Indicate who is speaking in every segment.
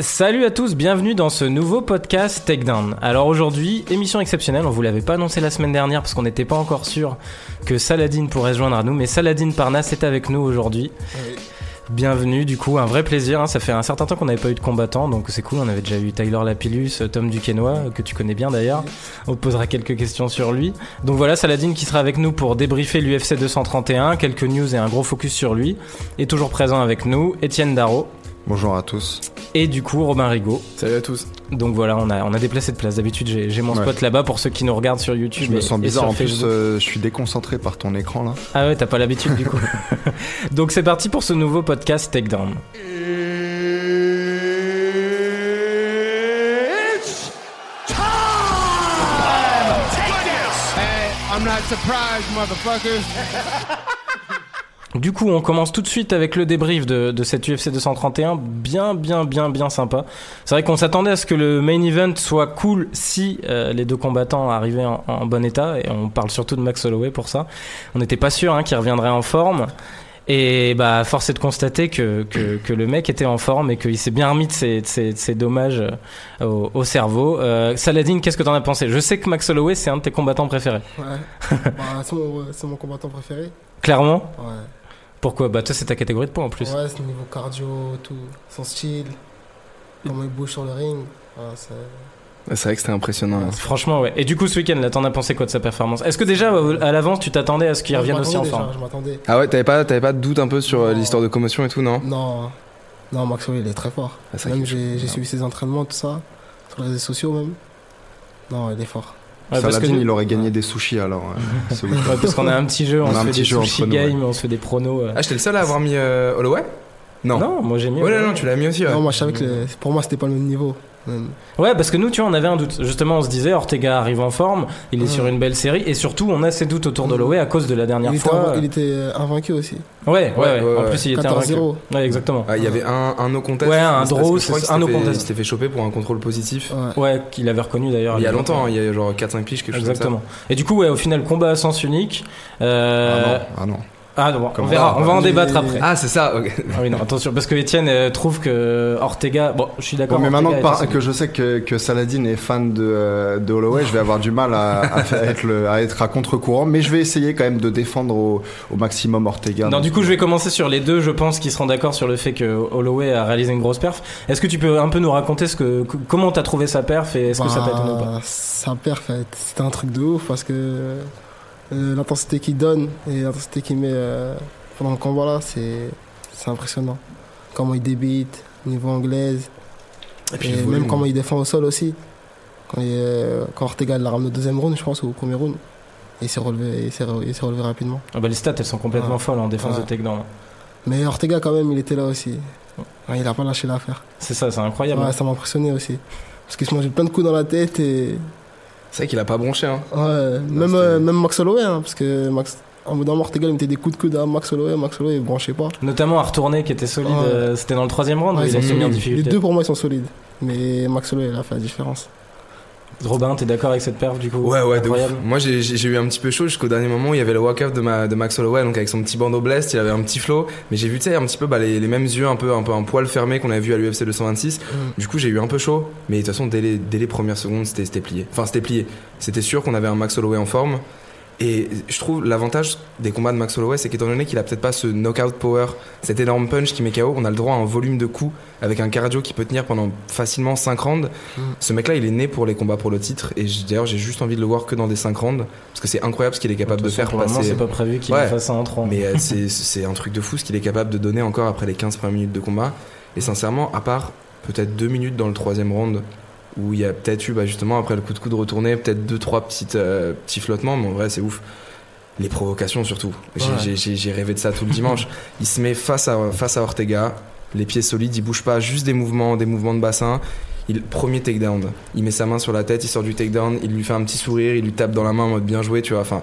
Speaker 1: Salut à tous, bienvenue dans ce nouveau podcast Takedown. Alors aujourd'hui, émission exceptionnelle, on vous l'avait pas annoncé la semaine dernière parce qu'on n'était pas encore sûr que Saladin pourrait se joindre à nous, mais Saladin Parnas est avec nous aujourd'hui. Bienvenue, du coup, un vrai plaisir. hein. Ça fait un certain temps qu'on n'avait pas eu de combattants, donc c'est cool. On avait déjà eu Tyler Lapillus, euh, Tom Duquesnois, euh, que tu connais bien d'ailleurs. On te posera quelques questions sur lui. Donc voilà, Saladin qui sera avec nous pour débriefer l'UFC 231, quelques news et un gros focus sur lui. Et toujours présent avec nous, Étienne Darro
Speaker 2: Bonjour à tous.
Speaker 1: et du coup Robin Rigaud.
Speaker 3: Salut à tous.
Speaker 1: Donc voilà, on a, on a déplacé de place. D'habitude, j'ai j'ai mon
Speaker 2: Ouais.
Speaker 1: spot là-bas pour ceux qui nous regardent sur YouTube.
Speaker 2: Je me
Speaker 1: et-
Speaker 2: sens
Speaker 1: et
Speaker 2: bizarre.
Speaker 1: sur
Speaker 2: En plus,
Speaker 1: Facebook.
Speaker 2: euh, je suis déconcentré par ton écran là.
Speaker 1: Ah ouais, t'as pas l'habitude du coup. Donc c'est parti pour ce nouveau podcast Takedown.
Speaker 4: Ah,
Speaker 1: Du coup, on commence tout de suite avec le débrief de, de cette UFC 231, bien, bien, bien, bien sympa. C'est vrai qu'on s'attendait à ce que le main event soit cool si euh, les deux combattants arrivaient en, en bon état, et on parle surtout de Max Holloway pour ça. On n'était pas sûr hein, qu'il reviendrait en forme, et bah force est de constater que, que, que le mec était en forme et qu'il s'est bien remis de ses, de ses- de ses dommages euh, au, au cerveau. Euh, Saladin, qu'est-ce que t'en as pensé Je sais que Max Holloway, c'est un de tes combattants préférés.
Speaker 3: Ouais. Bah, c'est mon, c'est mon combattant préféré.
Speaker 1: Clairement
Speaker 3: Ouais.
Speaker 1: Pourquoi Bah toi, c'est ta catégorie de points en plus.
Speaker 3: Ouais, c'est niveau cardio, tout. Son style, comment il bouge sur le ring. Ouais, c'est-
Speaker 4: C'est vrai que c'était impressionnant. hein.
Speaker 1: Franchement, ouais. Et du coup, ce week-end, là, t'en as pensé quoi de sa performance Est-ce que déjà, euh, à l'avance, tu t'attendais à ce qu'il
Speaker 3: Ouais,
Speaker 1: revienne
Speaker 3: je
Speaker 1: aussi en
Speaker 3: m'attendais
Speaker 1: forme
Speaker 3: déjà, Je m'attendais.
Speaker 4: Ah ouais, t'avais pas, t'avais pas de doute un peu sur euh,
Speaker 3: Non.
Speaker 4: l'histoire de commotion et tout, non
Speaker 3: Non, non, Maxwell, il est très fort.
Speaker 4: Ah, c'est vrai
Speaker 3: Même
Speaker 4: que-
Speaker 3: j'ai j'ai suivi ses entraînements, tout ça. Sur les réseaux sociaux, même. Non, il est fort.
Speaker 1: Ouais, parce que
Speaker 2: Saladin,
Speaker 1: nous-
Speaker 2: il aurait gagné des sushis alors. euh, ce week-end.
Speaker 1: Ouais, parce qu'on a un petit jeu, on,
Speaker 2: On a
Speaker 1: se
Speaker 2: un
Speaker 1: fait
Speaker 2: petit
Speaker 1: des
Speaker 2: jeu entre
Speaker 1: sushi
Speaker 2: nous, ouais.
Speaker 1: games, on se fait des pronos. euh.
Speaker 4: Ah, j'étais le seul à avoir mis euh, Holloway Non.
Speaker 1: Non, moi j'ai mis.
Speaker 4: Ouais, non, non, tu l'as mis aussi, ouais.
Speaker 3: Non, moi, je savais que le- pour moi, c'était pas le même niveau. Même.
Speaker 1: Ouais, parce que nous, tu vois, on avait un doute. Justement, on se disait, Ortega arrive en forme, il est sur une belle série, et surtout, on a ces doutes autour de Loé à cause de la dernière
Speaker 3: Il était,
Speaker 1: fois.
Speaker 3: inva- il était euh, invaincu aussi.
Speaker 1: Ouais, ouais, ouais,
Speaker 4: Ouais, ouais,
Speaker 1: En
Speaker 4: ouais.
Speaker 1: plus, il était invaincu.
Speaker 3: 14-0.
Speaker 1: Ouais, exactement.
Speaker 4: Ah, Il y avait un, un no contest.
Speaker 1: Ouais, un
Speaker 4: Parce que
Speaker 1: draw,
Speaker 4: je crois
Speaker 1: c'est-
Speaker 4: qu'il
Speaker 1: un no
Speaker 4: s'était fait-
Speaker 1: contest.
Speaker 4: Il s'était fait choper pour un contrôle positif.
Speaker 3: Ouais.
Speaker 1: Ouais, qu'il avait reconnu d'ailleurs.
Speaker 4: Il y a longtemps, hein, il y a genre 4-5 piges, quelque chose
Speaker 1: Exactement. Et du coup, ouais, au final, combat à sens unique. Euh...
Speaker 2: Ah non. Ah non.
Speaker 1: Ah non, on
Speaker 2: Comme
Speaker 1: verra,
Speaker 4: ça,
Speaker 1: on va en
Speaker 3: bah,
Speaker 1: débattre
Speaker 3: il-
Speaker 1: après.
Speaker 4: comme ça. Ah, c'est ça, ok.
Speaker 1: Ah oui, non, attention, parce que Étienne euh, trouve que Ortega. Bon, je suis d'accord.
Speaker 2: Bon, mais
Speaker 1: Ortega
Speaker 2: maintenant que,
Speaker 1: est
Speaker 2: par-
Speaker 1: assez-
Speaker 2: que je sais que, que Saladin est fan de, euh, de Holloway, je vais avoir du mal à, à fa- à être, le- à être à contre-courant, mais je vais essayer quand même de défendre au, au maximum Ortega.
Speaker 1: Non, du coup, je vais commencer sur les deux, je pense, qui seront d'accord sur le fait que Holloway a réalisé une grosse perf. Est-ce que tu peux un peu nous raconter ce que, que- comment t'as trouvé sa perf et est-ce que ça
Speaker 3: Bah,
Speaker 1: t'a étonné ou pas
Speaker 3: Sa perf, elle- c'était un truc de ouf parce que euh, l'intensité qu'il donne et l'intensité qu'il met euh, pendant le combat là, c'est c'est impressionnant. Comment il débite, niveau anglaise,
Speaker 4: Et
Speaker 3: et, même comment il défend au sol aussi. Quand, il, euh, quand Ortega l'a ramené au deuxième round, je pense, ou au premier round, il s'est relevé, il s'est re- il s'est relevé rapidement.
Speaker 1: Ah bah, Les stats, elles sont complètement
Speaker 3: Ah.
Speaker 1: folles en défense
Speaker 3: Ah.
Speaker 1: de takedown.
Speaker 3: Mais Ortega, quand même, il était là aussi. Ouais, il a pas lâché l'affaire.
Speaker 1: C'est ça, c'est incroyable.
Speaker 3: Ouais, ça m'a impressionné aussi. Parce qu'il se mangeait plein de coups dans la tête et
Speaker 4: C'est vrai qu'il a pas bronché, hein.
Speaker 3: Ouais, même,
Speaker 4: c'était-
Speaker 3: euh, même Max Holloway, hein, parce que Max, en bout d'un moment, Ortega il mettait des coups de coude à Max Holloway, Max Holloway il branchait pas.
Speaker 1: Notamment à retourner qui était solide,
Speaker 3: Ouais.
Speaker 1: euh, c'était dans le troisième round
Speaker 3: Ouais,
Speaker 1: où
Speaker 3: ils
Speaker 1: il a
Speaker 3: sont
Speaker 1: été mis en
Speaker 3: solides. les
Speaker 1: difficulté.
Speaker 3: deux pour moi ils sont solides, mais Max Holloway il a fait la différence.
Speaker 1: Robin, t'es d'accord avec cette perf du coup
Speaker 4: Ouais, ouais, de ouf.
Speaker 1: Incroyable.
Speaker 4: Moi, j'ai- j'ai j'ai eu un petit peu chaud jusqu'au dernier moment. Il y avait le walk-up de, ma- de Max Holloway, donc avec son petit bandeau blessed, il avait un petit flow. Mais j'ai vu, tu sais, un petit peu bah, les, les mêmes yeux, un peu un, peu un poil fermé qu'on avait vu à l'UFC 226. Du coup, j'ai eu un peu chaud. Mais de toute façon, dès les, dès les premières secondes, c'était c'était plié. Enfin, c'était plié. C'était sûr qu'on avait un Max Holloway en forme. Et je trouve l'avantage des combats de Max Holloway, c'est qu'étant donné qu'il a peut-être pas ce knockout power, cet énorme punch qui met KO, on a le droit à un volume de coups avec un cardio qui peut tenir pendant facilement 5 rounds.
Speaker 1: Mm.
Speaker 4: Ce mec-là, il est né pour les combats pour le titre. Et j- d'ailleurs, j'ai juste envie de le voir que dans des 5 rounds. Parce que c'est incroyable ce qu'il est capable de
Speaker 1: toute façon,
Speaker 4: faire
Speaker 1: pour le moment,
Speaker 4: passer.
Speaker 1: c'est pas prévu qu'il
Speaker 4: Ouais.
Speaker 1: le fasse ça en trois.
Speaker 4: Mais euh, c'est- c'est un truc de fou ce qu'il est capable de donner encore après les 15 premières minutes de combat. Et sincèrement, à part peut-être 2 minutes dans le troisième round, où il y a peut-être eu bah, justement après le coup de coude retourné, peut-être 2-3 petites euh, petits flottements, mais en vrai c'est ouf. Les provocations surtout. J'ai-
Speaker 3: Ouais.
Speaker 4: j'ai- J'ai j'ai rêvé de ça tout le dimanche. Il se met face à, face à Ortega, les pieds solides, il bouge pas, juste des mouvements, des mouvements de bassin. Il, premier takedown, il met sa main sur la tête, il sort du takedown, il lui fait un petit sourire, il lui tape dans la main en mode bien joué, tu vois. Enfin,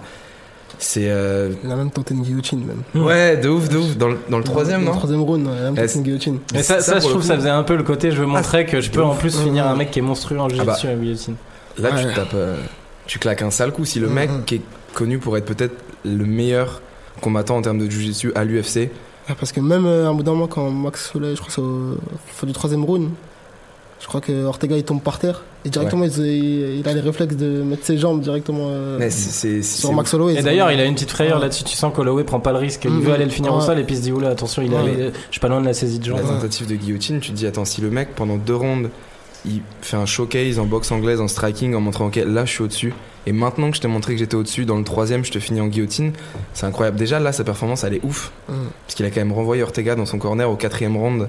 Speaker 4: c'est euh,
Speaker 3: Il a même tenté une guillotine même.
Speaker 1: Mm.
Speaker 4: Ouais, de ouf, de ouf. Dans le, dans le troisième,
Speaker 3: Mmh. Dans
Speaker 4: non
Speaker 3: le troisième round, ouais, il a même
Speaker 4: Eh,
Speaker 3: tenté
Speaker 4: c'est-
Speaker 3: une guillotine.
Speaker 1: Mais ça, ça,
Speaker 4: Ça,
Speaker 1: je
Speaker 4: pour le
Speaker 1: trouve,
Speaker 4: coup.
Speaker 1: ça faisait un peu le côté. Je veux Ah montrer que je peux en plus
Speaker 3: Ouais,
Speaker 1: finir
Speaker 3: ouais.
Speaker 1: un mec qui est monstrueux en jiu
Speaker 4: bah.
Speaker 1: avec guillotine.
Speaker 4: Là,
Speaker 3: Ouais.
Speaker 4: tu tapes. euh, tu claques un sale coup. Si le
Speaker 3: Mhm.
Speaker 4: mec qui est connu pour être peut-être le meilleur combattant en termes de jujitsu à l'UFC,
Speaker 3: Mmh. Ah, Parce que même euh, à un bout d'un moment quand Max Holloway, je crois que c'est au fin du troisième round, Je crois que Ortega il tombe par terre et directement il, il a les réflexes de mettre ses jambes directement euh,
Speaker 4: Mais c'est- c'est- c'est-
Speaker 3: sur Max Holloway.
Speaker 1: Et d'ailleurs, il a une petite frayeur
Speaker 3: Ouais.
Speaker 1: là-dessus. Tu sens qu'Holloway prend pas le risque. Il
Speaker 3: Mhm.
Speaker 1: veut aller le finir au
Speaker 3: Ouais.
Speaker 1: sol et puis il se dit Oula, attention, il a
Speaker 3: Ouais.
Speaker 1: les- je suis pas loin de la saisie de jambe.
Speaker 4: La tentative de guillotine, tu te dis, attends, si le mec pendant deux rondes, il fait un showcase en boxe anglaise, en striking, en montrant, ok, là je suis au-dessus, et maintenant que je t'ai montré que j'étais au-dessus, dans le troisième, je te finis en guillotine, c'est incroyable. Déjà, là, sa performance, elle est ouf,
Speaker 3: Mm.
Speaker 4: parce qu'il a quand même renvoyé Ortega dans son corner au quatrième round.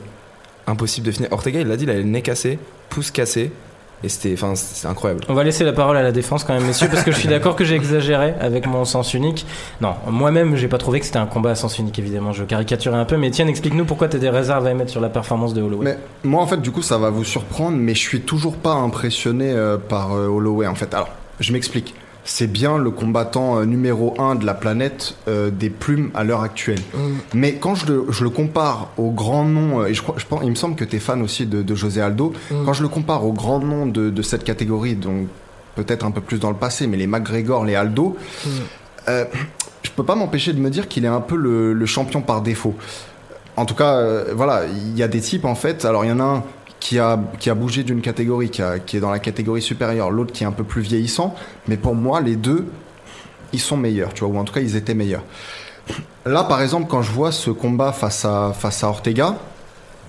Speaker 4: Impossible de finir. Ortega, il l'a dit, il a le nez cassé, pouce cassé, et c'était, enfin, c'est incroyable.
Speaker 1: On va laisser la parole à la défense quand même, messieurs, parce que je suis d'accord que j'ai exagéré avec mon sens unique. Non, moi-même, j'ai pas trouvé que c'était un combat à sens unique, évidemment. Je caricaturais un peu, mais Étienne, explique-nous pourquoi t'as des réserves à émettre sur la performance de Holloway.
Speaker 2: Mais moi, en fait, du coup, ça va vous surprendre, mais je suis toujours pas impressionné euh, par euh, Holloway, en fait. Alors, je m'explique. C'est bien le combattant euh, numéro 1 de la planète euh, des plumes à l'heure actuelle.
Speaker 3: Mm.
Speaker 2: Mais quand je le, je le compare au grand nom, euh, et je crois, je pense, il me semble que tu es fan aussi de, de José Aldo,
Speaker 3: Mm.
Speaker 2: quand je le compare au grand nom de, de cette catégorie, donc peut-être un peu plus dans le passé, mais les McGregor, les Aldo,
Speaker 3: Mm.
Speaker 2: euh, je peux pas m'empêcher de me dire qu'il est un peu le, le champion par défaut. En tout cas, euh, voilà, il y a des types en fait. Alors il y en a un qui a, qui a bougé d'une catégorie, qui, a- qui est dans la catégorie supérieure, l'autre qui est un peu plus vieillissant, mais pour moi, les deux, ils sont meilleurs, tu vois, ou en tout cas, ils étaient meilleurs. Là, par exemple, quand je vois ce combat face à, face à Ortega,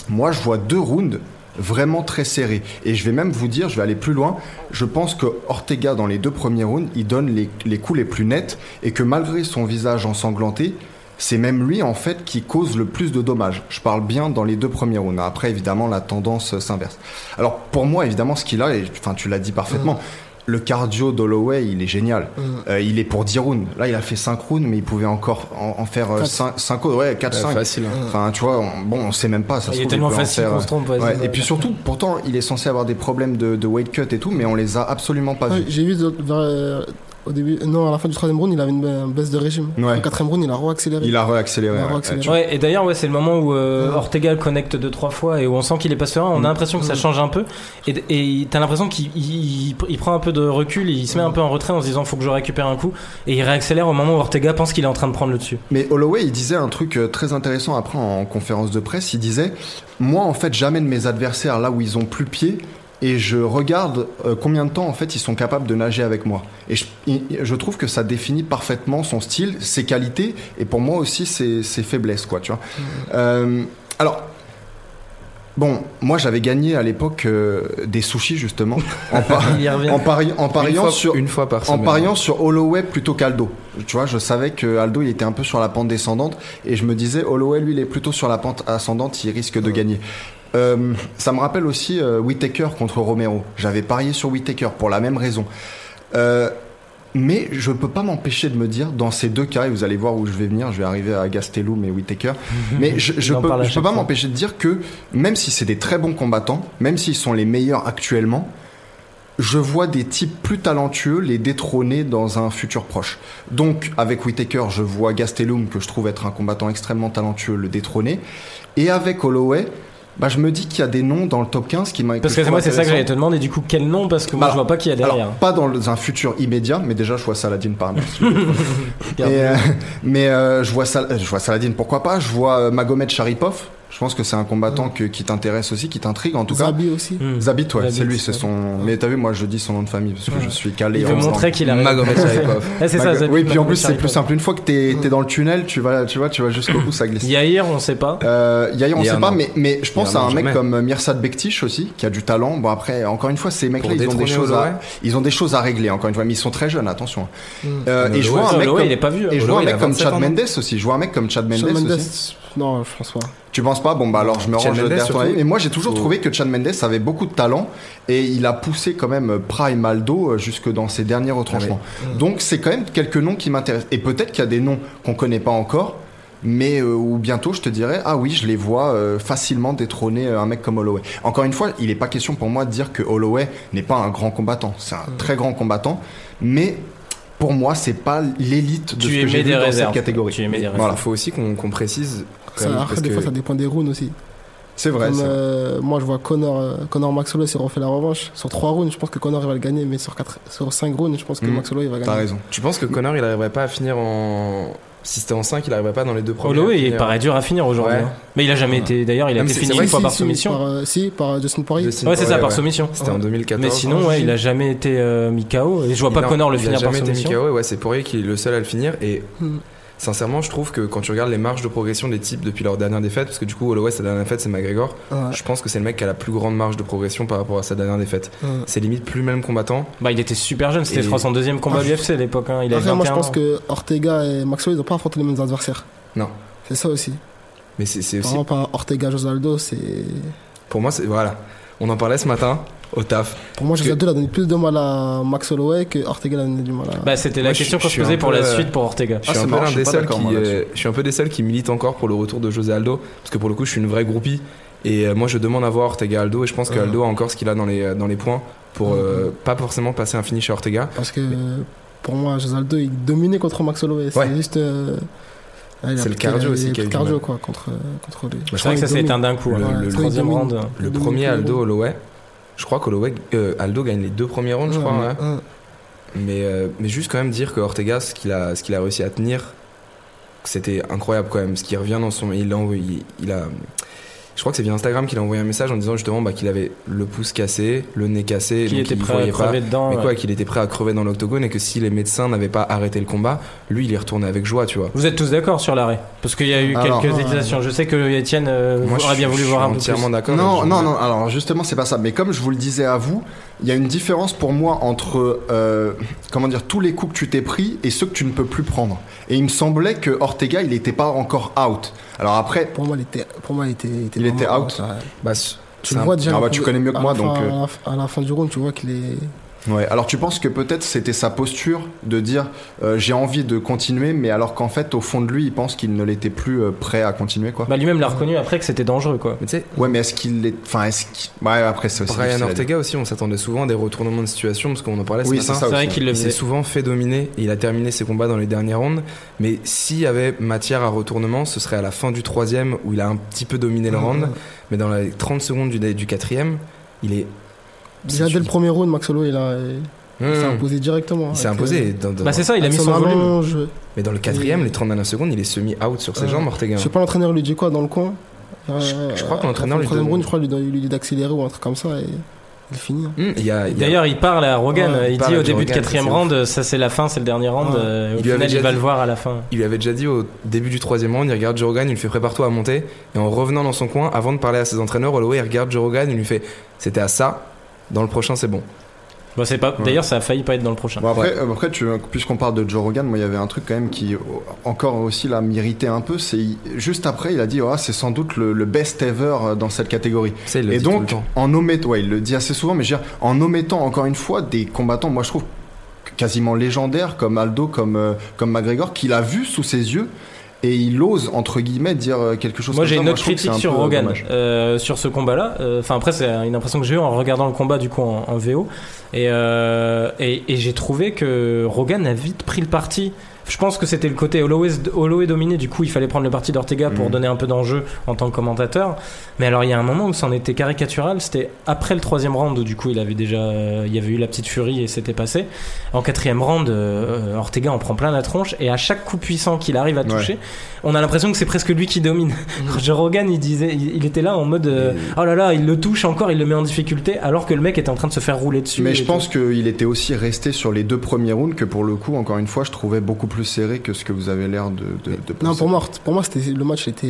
Speaker 2: moi, je vois deux rounds vraiment très serrés. Et je vais même vous dire, je vais aller plus loin, je pense que Ortega, dans les deux premiers rounds, il donne les, les coups les plus nets et que malgré son visage ensanglanté, c'est même lui, en fait, qui cause le plus de dommages. Je parle bien dans les deux premiers rounds. Après, évidemment, la tendance euh, s'inverse. Alors, pour moi, évidemment, ce qu'il a, et enfin, tu l'as dit parfaitement, le cardio d'Holloway, il est génial.
Speaker 3: hum,
Speaker 2: Euh, il est pour 10 rounds. Là, il a fait 5 rounds, mais il pouvait encore en, en faire
Speaker 3: Quatre.
Speaker 2: 5, 5 autres. Ouais, 4, 5.
Speaker 4: facile.
Speaker 1: hein.
Speaker 2: Enfin, tu vois, on, bon, on sait même pas. Ça se
Speaker 1: Il est
Speaker 2: trouve,
Speaker 1: tellement
Speaker 2: peut en
Speaker 1: facile
Speaker 2: faire,
Speaker 1: qu'on
Speaker 2: euh,
Speaker 1: se trompe. ouais,
Speaker 2: ouais,
Speaker 1: c'est-
Speaker 2: Et puis surtout, pourtant, il est censé avoir des problèmes de, de weight cut et tout, mais on les a absolument pas
Speaker 3: Ouais,
Speaker 2: vus.
Speaker 3: J'ai vu de- vers, euh, au début, non, à la fin du troisième round, il avait une ba- une baisse de régime.
Speaker 2: Ouais.
Speaker 3: Au quatrième round, il a re-accéléré.
Speaker 2: Il a réaccéléré.
Speaker 3: Il a
Speaker 2: ouais.
Speaker 3: réaccéléré.
Speaker 2: Ouais,
Speaker 1: Ouais, et d'ailleurs, ouais, c'est le moment où euh,
Speaker 3: Mm.
Speaker 1: Ortega le connecte deux trois fois et où on sent qu'il est pas serein. On a l'impression que ça
Speaker 3: Mm.
Speaker 1: change un peu. Et, et t'as l'impression qu'il il, il- il prend un peu de recul, il se met un peu en retrait en se disant faut que je récupère un coup. Et il réaccélère au moment où Ortega pense qu'il est en train de prendre le dessus.
Speaker 2: Mais Holloway, il disait un truc euh, très intéressant après en conférence de presse. Il disait Moi, en fait, j'amène mes adversaires là où ils ont plus pied et je regarde euh, combien de temps, en fait, ils sont capables de nager avec moi. Et je, il- je trouve que ça définit parfaitement son style, ses qualités et pour moi aussi ses, ses faiblesses, quoi, tu vois. Euh, alors. Bon, moi j'avais gagné à l'époque euh, des sushis justement en, par-
Speaker 1: Il y revient.
Speaker 2: en, pari- en
Speaker 4: une
Speaker 2: pariant
Speaker 4: fois,
Speaker 2: sur
Speaker 4: une fois par
Speaker 2: en
Speaker 4: semaine.
Speaker 2: pariant
Speaker 1: hein.
Speaker 2: sur Holloway plutôt qu'Aldo. Tu vois, je savais que Aldo il était un peu sur la pente descendante et je me disais Holloway lui il est plutôt sur la pente ascendante, il risque de gagner. Euh, ça me rappelle aussi euh, Whittaker contre Romero. J'avais parié sur Whittaker pour la même raison. Euh, mais je peux pas m'empêcher de me dire, dans ces deux cas, et vous allez voir où je vais venir, je vais arriver à Gastelum mais Whittaker, mais je, je
Speaker 1: Il en
Speaker 2: peux,
Speaker 1: parle à
Speaker 2: je peux
Speaker 1: chaque
Speaker 2: pas
Speaker 1: fois.
Speaker 2: m'empêcher de dire que, même si c'est des très bons combattants, même s'ils sont les meilleurs actuellement, je vois des types plus talentueux les détrôner dans un futur proche. Donc, avec Whittaker, je vois Gastelum, que je trouve être un combattant extrêmement talentueux, le détrôner. Et avec Holloway, bah, je me dis qu'il y a des noms dans le top 15 qui m'intéressent.
Speaker 1: Parce que c'est moi, c'est ça que j'allais te demander. Du coup, quel nom Parce que moi,
Speaker 2: Bah,
Speaker 1: je vois pas qui y a derrière. hein.
Speaker 2: Alors, pas dans un futur immédiat, mais déjà, je vois Saladin Parnas. Et,
Speaker 1: Regarde.
Speaker 2: euh, mais euh, je, vois Sal- euh, je vois Saladin, pourquoi pas Je vois euh, Magomed Sharipov. Je pense que c'est un combattant que- qui t'intéresse aussi, qui t'intrigue en tout cas.
Speaker 3: Zabi aussi.
Speaker 1: Mm.
Speaker 2: Zabit, ouais,
Speaker 1: Zabit,
Speaker 2: c'est lui, c'est
Speaker 1: ouais.
Speaker 2: son. Mais t'as vu, moi je dis son nom de famille parce que je suis calé.
Speaker 1: Il
Speaker 2: en
Speaker 1: veut
Speaker 2: Islande.
Speaker 1: montrer qu'il a.
Speaker 4: Magomed Sharipov.
Speaker 1: Ah, c'est ça,
Speaker 2: Mago-
Speaker 1: Zabit,
Speaker 2: Oui, puis en
Speaker 1: Magomed
Speaker 2: plus c'est
Speaker 1: Sharipov.
Speaker 2: plus simple. Une fois que t'es
Speaker 3: Mm.
Speaker 2: t'es dans le tunnel, tu vas, tu vois, tu vas jusqu'au bout, ça glisse.
Speaker 1: Yair, on sait pas.
Speaker 2: Euh, Yair, on
Speaker 4: Yair,
Speaker 2: sait pas,
Speaker 4: non.
Speaker 2: mais, mais je pense
Speaker 4: Yair,
Speaker 2: à
Speaker 4: non,
Speaker 2: un mec
Speaker 4: jamais.
Speaker 2: comme euh, Mirsad Bektish aussi, qui a du talent. Bon, après, encore une fois, ces mecs-là, ils ont des
Speaker 4: détrôner
Speaker 2: choses
Speaker 4: Holloway.
Speaker 2: à, ils ont des choses à régler, encore une fois, mais ils sont très jeunes, attention.
Speaker 3: Mm.
Speaker 2: Euh,
Speaker 4: Mais
Speaker 2: et je vois
Speaker 1: Putain,
Speaker 2: un mec
Speaker 1: Holloway,
Speaker 2: comme,
Speaker 1: il est pas vu. hein.
Speaker 2: et je
Speaker 4: Holloway,
Speaker 2: vois un
Speaker 4: il a
Speaker 2: mec comme
Speaker 4: 27
Speaker 2: Chad
Speaker 4: ans, non
Speaker 2: Mendes aussi. Je vois un mec comme Chad Mendes,
Speaker 3: Shawn Mendes.
Speaker 2: aussi.
Speaker 3: Non, je pense pas.
Speaker 2: Tu penses pas Bon, bah alors je me
Speaker 4: Chad
Speaker 2: range
Speaker 4: Mendes,
Speaker 2: derrière toi.
Speaker 4: surtout.
Speaker 2: Et moi, j'ai toujours
Speaker 4: Oh.
Speaker 2: trouvé que Chad Mendes avait beaucoup de talent et il a poussé quand même Prime Aldo euh, jusque dans ses derniers retranchements.
Speaker 1: Ah
Speaker 2: Donc, c'est quand même quelques noms qui m'intéressent. Et peut-être qu'il y a des noms qu'on connaît pas encore. Mais euh, ou bientôt je te dirais ah oui je les vois euh, facilement détrôner euh, un mec comme Holloway. Encore une fois il n'est pas question pour moi de dire que Holloway n'est pas un grand combattant c'est un
Speaker 1: Mm.
Speaker 2: très grand combattant mais pour moi c'est pas l'élite de
Speaker 1: Tu
Speaker 2: ce
Speaker 1: émets
Speaker 2: que j'ai
Speaker 1: des
Speaker 2: vu dans cette
Speaker 1: réserves.
Speaker 2: catégorie.
Speaker 1: Tu émets des
Speaker 2: Voilà.
Speaker 4: Il faut aussi qu'on qu'on précise. quand
Speaker 3: Ça,
Speaker 4: même,
Speaker 3: après,
Speaker 4: parce
Speaker 3: des
Speaker 4: que-
Speaker 3: fois, ça dépend des rounds aussi.
Speaker 2: C'est vrai.
Speaker 3: Comme,
Speaker 2: c'est vrai.
Speaker 3: euh, moi, je vois Connor, euh, Connor Maxwell s'est refait la revanche. Sur 3 rounds, je pense que Connor il va le gagner, mais sur, quatre, sur 5 rounds, je pense que
Speaker 2: Mm.
Speaker 3: Maxwell il va
Speaker 2: T'as
Speaker 3: gagner.
Speaker 2: raison.
Speaker 4: Tu penses que Connor il arriverait pas à finir en si c'était en 5, il arriverait pas dans les deux premiers.
Speaker 1: Holloway,
Speaker 4: à finir.
Speaker 1: il paraît dur à finir aujourd'hui.
Speaker 4: Ouais.
Speaker 1: hein. Mais il a jamais
Speaker 4: Ouais.
Speaker 1: été. D'ailleurs, il a
Speaker 4: Même
Speaker 1: été
Speaker 4: si-
Speaker 1: fini
Speaker 4: c'est
Speaker 1: une
Speaker 4: vrai
Speaker 1: fois
Speaker 3: Si,
Speaker 1: par
Speaker 3: si,
Speaker 1: soumission.
Speaker 3: Par, euh, si, par Justin Poirier.
Speaker 4: Dustin
Speaker 1: Ouais, c'est ça,
Speaker 4: Poirier,
Speaker 1: par
Speaker 4: ouais.
Speaker 1: soumission.
Speaker 4: C'était en 2014.
Speaker 1: Mais sinon, ouais, il a jamais été euh, mis KO. Et je vois pas
Speaker 4: Non,
Speaker 1: Connor le
Speaker 4: il a
Speaker 1: finir par
Speaker 4: jamais été
Speaker 1: soumission.
Speaker 4: Mikao, ouais, c'est Poirier qui est le seul à le finir. Et
Speaker 3: Hmm.
Speaker 4: sincèrement, je trouve que quand tu regardes les marges de progression des types depuis leur dernière défaite, parce que du coup, Holloway, sa dernière défaite, c'est McGregor,
Speaker 3: Ouais.
Speaker 4: je pense que c'est le mec qui a la plus grande marge de progression par rapport à sa dernière défaite.
Speaker 3: Ouais.
Speaker 4: C'est limite plus le même combattant.
Speaker 1: Bah, il était super jeune. C'était
Speaker 4: Et-
Speaker 1: je crois, son deuxième combat
Speaker 3: Ah,
Speaker 1: de l'UFC à l'époque. hein. Il a
Speaker 3: Après, moi, je
Speaker 1: 21
Speaker 3: pense
Speaker 1: ans.
Speaker 3: que Ortega et Maxwell, ils n'ont pas affronté les mêmes adversaires.
Speaker 4: Non.
Speaker 3: C'est ça aussi.
Speaker 4: Mais c'est c'est
Speaker 3: Par
Speaker 4: aussi.
Speaker 3: exemple, un Ortega, Josaldo, c'est.
Speaker 4: Pour moi, c'est. Voilà. On en parlait ce matin au taf.
Speaker 3: Pour moi,
Speaker 4: Que-
Speaker 3: Josaldo a donné plus de mal à Max Holloway que Ortega a donné du mal à.
Speaker 1: Bah, c'était la
Speaker 4: Moi, je-
Speaker 1: question qu'on
Speaker 4: je
Speaker 1: se
Speaker 4: suis
Speaker 1: posait
Speaker 4: un
Speaker 1: pour
Speaker 4: peu,
Speaker 1: la
Speaker 4: euh,
Speaker 1: suite pour Ortega.
Speaker 4: Je suis,
Speaker 2: Ah,
Speaker 4: un
Speaker 2: c'est
Speaker 4: peu
Speaker 2: marrant,
Speaker 4: l'un
Speaker 2: je suis
Speaker 4: des
Speaker 2: pas
Speaker 4: seuls
Speaker 2: d'accord,
Speaker 4: qui,
Speaker 2: moi, là-dessus.
Speaker 4: euh, je suis un peu des seuls qui militent encore pour le retour de José Aldo, parce que pour le coup, je suis une vraie groupie. Et euh, moi, je demande à voir Ortega Aldo, et je pense que
Speaker 3: Mhm.
Speaker 4: Aldo a encore ce qu'il a dans les, euh, dans les points pour euh, pas forcément passer un finish à Ortega.
Speaker 3: Parce que euh, pour moi, Josaldo, il dominait contre Max Holloway. C'est
Speaker 4: Ouais.
Speaker 3: juste. euh, ouais, il a
Speaker 4: C'est le
Speaker 3: pris- il a-
Speaker 4: cardio aussi
Speaker 3: Il a
Speaker 4: qui
Speaker 3: pris
Speaker 4: a eu
Speaker 3: le
Speaker 4: du
Speaker 3: cardio,
Speaker 4: mal.
Speaker 3: quoi, contre, euh, contre lui.
Speaker 1: C'est vrai que ça s'est éteint d'un coup. hein.
Speaker 4: Le-
Speaker 1: Le,
Speaker 4: le-
Speaker 1: troisième
Speaker 3: il domine.
Speaker 1: round.
Speaker 4: Le
Speaker 3: Dominique
Speaker 4: premier
Speaker 3: Holloway.
Speaker 4: Aldo Holloway, je crois qu'Holloway, euh, Aldo gagne les deux premiers rounds, je crois. ouais.
Speaker 3: Ouais.
Speaker 4: Mais, euh, mais juste quand même dire que Ortega, ce qu'il a, ce qu'il a réussi à tenir, c'était incroyable quand même. Ce qui revient dans son. Il a, envoyé- il, il a je crois que c'est via Instagram qu'il a envoyé un message en disant justement bah, qu'il avait le pouce cassé, le nez cassé,
Speaker 1: Qui
Speaker 4: donc
Speaker 1: était
Speaker 4: il
Speaker 1: prêt à
Speaker 4: voyait pas.
Speaker 1: crever dedans. euh,
Speaker 4: Mais
Speaker 1: ouais.
Speaker 4: quoi, qu'il était prêt à crever dans l'octogone et que si les médecins n'avaient pas arrêté le combat, lui il y retournait avec joie, tu vois.
Speaker 1: Vous êtes tous d'accord sur l'arrêt Parce qu'il y a eu
Speaker 2: Alors,
Speaker 1: quelques
Speaker 3: ouais.
Speaker 1: hésitations. Je sais que Étienne euh,
Speaker 4: euh, Moi,
Speaker 1: aurait
Speaker 4: je-
Speaker 1: bien voulu
Speaker 4: je
Speaker 1: voir
Speaker 4: suis
Speaker 1: un peu plus.
Speaker 4: entièrement d'accord.
Speaker 2: Non,
Speaker 4: Je-
Speaker 2: non, non, alors justement, c'est pas ça. Mais comme je vous le disais à vous, il y a une différence pour moi entre euh, comment dire, tous les coups que tu t'es pris et ceux que tu ne peux plus prendre. Et il me semblait que Ortega, il n'était pas encore out. Alors après,
Speaker 3: Pour moi, il était, pour moi, il était,
Speaker 2: Il était
Speaker 3: vraiment
Speaker 2: out.
Speaker 3: ouais.
Speaker 4: Bah, c'est-
Speaker 3: Tu
Speaker 4: c'est
Speaker 3: le
Speaker 4: un-
Speaker 3: vois déjà.
Speaker 2: Ah
Speaker 3: le
Speaker 2: bah,
Speaker 3: coup
Speaker 2: tu
Speaker 3: de-
Speaker 2: connais mieux que
Speaker 3: à
Speaker 2: moi,
Speaker 3: la
Speaker 2: donc,
Speaker 3: fin-
Speaker 2: euh.
Speaker 3: à la fin- À la fin du round, tu vois qu'il est.
Speaker 2: ouais. Alors tu penses que peut-être c'était sa posture de dire euh, j'ai envie de continuer, mais alors qu'en fait, au fond de lui, il pense qu'il ne l'était plus euh, prêt à continuer, quoi.
Speaker 1: Bah, lui-même l'a reconnu après que c'était dangereux, quoi.
Speaker 4: Mais tu sais,
Speaker 2: Ouais, mais est-ce qu'il est, enfin, est-ce qu'il- ouais, après c'est aussi
Speaker 4: Brian
Speaker 2: difficile à dire.
Speaker 4: Ortega aussi, on s'attendait souvent à des retournements de situation parce qu'on en parlait ce
Speaker 2: Oui,
Speaker 4: matin.
Speaker 1: C'est
Speaker 2: c'est ça
Speaker 1: vrai
Speaker 2: aussi.
Speaker 1: qu'il le
Speaker 4: Il s'est
Speaker 1: faisait.
Speaker 4: souvent fait dominer et il a terminé ses combats dans les dernières rondes. Mais s'il y avait matière à retournement, ce serait à la fin du troisième où il a un petit peu dominé
Speaker 3: Ah.
Speaker 4: le round. Mais dans les 30 secondes du, du quatrième, il est.
Speaker 3: Déjà dès le premier round, Max Holloway, il a- il s'est
Speaker 4: Mmh.
Speaker 3: imposé directement.
Speaker 4: Il s'est
Speaker 3: avec, euh,
Speaker 4: imposé. dans- dans-
Speaker 1: Bah, c'est ça, il a mis
Speaker 3: Avec
Speaker 1: son volume.
Speaker 3: allonge.
Speaker 4: Mais dans le quatrième, les 30 dernières secondes, il est semi-out sur ses
Speaker 3: Ouais.
Speaker 4: jambes, Ortega.
Speaker 3: Je sais pas, l'entraîneur lui dit quoi dans le coin Euh,
Speaker 4: Je- je crois que l'entraîneur
Speaker 3: après le troisième
Speaker 4: lui donne-
Speaker 3: round, je crois, lui, donne- lui dit d'accélérer ou un truc comme ça et il finit. hein.
Speaker 4: Hum, il y a- il y a-
Speaker 1: D'ailleurs, il parle à Rogan.
Speaker 3: Ouais,
Speaker 1: il
Speaker 4: il
Speaker 1: dit
Speaker 4: parle à
Speaker 1: au début
Speaker 4: Rogan,
Speaker 1: de quatrième
Speaker 4: c'est
Speaker 1: round, ça c'est la fin, c'est le dernier round.
Speaker 3: Ouais.
Speaker 1: euh, au
Speaker 4: Il lui avait
Speaker 1: final,
Speaker 4: déjà
Speaker 1: il va
Speaker 4: dit-
Speaker 1: le voir à la fin.
Speaker 4: il lui avait déjà dit au début du troisième round, il regarde Jorogan, il lui fait prépare-toi à monter. Et en revenant dans son coin, avant de parler à ses entraîneurs, Holloway il regarde Jorogan, il lui fait c'était à ça, dans le prochain c'est bon.
Speaker 1: Bon, c'est pas. D'ailleurs, ça a failli pas être dans le prochain.
Speaker 2: Bon, après, euh, après tu, puisqu'on parle de Joe Rogan, moi il y avait un truc quand même qui euh, encore aussi là m'irritait un peu, c'est il- juste après il a dit Ah, c'est sans doute le, le best ever euh, dans cette catégorie.
Speaker 4: Tu sais, il le
Speaker 2: Et
Speaker 4: dit tout le
Speaker 2: donc
Speaker 4: temps.
Speaker 2: en omettant, ouais, il le dit assez souvent, mais je veux dire, en omettant encore une fois des combattants, moi je trouve quasiment légendaires comme Aldo, comme euh, comme McGregor, qu'il a vu sous ses yeux. Et il ose, entre guillemets, dire euh, quelque chose
Speaker 1: Moi
Speaker 2: comme
Speaker 1: j'ai
Speaker 2: ça.
Speaker 1: une autre
Speaker 2: je trouve que c'est
Speaker 1: critique
Speaker 2: un
Speaker 1: sur
Speaker 2: peu, euh,
Speaker 1: Rogan
Speaker 2: dommage.
Speaker 1: euh, sur ce combat-là. Euh, Enfin après c'est une impression que j'ai eue en regardant le combat du coup en, en VO et, euh, et, et j'ai trouvé que Rogan a vite pris le parti. Je pense que c'était le côté Holloway, Holloway dominé, du coup il fallait prendre le parti d'Ortega pour
Speaker 2: Mm.
Speaker 4: Mhm.
Speaker 1: donner un peu d'enjeu en tant que commentateur. Mais alors il y a un moment où c'en était caricatural, c'était après le troisième round où du coup il avait déjà, euh, il y avait eu la petite furie et c'était passé. En quatrième round, euh, euh, Ortega en prend plein la tronche et à chaque coup puissant qu'il arrive à
Speaker 2: Ouais.
Speaker 1: toucher, on a l'impression que c'est presque lui qui domine. Roger Rogan, il disait, il, il était là en mode, euh, oh là là, il le touche encore, il le met en difficulté, alors que le mec était en train de se faire rouler dessus.
Speaker 2: Mais
Speaker 1: et
Speaker 2: je
Speaker 1: tout.
Speaker 2: pense qu'il était aussi resté sur les deux premiers rounds que pour le coup, encore une fois, je trouvais beaucoup plus serré que ce que vous avez l'air de, de, de penser.
Speaker 3: Non, pour moi, pour moi c'était, le match il était,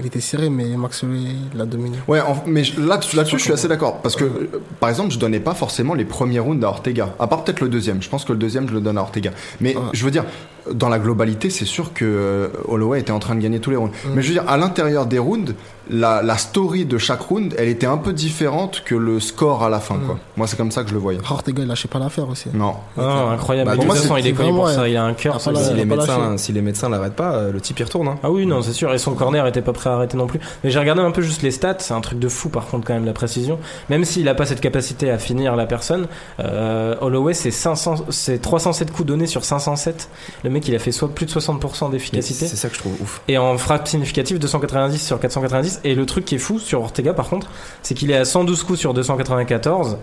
Speaker 3: il était serré, mais Max Holloway l'a dominé.
Speaker 2: Ouais, en- mais je- là-dessus, là-dessus, je suis assez d'accord. Parce que, euh, par exemple, je donnais pas forcément les premiers rounds à Ortega. À part peut-être le deuxième. Je pense que le deuxième, je le donne à Ortega. Mais
Speaker 3: Ouais.
Speaker 2: je veux dire, dans la globalité, c'est sûr que euh, Holloway était en train de gagner tous les rounds. Mais je veux dire, à l'intérieur des rounds, la, la story de chaque round, elle était un peu différente que le score à la fin, quoi. Moi, c'est comme ça que je le voyais.
Speaker 3: Ortega, il lâchait pas l'affaire aussi.
Speaker 2: Non.
Speaker 1: Ah, incroyable.
Speaker 4: Bah,
Speaker 1: Mais de toute
Speaker 4: pour moi,
Speaker 1: façon,
Speaker 3: c'est-
Speaker 1: il est
Speaker 3: c'est
Speaker 1: connu pour
Speaker 3: vraiment,
Speaker 1: ça,
Speaker 3: ouais.
Speaker 1: Bah, il a un cœur.
Speaker 3: Ah,
Speaker 1: ça,
Speaker 3: voilà.
Speaker 1: c'est-
Speaker 4: si,
Speaker 3: il
Speaker 4: les
Speaker 3: a pas
Speaker 4: médecins,
Speaker 3: lâché.
Speaker 4: si les médecins l'arrêtent pas, euh, le type il retourne. hein.
Speaker 1: Ah oui, non, c'est sûr. Et son corner était pas prêt à arrêter non plus. Mais j'ai regardé un peu juste les stats. C'est un truc de fou, par contre, quand même, la précision. Même s'il a pas cette capacité à finir la personne, euh, Holloway, c'est 500, c'est 307 coups donnés sur 507. Le mec, il a fait soit plus de 60%
Speaker 4: Mais
Speaker 1: d'efficacité.
Speaker 4: C'est ça que je trouve ouf.
Speaker 1: Et en frappe significative, 290 sur 490. Et le truc qui est fou sur Ortega, par contre, c'est qu'il est à 112 coups sur 294.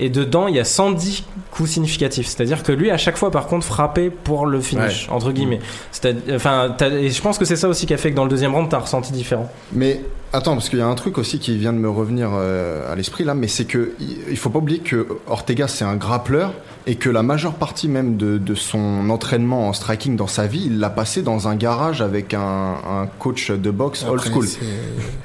Speaker 1: Et dedans, il y a 110 coups significatifs. C'est-à-dire que lui, à chaque fois, par contre, frappait pour le finish, entre guillemets. C'est-à-dire- Enfin, t'as- et je pense que c'est ça aussi qui a fait que dans le deuxième round, t'as ressenti différent.
Speaker 2: Mais attends, parce qu'il y a un truc aussi qui vient de me revenir euh, à l'esprit là, mais c'est que il il faut pas oublier que Ortega c'est un grappleur et que la majeure partie même de, de son entraînement en striking dans sa vie, il l'a passé dans un garage avec un, un coach de boxe old
Speaker 3: Après,
Speaker 2: school.
Speaker 3: c'est-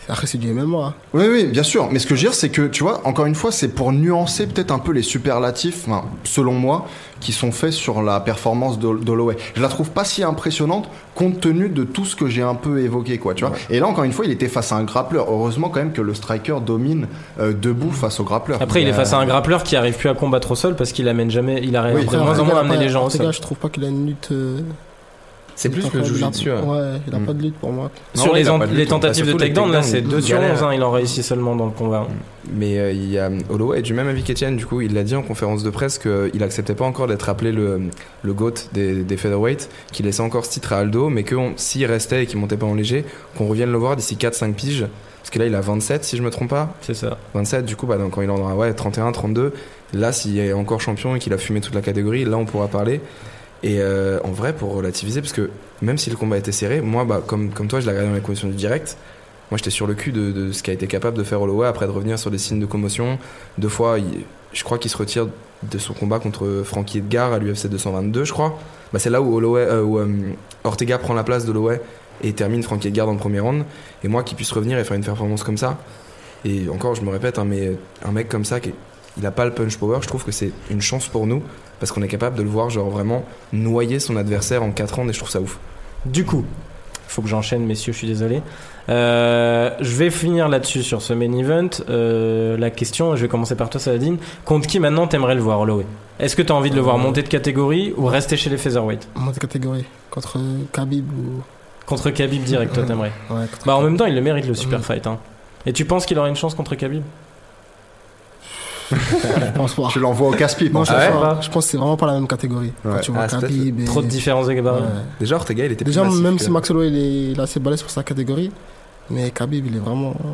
Speaker 3: Après, c'est du MMA.
Speaker 2: Oui, oui, bien sûr. Mais ce que je veux dire, c'est que, tu vois, encore une fois, c'est pour nuancer peut-être un peu les superlatifs, enfin, selon moi, qui sont faits sur la performance d'Hol- d'Holloway. Je la trouve pas si impressionnante compte tenu de tout ce que j'ai un peu évoqué, quoi, tu vois. Et là, encore une fois, il était face à un grappleur. Heureusement, quand même, que le striker domine euh, debout face au grappleur.
Speaker 1: Après, il est
Speaker 2: Mais,
Speaker 1: face à
Speaker 2: euh,
Speaker 1: un grappleur qui arrive plus à combattre au sol parce qu'il amène jamais, il arrive
Speaker 2: Oui.
Speaker 1: de
Speaker 2: Après,
Speaker 1: moins en moins à amener les gens au
Speaker 3: En tout cas,
Speaker 1: sol.
Speaker 3: je trouve pas qu'il a une lutte. euh,
Speaker 4: C'est plus
Speaker 3: lutte
Speaker 4: que le hein.
Speaker 3: incroyable.
Speaker 4: jujitsu.
Speaker 3: Il a-
Speaker 4: ouais.
Speaker 3: Ouais, il a
Speaker 2: Mm.
Speaker 3: pas de lutte pour moi.
Speaker 2: Non,
Speaker 1: Sur
Speaker 2: ouais,
Speaker 1: les,
Speaker 2: il a
Speaker 1: en-
Speaker 2: pas de
Speaker 1: les
Speaker 2: lutte, on
Speaker 1: tentatives de
Speaker 4: surtout les
Speaker 1: takedown, là,
Speaker 4: takedowns,
Speaker 1: c'est
Speaker 4: il
Speaker 1: 2 sur
Speaker 4: galère.
Speaker 1: 11, hein, il en réussit seulement dans le combat.
Speaker 2: Mm.
Speaker 4: Mais euh, il y a Holloway est du même avis qu'Etienne, du coup, il l'a dit en conférence de presse qu'il acceptait pas encore d'être appelé le, le GOAT des, des featherweight, qu'il laissait encore ce titre à Aldo, mais que on- s'il restait et qu'il montait pas en léger, qu'on revienne le voir d'ici 4-5 piges. Parce que là, il a 27, si je me trompe pas.
Speaker 1: C'est ça.
Speaker 4: 27, du coup, bah, donc, quand il en aura ouais, 31, 32, là, s'il est encore champion et qu'il a fumé toute la catégorie, là, on pourra parler. Et euh, en vrai, pour relativiser, parce que même si le combat était serré, moi, bah, comme, comme toi, je l'ai regardé dans les conditions du direct. Moi, j'étais sur le cul de, de ce qu'a été capable de faire Holloway après de revenir sur des signes de commotion. Deux fois, il- je crois qu'il se retire de son combat contre Frankie Edgar à l'UFC 222, je crois. Bah, c'est là où, Holloway, euh, où, euh, Ortega prend la place d'Holloway et termine Frankie Edgar dans le premier round. Et moi, qui puisse revenir et faire une performance comme ça, et encore, je me répète, hein, mais un mec comme ça, qui, il a pas le punch power, je trouve que c'est une chance pour nous, parce qu'on est capable de le voir, genre vraiment noyer son adversaire en 4 ans, et je trouve ça ouf.
Speaker 1: Du coup, faut que j'enchaîne, messieurs, je suis désolé. Euh, je vais finir là-dessus sur ce main event. Euh, la question, je vais commencer par toi, Saladin. Contre qui maintenant t'aimerais le voir, Holloway Est-ce que t'as envie de le voir
Speaker 3: Euh.
Speaker 1: monter de catégorie ou rester chez les featherweight
Speaker 3: Moi, de catégorie. Contre euh, Khabib ou.
Speaker 1: Contre Khabib direct, toi t'aimerais
Speaker 3: Ouais, contre
Speaker 1: Bah en même temps, il le mérite le super
Speaker 3: Mm.
Speaker 1: fight. Hein. Et tu penses qu'il aurait une chance contre Khabib
Speaker 3: je pense pas.
Speaker 2: Tu l'envoies au casse-pipe. hein.
Speaker 3: Non,
Speaker 2: en
Speaker 3: je,
Speaker 2: fait.
Speaker 4: Ah ouais
Speaker 3: pense pas. Je pense que c'est vraiment pas la même catégorie. Quand
Speaker 2: Ouais.
Speaker 3: tu vois
Speaker 4: Ah, c'est
Speaker 3: Khabib et-
Speaker 1: Trop de différences de gabarits.
Speaker 3: Ouais.
Speaker 4: Déjà, Ortega, il était
Speaker 3: Déjà,
Speaker 4: plus massif
Speaker 3: même
Speaker 4: que-
Speaker 3: si Max Holloway, il est, il est assez balèze pour sa catégorie, mais Khabib, il est vraiment, euh,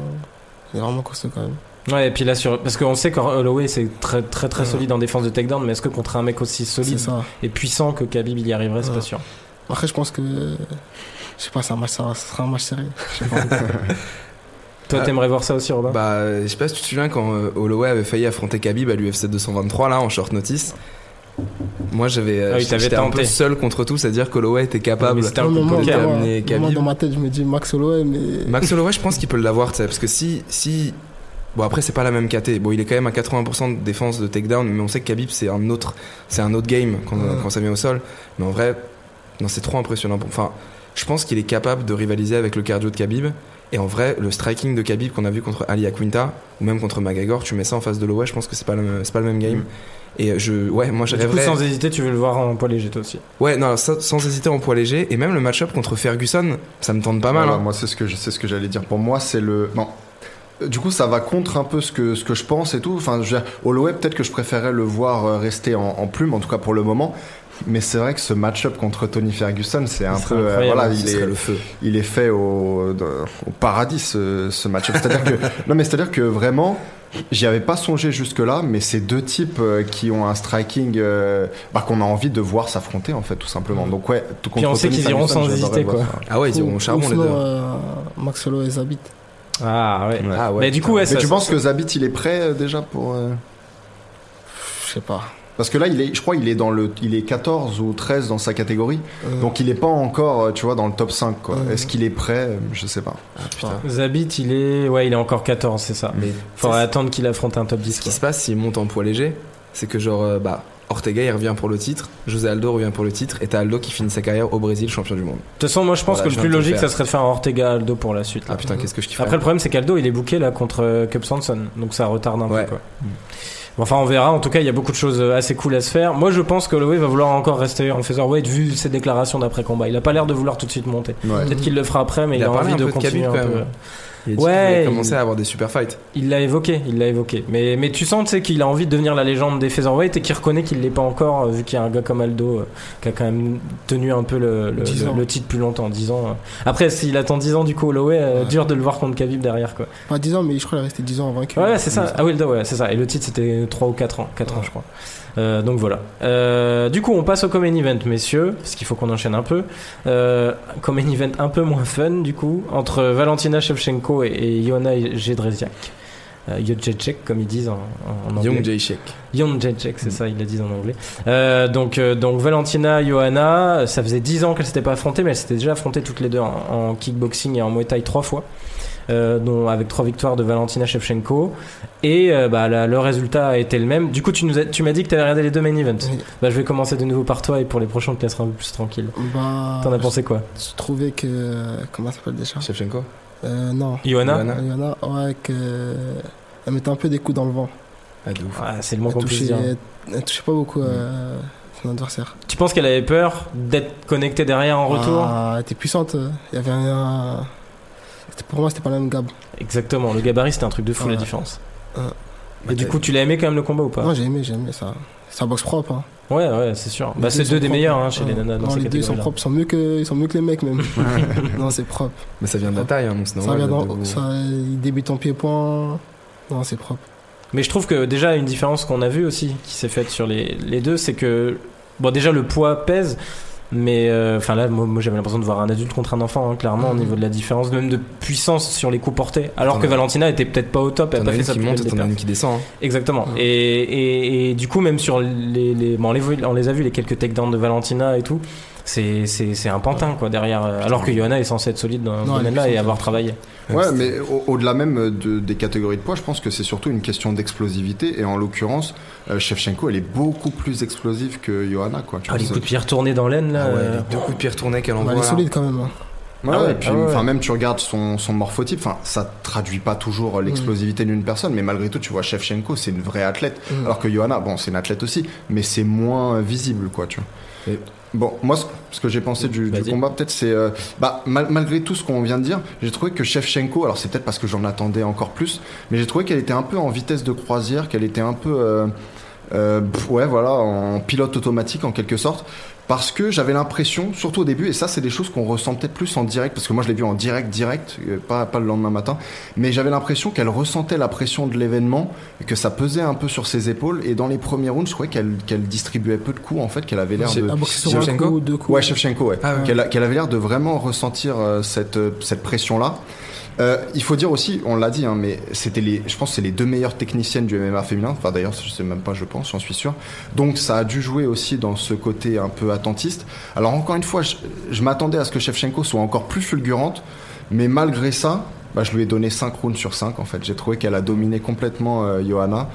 Speaker 3: il est vraiment costaud quand même.
Speaker 1: Ouais, et puis là, sur... parce qu'on sait que Holloway c'est très très très
Speaker 3: Ouais.
Speaker 1: solide en défense de takedown, mais est-ce que contre un mec aussi
Speaker 3: C'est
Speaker 1: solide
Speaker 3: ça.
Speaker 1: et puissant que Khabib il y arriverait, c'est
Speaker 3: Ouais.
Speaker 1: pas sûr.
Speaker 3: Après, je pense que, euh, je sais pas, c'est un match, ça, ça sera un match serré. Je sais pas.
Speaker 1: Toi,
Speaker 4: Ah.
Speaker 1: t'aimerais voir ça aussi, Robin
Speaker 4: Bah, euh, je sais pas si tu te souviens quand euh, Holloway avait failli affronter Khabib à l'UFC 223, là, en short notice. Moi, j'avais. euh,
Speaker 1: Ah oui,
Speaker 4: j'étais
Speaker 1: t'avais
Speaker 4: un
Speaker 1: tenté.
Speaker 4: peu seul contre tout, c'est-à-dire qu'Holloway était capable.
Speaker 1: Mais c'était un
Speaker 3: Non,
Speaker 1: coup
Speaker 3: mais
Speaker 1: de
Speaker 3: moi,
Speaker 1: poker.
Speaker 3: moi,
Speaker 4: amené
Speaker 3: moi,
Speaker 4: Khabib.
Speaker 3: dans ma tête, je me dis Max Holloway, mais
Speaker 4: Max Holloway, je pense qu'il peut l'avoir, tu sais, parce que si, si. Bon, après, c'est pas la même KT. Bon, il est quand même à 80% de défense de takedown, mais on sait que Khabib, c'est un autre, c'est un autre game quand,
Speaker 3: Ouais.
Speaker 4: quand ça vient au sol. Mais en vrai, non, c'est trop impressionnant. pour- Enfin, je pense qu'il est capable de rivaliser avec le cardio de Khabib. Et en vrai, le striking de Khabib qu'on a vu contre Ali Aquinta, ou même contre McGregor, tu mets ça en face de Holloway, je pense que c'est pas, le même- c'est pas le même game. Et je. Ouais, moi, je
Speaker 1: Du coup,
Speaker 4: rêverais.
Speaker 1: sans hésiter, tu veux le voir en poids léger toi aussi.
Speaker 4: Ouais, non, sans, sans hésiter en poids léger. Et même le match-up contre Ferguson, ça me tente pas mal.
Speaker 2: Voilà,
Speaker 4: hein.
Speaker 2: bah, Moi, c'est ce que je- c'est ce que j'allais dire. Pour moi, c'est le. Non. Euh, Du coup, ça va contre un peu ce que, ce que je pense et tout. Enfin, je veux dire, Holloway, peut-être que je préférais le voir euh, rester en, en plume, en tout cas pour le moment. Mais c'est vrai que ce match-up contre Tony Ferguson, c'est un
Speaker 1: serait
Speaker 2: peu. euh,
Speaker 1: incroyable, hein,
Speaker 2: voilà,
Speaker 1: ce
Speaker 4: Ce
Speaker 2: il
Speaker 4: serait
Speaker 2: est,
Speaker 4: le feu.
Speaker 2: il est fait au, de- au paradis, ce, ce match-up. C'est-à-dire que. Non, mais c'est-à-dire que vraiment. J'y avais pas songé jusque-là, mais c'est deux types euh, qui ont un striking euh, bah, qu'on a envie de voir s'affronter en fait, tout simplement. Donc ouais, tout
Speaker 1: Mm. Puis on
Speaker 2: contre
Speaker 1: sait
Speaker 2: Tony
Speaker 1: qu'ils iront
Speaker 2: Ferguson,
Speaker 1: sans
Speaker 2: j'adorerais
Speaker 1: hésiter,
Speaker 2: voir
Speaker 1: quoi.
Speaker 2: ça.
Speaker 4: Ah ouais, ils
Speaker 3: Ou-
Speaker 4: iront
Speaker 3: ou
Speaker 4: charbon les
Speaker 3: sinon,
Speaker 4: deux.
Speaker 3: euh, Max Holloway Zabit.
Speaker 1: Ah ouais.
Speaker 2: Ouais.
Speaker 4: Ah ouais.
Speaker 1: Mais du coup, ouais,
Speaker 2: Mais
Speaker 1: ça,
Speaker 2: tu penses que Zabit il est prêt euh, déjà pour euh,
Speaker 3: Je sais pas.
Speaker 2: parce que là il est je crois il est dans le il est 14 ou 13 dans sa catégorie
Speaker 3: Euh,
Speaker 2: donc il est pas encore euh, tu vois dans le top 5 quoi.
Speaker 3: Ouais.
Speaker 2: Est-ce qu'il est prêt Euh, je sais pas.
Speaker 4: Ah, putain.
Speaker 1: Zabit, il est, ouais, il est encore 14, c'est ça.
Speaker 4: Mais
Speaker 1: Faudrait
Speaker 4: c'est-
Speaker 1: attendre qu'il affronte un top
Speaker 4: ce
Speaker 1: 10.
Speaker 4: qui
Speaker 1: quoi.
Speaker 4: se passe s'il monte en poids léger, c'est que genre euh, bah Ortega il revient pour le titre, José Aldo revient pour le titre, et t'as Aldo qui finit sa carrière au Brésil champion du monde.
Speaker 1: De toute façon, moi, je pense
Speaker 4: Voilà,
Speaker 1: que le
Speaker 4: je viens
Speaker 1: plus
Speaker 4: de te le
Speaker 1: logique, ça
Speaker 4: faire.
Speaker 1: serait de faire un Ortega Aldo pour la suite. là.
Speaker 4: Ah putain qu'est-ce que je kiffe.
Speaker 1: Après, le problème, c'est qu'Aldo, il est booké là contre euh, Cub Sanson, donc ça retarde un
Speaker 4: Ouais.
Speaker 1: peu. Quoi. Bon, enfin, on verra. En tout cas, il y a beaucoup de choses euh, assez cool à se faire. Moi, je pense que Holloway va vouloir encore rester en featherweight vu ses déclarations d'après combat. Il a pas l'air de vouloir tout de suite monter.
Speaker 2: Ouais.
Speaker 1: Peut-être qu'il le fera après, mais
Speaker 4: Mm-hmm. Il
Speaker 1: il,
Speaker 4: a
Speaker 1: a,
Speaker 4: parlé
Speaker 1: envie
Speaker 4: un
Speaker 1: de
Speaker 4: peu de
Speaker 1: continuer
Speaker 4: Khabib,
Speaker 1: un
Speaker 4: quand
Speaker 1: peu.
Speaker 4: même. Il a dit
Speaker 1: Ouais,
Speaker 4: qu'il
Speaker 1: il-
Speaker 4: a commencé à avoir des super fights.
Speaker 1: Il l'a évoqué, il l'a évoqué. Mais, mais tu sens, tu sais, qu'il a envie de devenir la légende des featherweight et qu'il reconnaît qu'il l'est pas encore, euh, vu qu'il y a un gars comme Aldo euh, qui a quand même tenu un peu le, le-
Speaker 3: 10
Speaker 1: le-
Speaker 3: ans.
Speaker 1: le titre plus longtemps, 10 ans. euh. Après, s'il attend 10 ans, du coup, Holloway, euh,
Speaker 3: Ouais.
Speaker 1: dur de le voir contre Khabib derrière, quoi.
Speaker 3: Pas 10 ans, mais je crois qu'il est resté 10 ans vaincu.
Speaker 1: Ouais, c'est ça. Ah oui, Aldo, ouais, c'est ça. Et le titre, c'était 3 ou 4 ans, 4 ans, je crois. Euh, donc voilà. Euh, du coup, on passe au Common Event, messieurs, parce qu'il faut qu'on enchaîne un peu. Euh, common Event un peu moins fun, du coup, entre Valentina Shevchenko et, et Iona Jedrzejczak. Euh, Jedrzejczak, comme ils disent en, en anglais.
Speaker 4: Young Jay Shek.
Speaker 1: Yon Jacek, c'est ça, ils le disent en anglais. Euh, donc, euh, donc Valentina, Johanna, euh, ça faisait 10 ans qu'elles s'étaient pas affrontées, mais elles s'étaient déjà affrontées toutes les deux en, en kickboxing et en Muay Thai trois fois, euh, dont avec trois victoires de Valentina Shevchenko. Et euh, bah, la- le résultat a été le même. Du coup, tu nous as- tu m'as dit que tu avais regardé les deux main events.
Speaker 3: Oui.
Speaker 1: Bah, je vais commencer de nouveau par toi et pour les prochains, on te laissera un peu plus tranquille.
Speaker 3: Bah,
Speaker 1: T'en as pensé quoi
Speaker 3: Je trouvais que. Comment ça s'appelle déjà
Speaker 4: Shevchenko.
Speaker 3: euh, Non.
Speaker 1: Johanna
Speaker 4: Johanna.
Speaker 3: Il y en a, ouais, que. Elle mettait un peu des coups dans le vent.
Speaker 4: Ah, de ouf.
Speaker 1: Ah, C'est le Mm. moins
Speaker 3: Elle
Speaker 1: qu'on puisse
Speaker 3: touchait,
Speaker 1: dire.
Speaker 3: elle, elle touchait pas beaucoup euh, son adversaire.
Speaker 1: Tu penses qu'elle avait peur d'être connectée derrière en retour
Speaker 3: Ah, elle était puissante. euh. Il y avait un. c'était- Pour moi, c'était pas la même Gab.
Speaker 1: Exactement, le gabarit c'était un truc de fou la
Speaker 3: Ouais.
Speaker 1: différence.
Speaker 4: Bah,
Speaker 1: Et du
Speaker 4: t'as-
Speaker 1: coup, tu l'as aimé quand même le combat ou pas
Speaker 3: Non, j'ai aimé, j'ai aimé ça. C'est un box propre. Hein.
Speaker 1: Ouais, ouais, c'est sûr. Bah,
Speaker 3: Les
Speaker 1: c'est deux
Speaker 3: sont
Speaker 1: des
Speaker 3: propres.
Speaker 1: meilleurs hein, chez les
Speaker 3: Ouais.
Speaker 1: nanas dans
Speaker 3: Non,
Speaker 1: ces
Speaker 3: les deux ils sont
Speaker 1: catégories-là.
Speaker 3: propres, ils sont mieux que, ils sont mieux que les mecs même. non, c'est propre.
Speaker 4: Mais ça vient de la taille, hein, donc c'est
Speaker 3: ça
Speaker 4: normal.
Speaker 3: vient
Speaker 4: de-
Speaker 3: dans,
Speaker 4: de-
Speaker 3: ça, il débute en pied-point. Non, c'est propre.
Speaker 1: Mais je trouve que déjà, une différence qu'on a vue aussi, qui s'est faite sur les, les deux, c'est que. Bon, déjà, le poids pèse. Mais euh, enfin là, moi, moi, j'avais l'impression de voir un adulte contre un enfant, hein, clairement, au
Speaker 3: Mhm.
Speaker 1: niveau de la différence, même de puissance sur les coups portés. Alors
Speaker 4: T'en
Speaker 1: que
Speaker 4: as-
Speaker 1: Valentina était peut-être pas au top, elle a
Speaker 4: T'en
Speaker 1: pas
Speaker 4: as
Speaker 1: fait
Speaker 4: une
Speaker 1: ça
Speaker 4: qui monte et t'en as une qui descend. hein.
Speaker 1: Exactement.
Speaker 3: Mhm.
Speaker 1: Et, et, et du coup, même sur les. les bon, on, les, voit- on les a vus, les quelques takedowns de Valentina et tout, c'est c'est- c'est un pantin quoi derrière. euh, alors que Johanna est censée être solide Ah, dans
Speaker 3: Non,
Speaker 1: ce
Speaker 3: elle est
Speaker 1: domaine-là et
Speaker 3: puissante.
Speaker 1: avoir travaillé.
Speaker 2: Ouais, mais au- au-delà même euh, de- des catégories de poids, je pense que c'est surtout une question d'explosivité. Et en l'occurrence, euh, Shevchenko, elle est beaucoup plus explosive que Johanna. Quoi. Tu
Speaker 1: Ah,
Speaker 2: vois,
Speaker 1: les
Speaker 2: c'est-
Speaker 1: coups de pied retournés dans l'aine là.
Speaker 4: Ah ouais,
Speaker 1: euh,
Speaker 4: les deux coups de pied retournés qu'elle
Speaker 3: Bah,
Speaker 4: envoie.
Speaker 3: elle est
Speaker 4: là.
Speaker 3: solide quand même. hein.
Speaker 2: Ouais,
Speaker 1: Ah ouais,
Speaker 2: et puis,
Speaker 1: ah ouais.
Speaker 2: enfin, même tu regardes son, son morphotype, enfin, ça traduit pas toujours l'explosivité
Speaker 1: Mm.
Speaker 2: d'une personne, mais malgré tout, tu vois, Shevchenko, c'est une vraie athlète,
Speaker 3: Mm.
Speaker 2: alors que Johanna, bon, c'est une athlète aussi, mais c'est moins visible, quoi, tu vois.
Speaker 4: Et-
Speaker 2: Bon, moi, ce, ce que j'ai pensé du, du
Speaker 1: Vas-y.
Speaker 2: combat, peut-être, c'est, euh, bah, mal- malgré tout ce qu'on vient de dire, j'ai trouvé que Shevchenko, alors c'est peut-être parce que j'en attendais encore plus, mais j'ai trouvé qu'elle était un peu en vitesse de croisière, qu'elle était un peu, euh, euh, pff, ouais, voilà, en pilote automatique en quelque sorte. Parce que j'avais l'impression, surtout au début, et ça c'est des choses qu'on ressent peut-être plus en direct, parce que moi je l'ai vu en direct, direct, euh, pas, pas le lendemain matin, mais j'avais l'impression qu'elle ressentait la pression de l'événement, et que ça pesait un peu sur ses épaules, et dans les premiers rounds, je trouvais qu'elle qu'elle distribuait peu de coups, en fait, qu'elle avait l'air
Speaker 4: C'est-
Speaker 2: de...
Speaker 3: Elle a boxé sur un
Speaker 4: Shevchenko
Speaker 3: coup, deux coups.
Speaker 2: Ouais, Shevchenko, ouais.
Speaker 4: Ah ouais.
Speaker 2: Qu'elle a- qu'elle avait l'air de vraiment ressentir euh, cette, euh, cette pression-là. Euh, il faut dire aussi, on l'a dit, hein, mais c'était les, je pense, que c'est les deux meilleures techniciennes du MMA féminin. Enfin, d'ailleurs, je sais même pas, je pense, j'en suis sûr. Donc, ça a dû jouer aussi dans ce côté un peu attentiste. Alors, encore une fois, je, je m'attendais à ce que Shevchenko soit encore plus fulgurante, mais malgré ça, bah, je lui ai donné 5 rounds sur 5 en fait. J'ai trouvé qu'elle a dominé complètement euh, Johanna.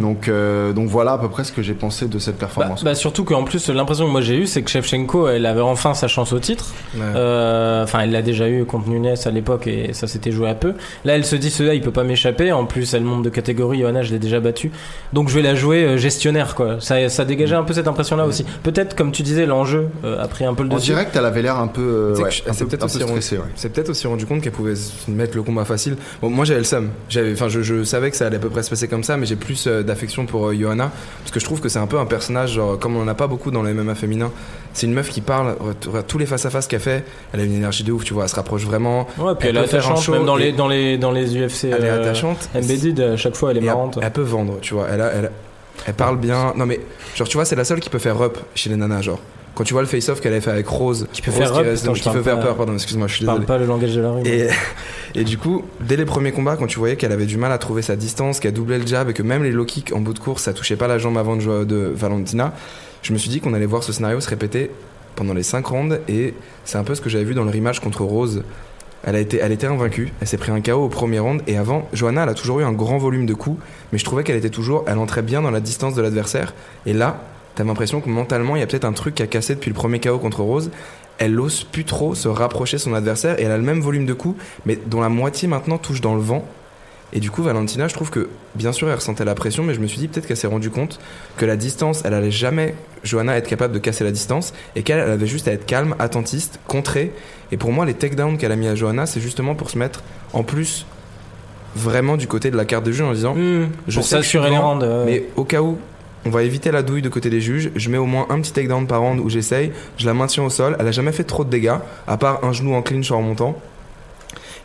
Speaker 2: Donc, euh, donc voilà à peu près ce que j'ai pensé de cette
Speaker 1: Bah,
Speaker 2: performance.
Speaker 1: bah, surtout qu'en plus l'impression que moi j'ai eue c'est que Shevchenko elle avait enfin sa chance au titre.
Speaker 4: Ouais.
Speaker 1: Euh, Enfin elle l'a déjà eu contre Nunes à l'époque et ça s'était joué à peu. Là elle se dit celui-là il peut pas m'échapper. En plus elle monte de catégorie. Johanna je l'ai déjà battue. Donc je vais la jouer euh, gestionnaire quoi. Ça, ça dégageait un peu cette impression là aussi. Peut-être comme tu disais l'enjeu euh, a pris un peu le
Speaker 2: en
Speaker 1: dessus.
Speaker 2: direct, elle avait l'air un peu, euh,
Speaker 4: Tu sais que
Speaker 2: ouais,
Speaker 4: je-
Speaker 2: un
Speaker 4: c'est
Speaker 2: peu,
Speaker 4: peut-être
Speaker 2: un
Speaker 4: aussi
Speaker 2: peu stressée. ouais.
Speaker 4: C'est peut-être aussi rendu compte qu'elle pouvait se mettre le combat facile. Bon, moi j'avais le seum. J'avais, enfin, je, je savais que ça allait à peu près se passer comme ça, mais j'ai plus euh, d'affection pour euh, Johanna parce que je trouve que c'est un peu un personnage, genre, comme on en a pas beaucoup dans le MMA féminin. C'est une meuf qui parle, re- re- tous les face à face qu'elle fait, elle a une énergie de ouf, tu vois. Elle se rapproche vraiment,
Speaker 1: Ouais puis
Speaker 4: Elle
Speaker 1: elle, est
Speaker 4: peut faire un
Speaker 1: attachante
Speaker 4: show
Speaker 1: même dans
Speaker 4: et-
Speaker 1: les dans les dans les UFC.
Speaker 4: elle est
Speaker 1: euh,
Speaker 4: attachante.
Speaker 1: MBD à chaque fois elle est
Speaker 4: Et elle,
Speaker 1: marrante.
Speaker 4: elle peut vendre, tu vois. Elle, a- elle, elle parle bien. Non mais, genre, tu vois, c'est la seule qui peut faire up chez les nanas, genre. Quand tu vois le face-off qu'elle avait fait avec Rose,
Speaker 1: Qui peut
Speaker 4: Rose
Speaker 1: faire up,
Speaker 4: reste-
Speaker 1: putain, je
Speaker 4: qui peut
Speaker 1: parle
Speaker 4: faire
Speaker 1: pas-
Speaker 4: peur, pardon, excuse-moi, je suis
Speaker 1: Je parle
Speaker 4: désolé.
Speaker 1: pas le langage de la rue.
Speaker 4: Et, et du coup, dès les premiers combats, quand tu voyais qu'elle avait du mal à trouver sa distance, qu'elle doublait le jab et que même les low kicks en bout de course, ça touchait pas la jambe avant de, jouer- de Valentina, je me suis dit qu'on allait voir ce scénario se répéter pendant les 5 rounds et c'est un peu ce que j'avais vu dans le rematch contre Rose. Elle, a été, elle était invaincue, elle s'est pris un KO au premier round et avant, Johanna, elle a toujours eu un grand volume de coups, mais je trouvais qu'elle était toujours, elle entrait bien dans la distance de l'adversaire et là, t'as l'impression que mentalement, il y a peut-être un truc qui a cassé depuis le premier KO contre Rose. Elle ose plus trop se rapprocher de son adversaire et elle a le même volume de coups, mais dont la moitié maintenant touche dans le vent. Et du coup, Valentina, je trouve que, bien sûr, elle ressentait la pression, mais je me suis dit peut-être qu'elle s'est rendue compte que la distance, elle allait jamais, Johanna, être capable de casser la distance, et qu'elle elle avait juste à être calme, attentiste, contrée. Et pour moi, les takedowns qu'elle a mis à Johanna, c'est justement pour se mettre en plus vraiment du côté de la carte de juge en disant
Speaker 1: Mmh,
Speaker 4: Je
Speaker 1: pour
Speaker 4: sais que je suis
Speaker 1: s'assurer les
Speaker 4: devant,
Speaker 1: rounds. euh,
Speaker 4: Mais au cas où, on va éviter la douille de côté des juges. Je mets au moins un petit takedown par round où j'essaye. Je la maintiens au sol. Elle a jamais fait trop de dégâts, à part un genou en clinch en remontant.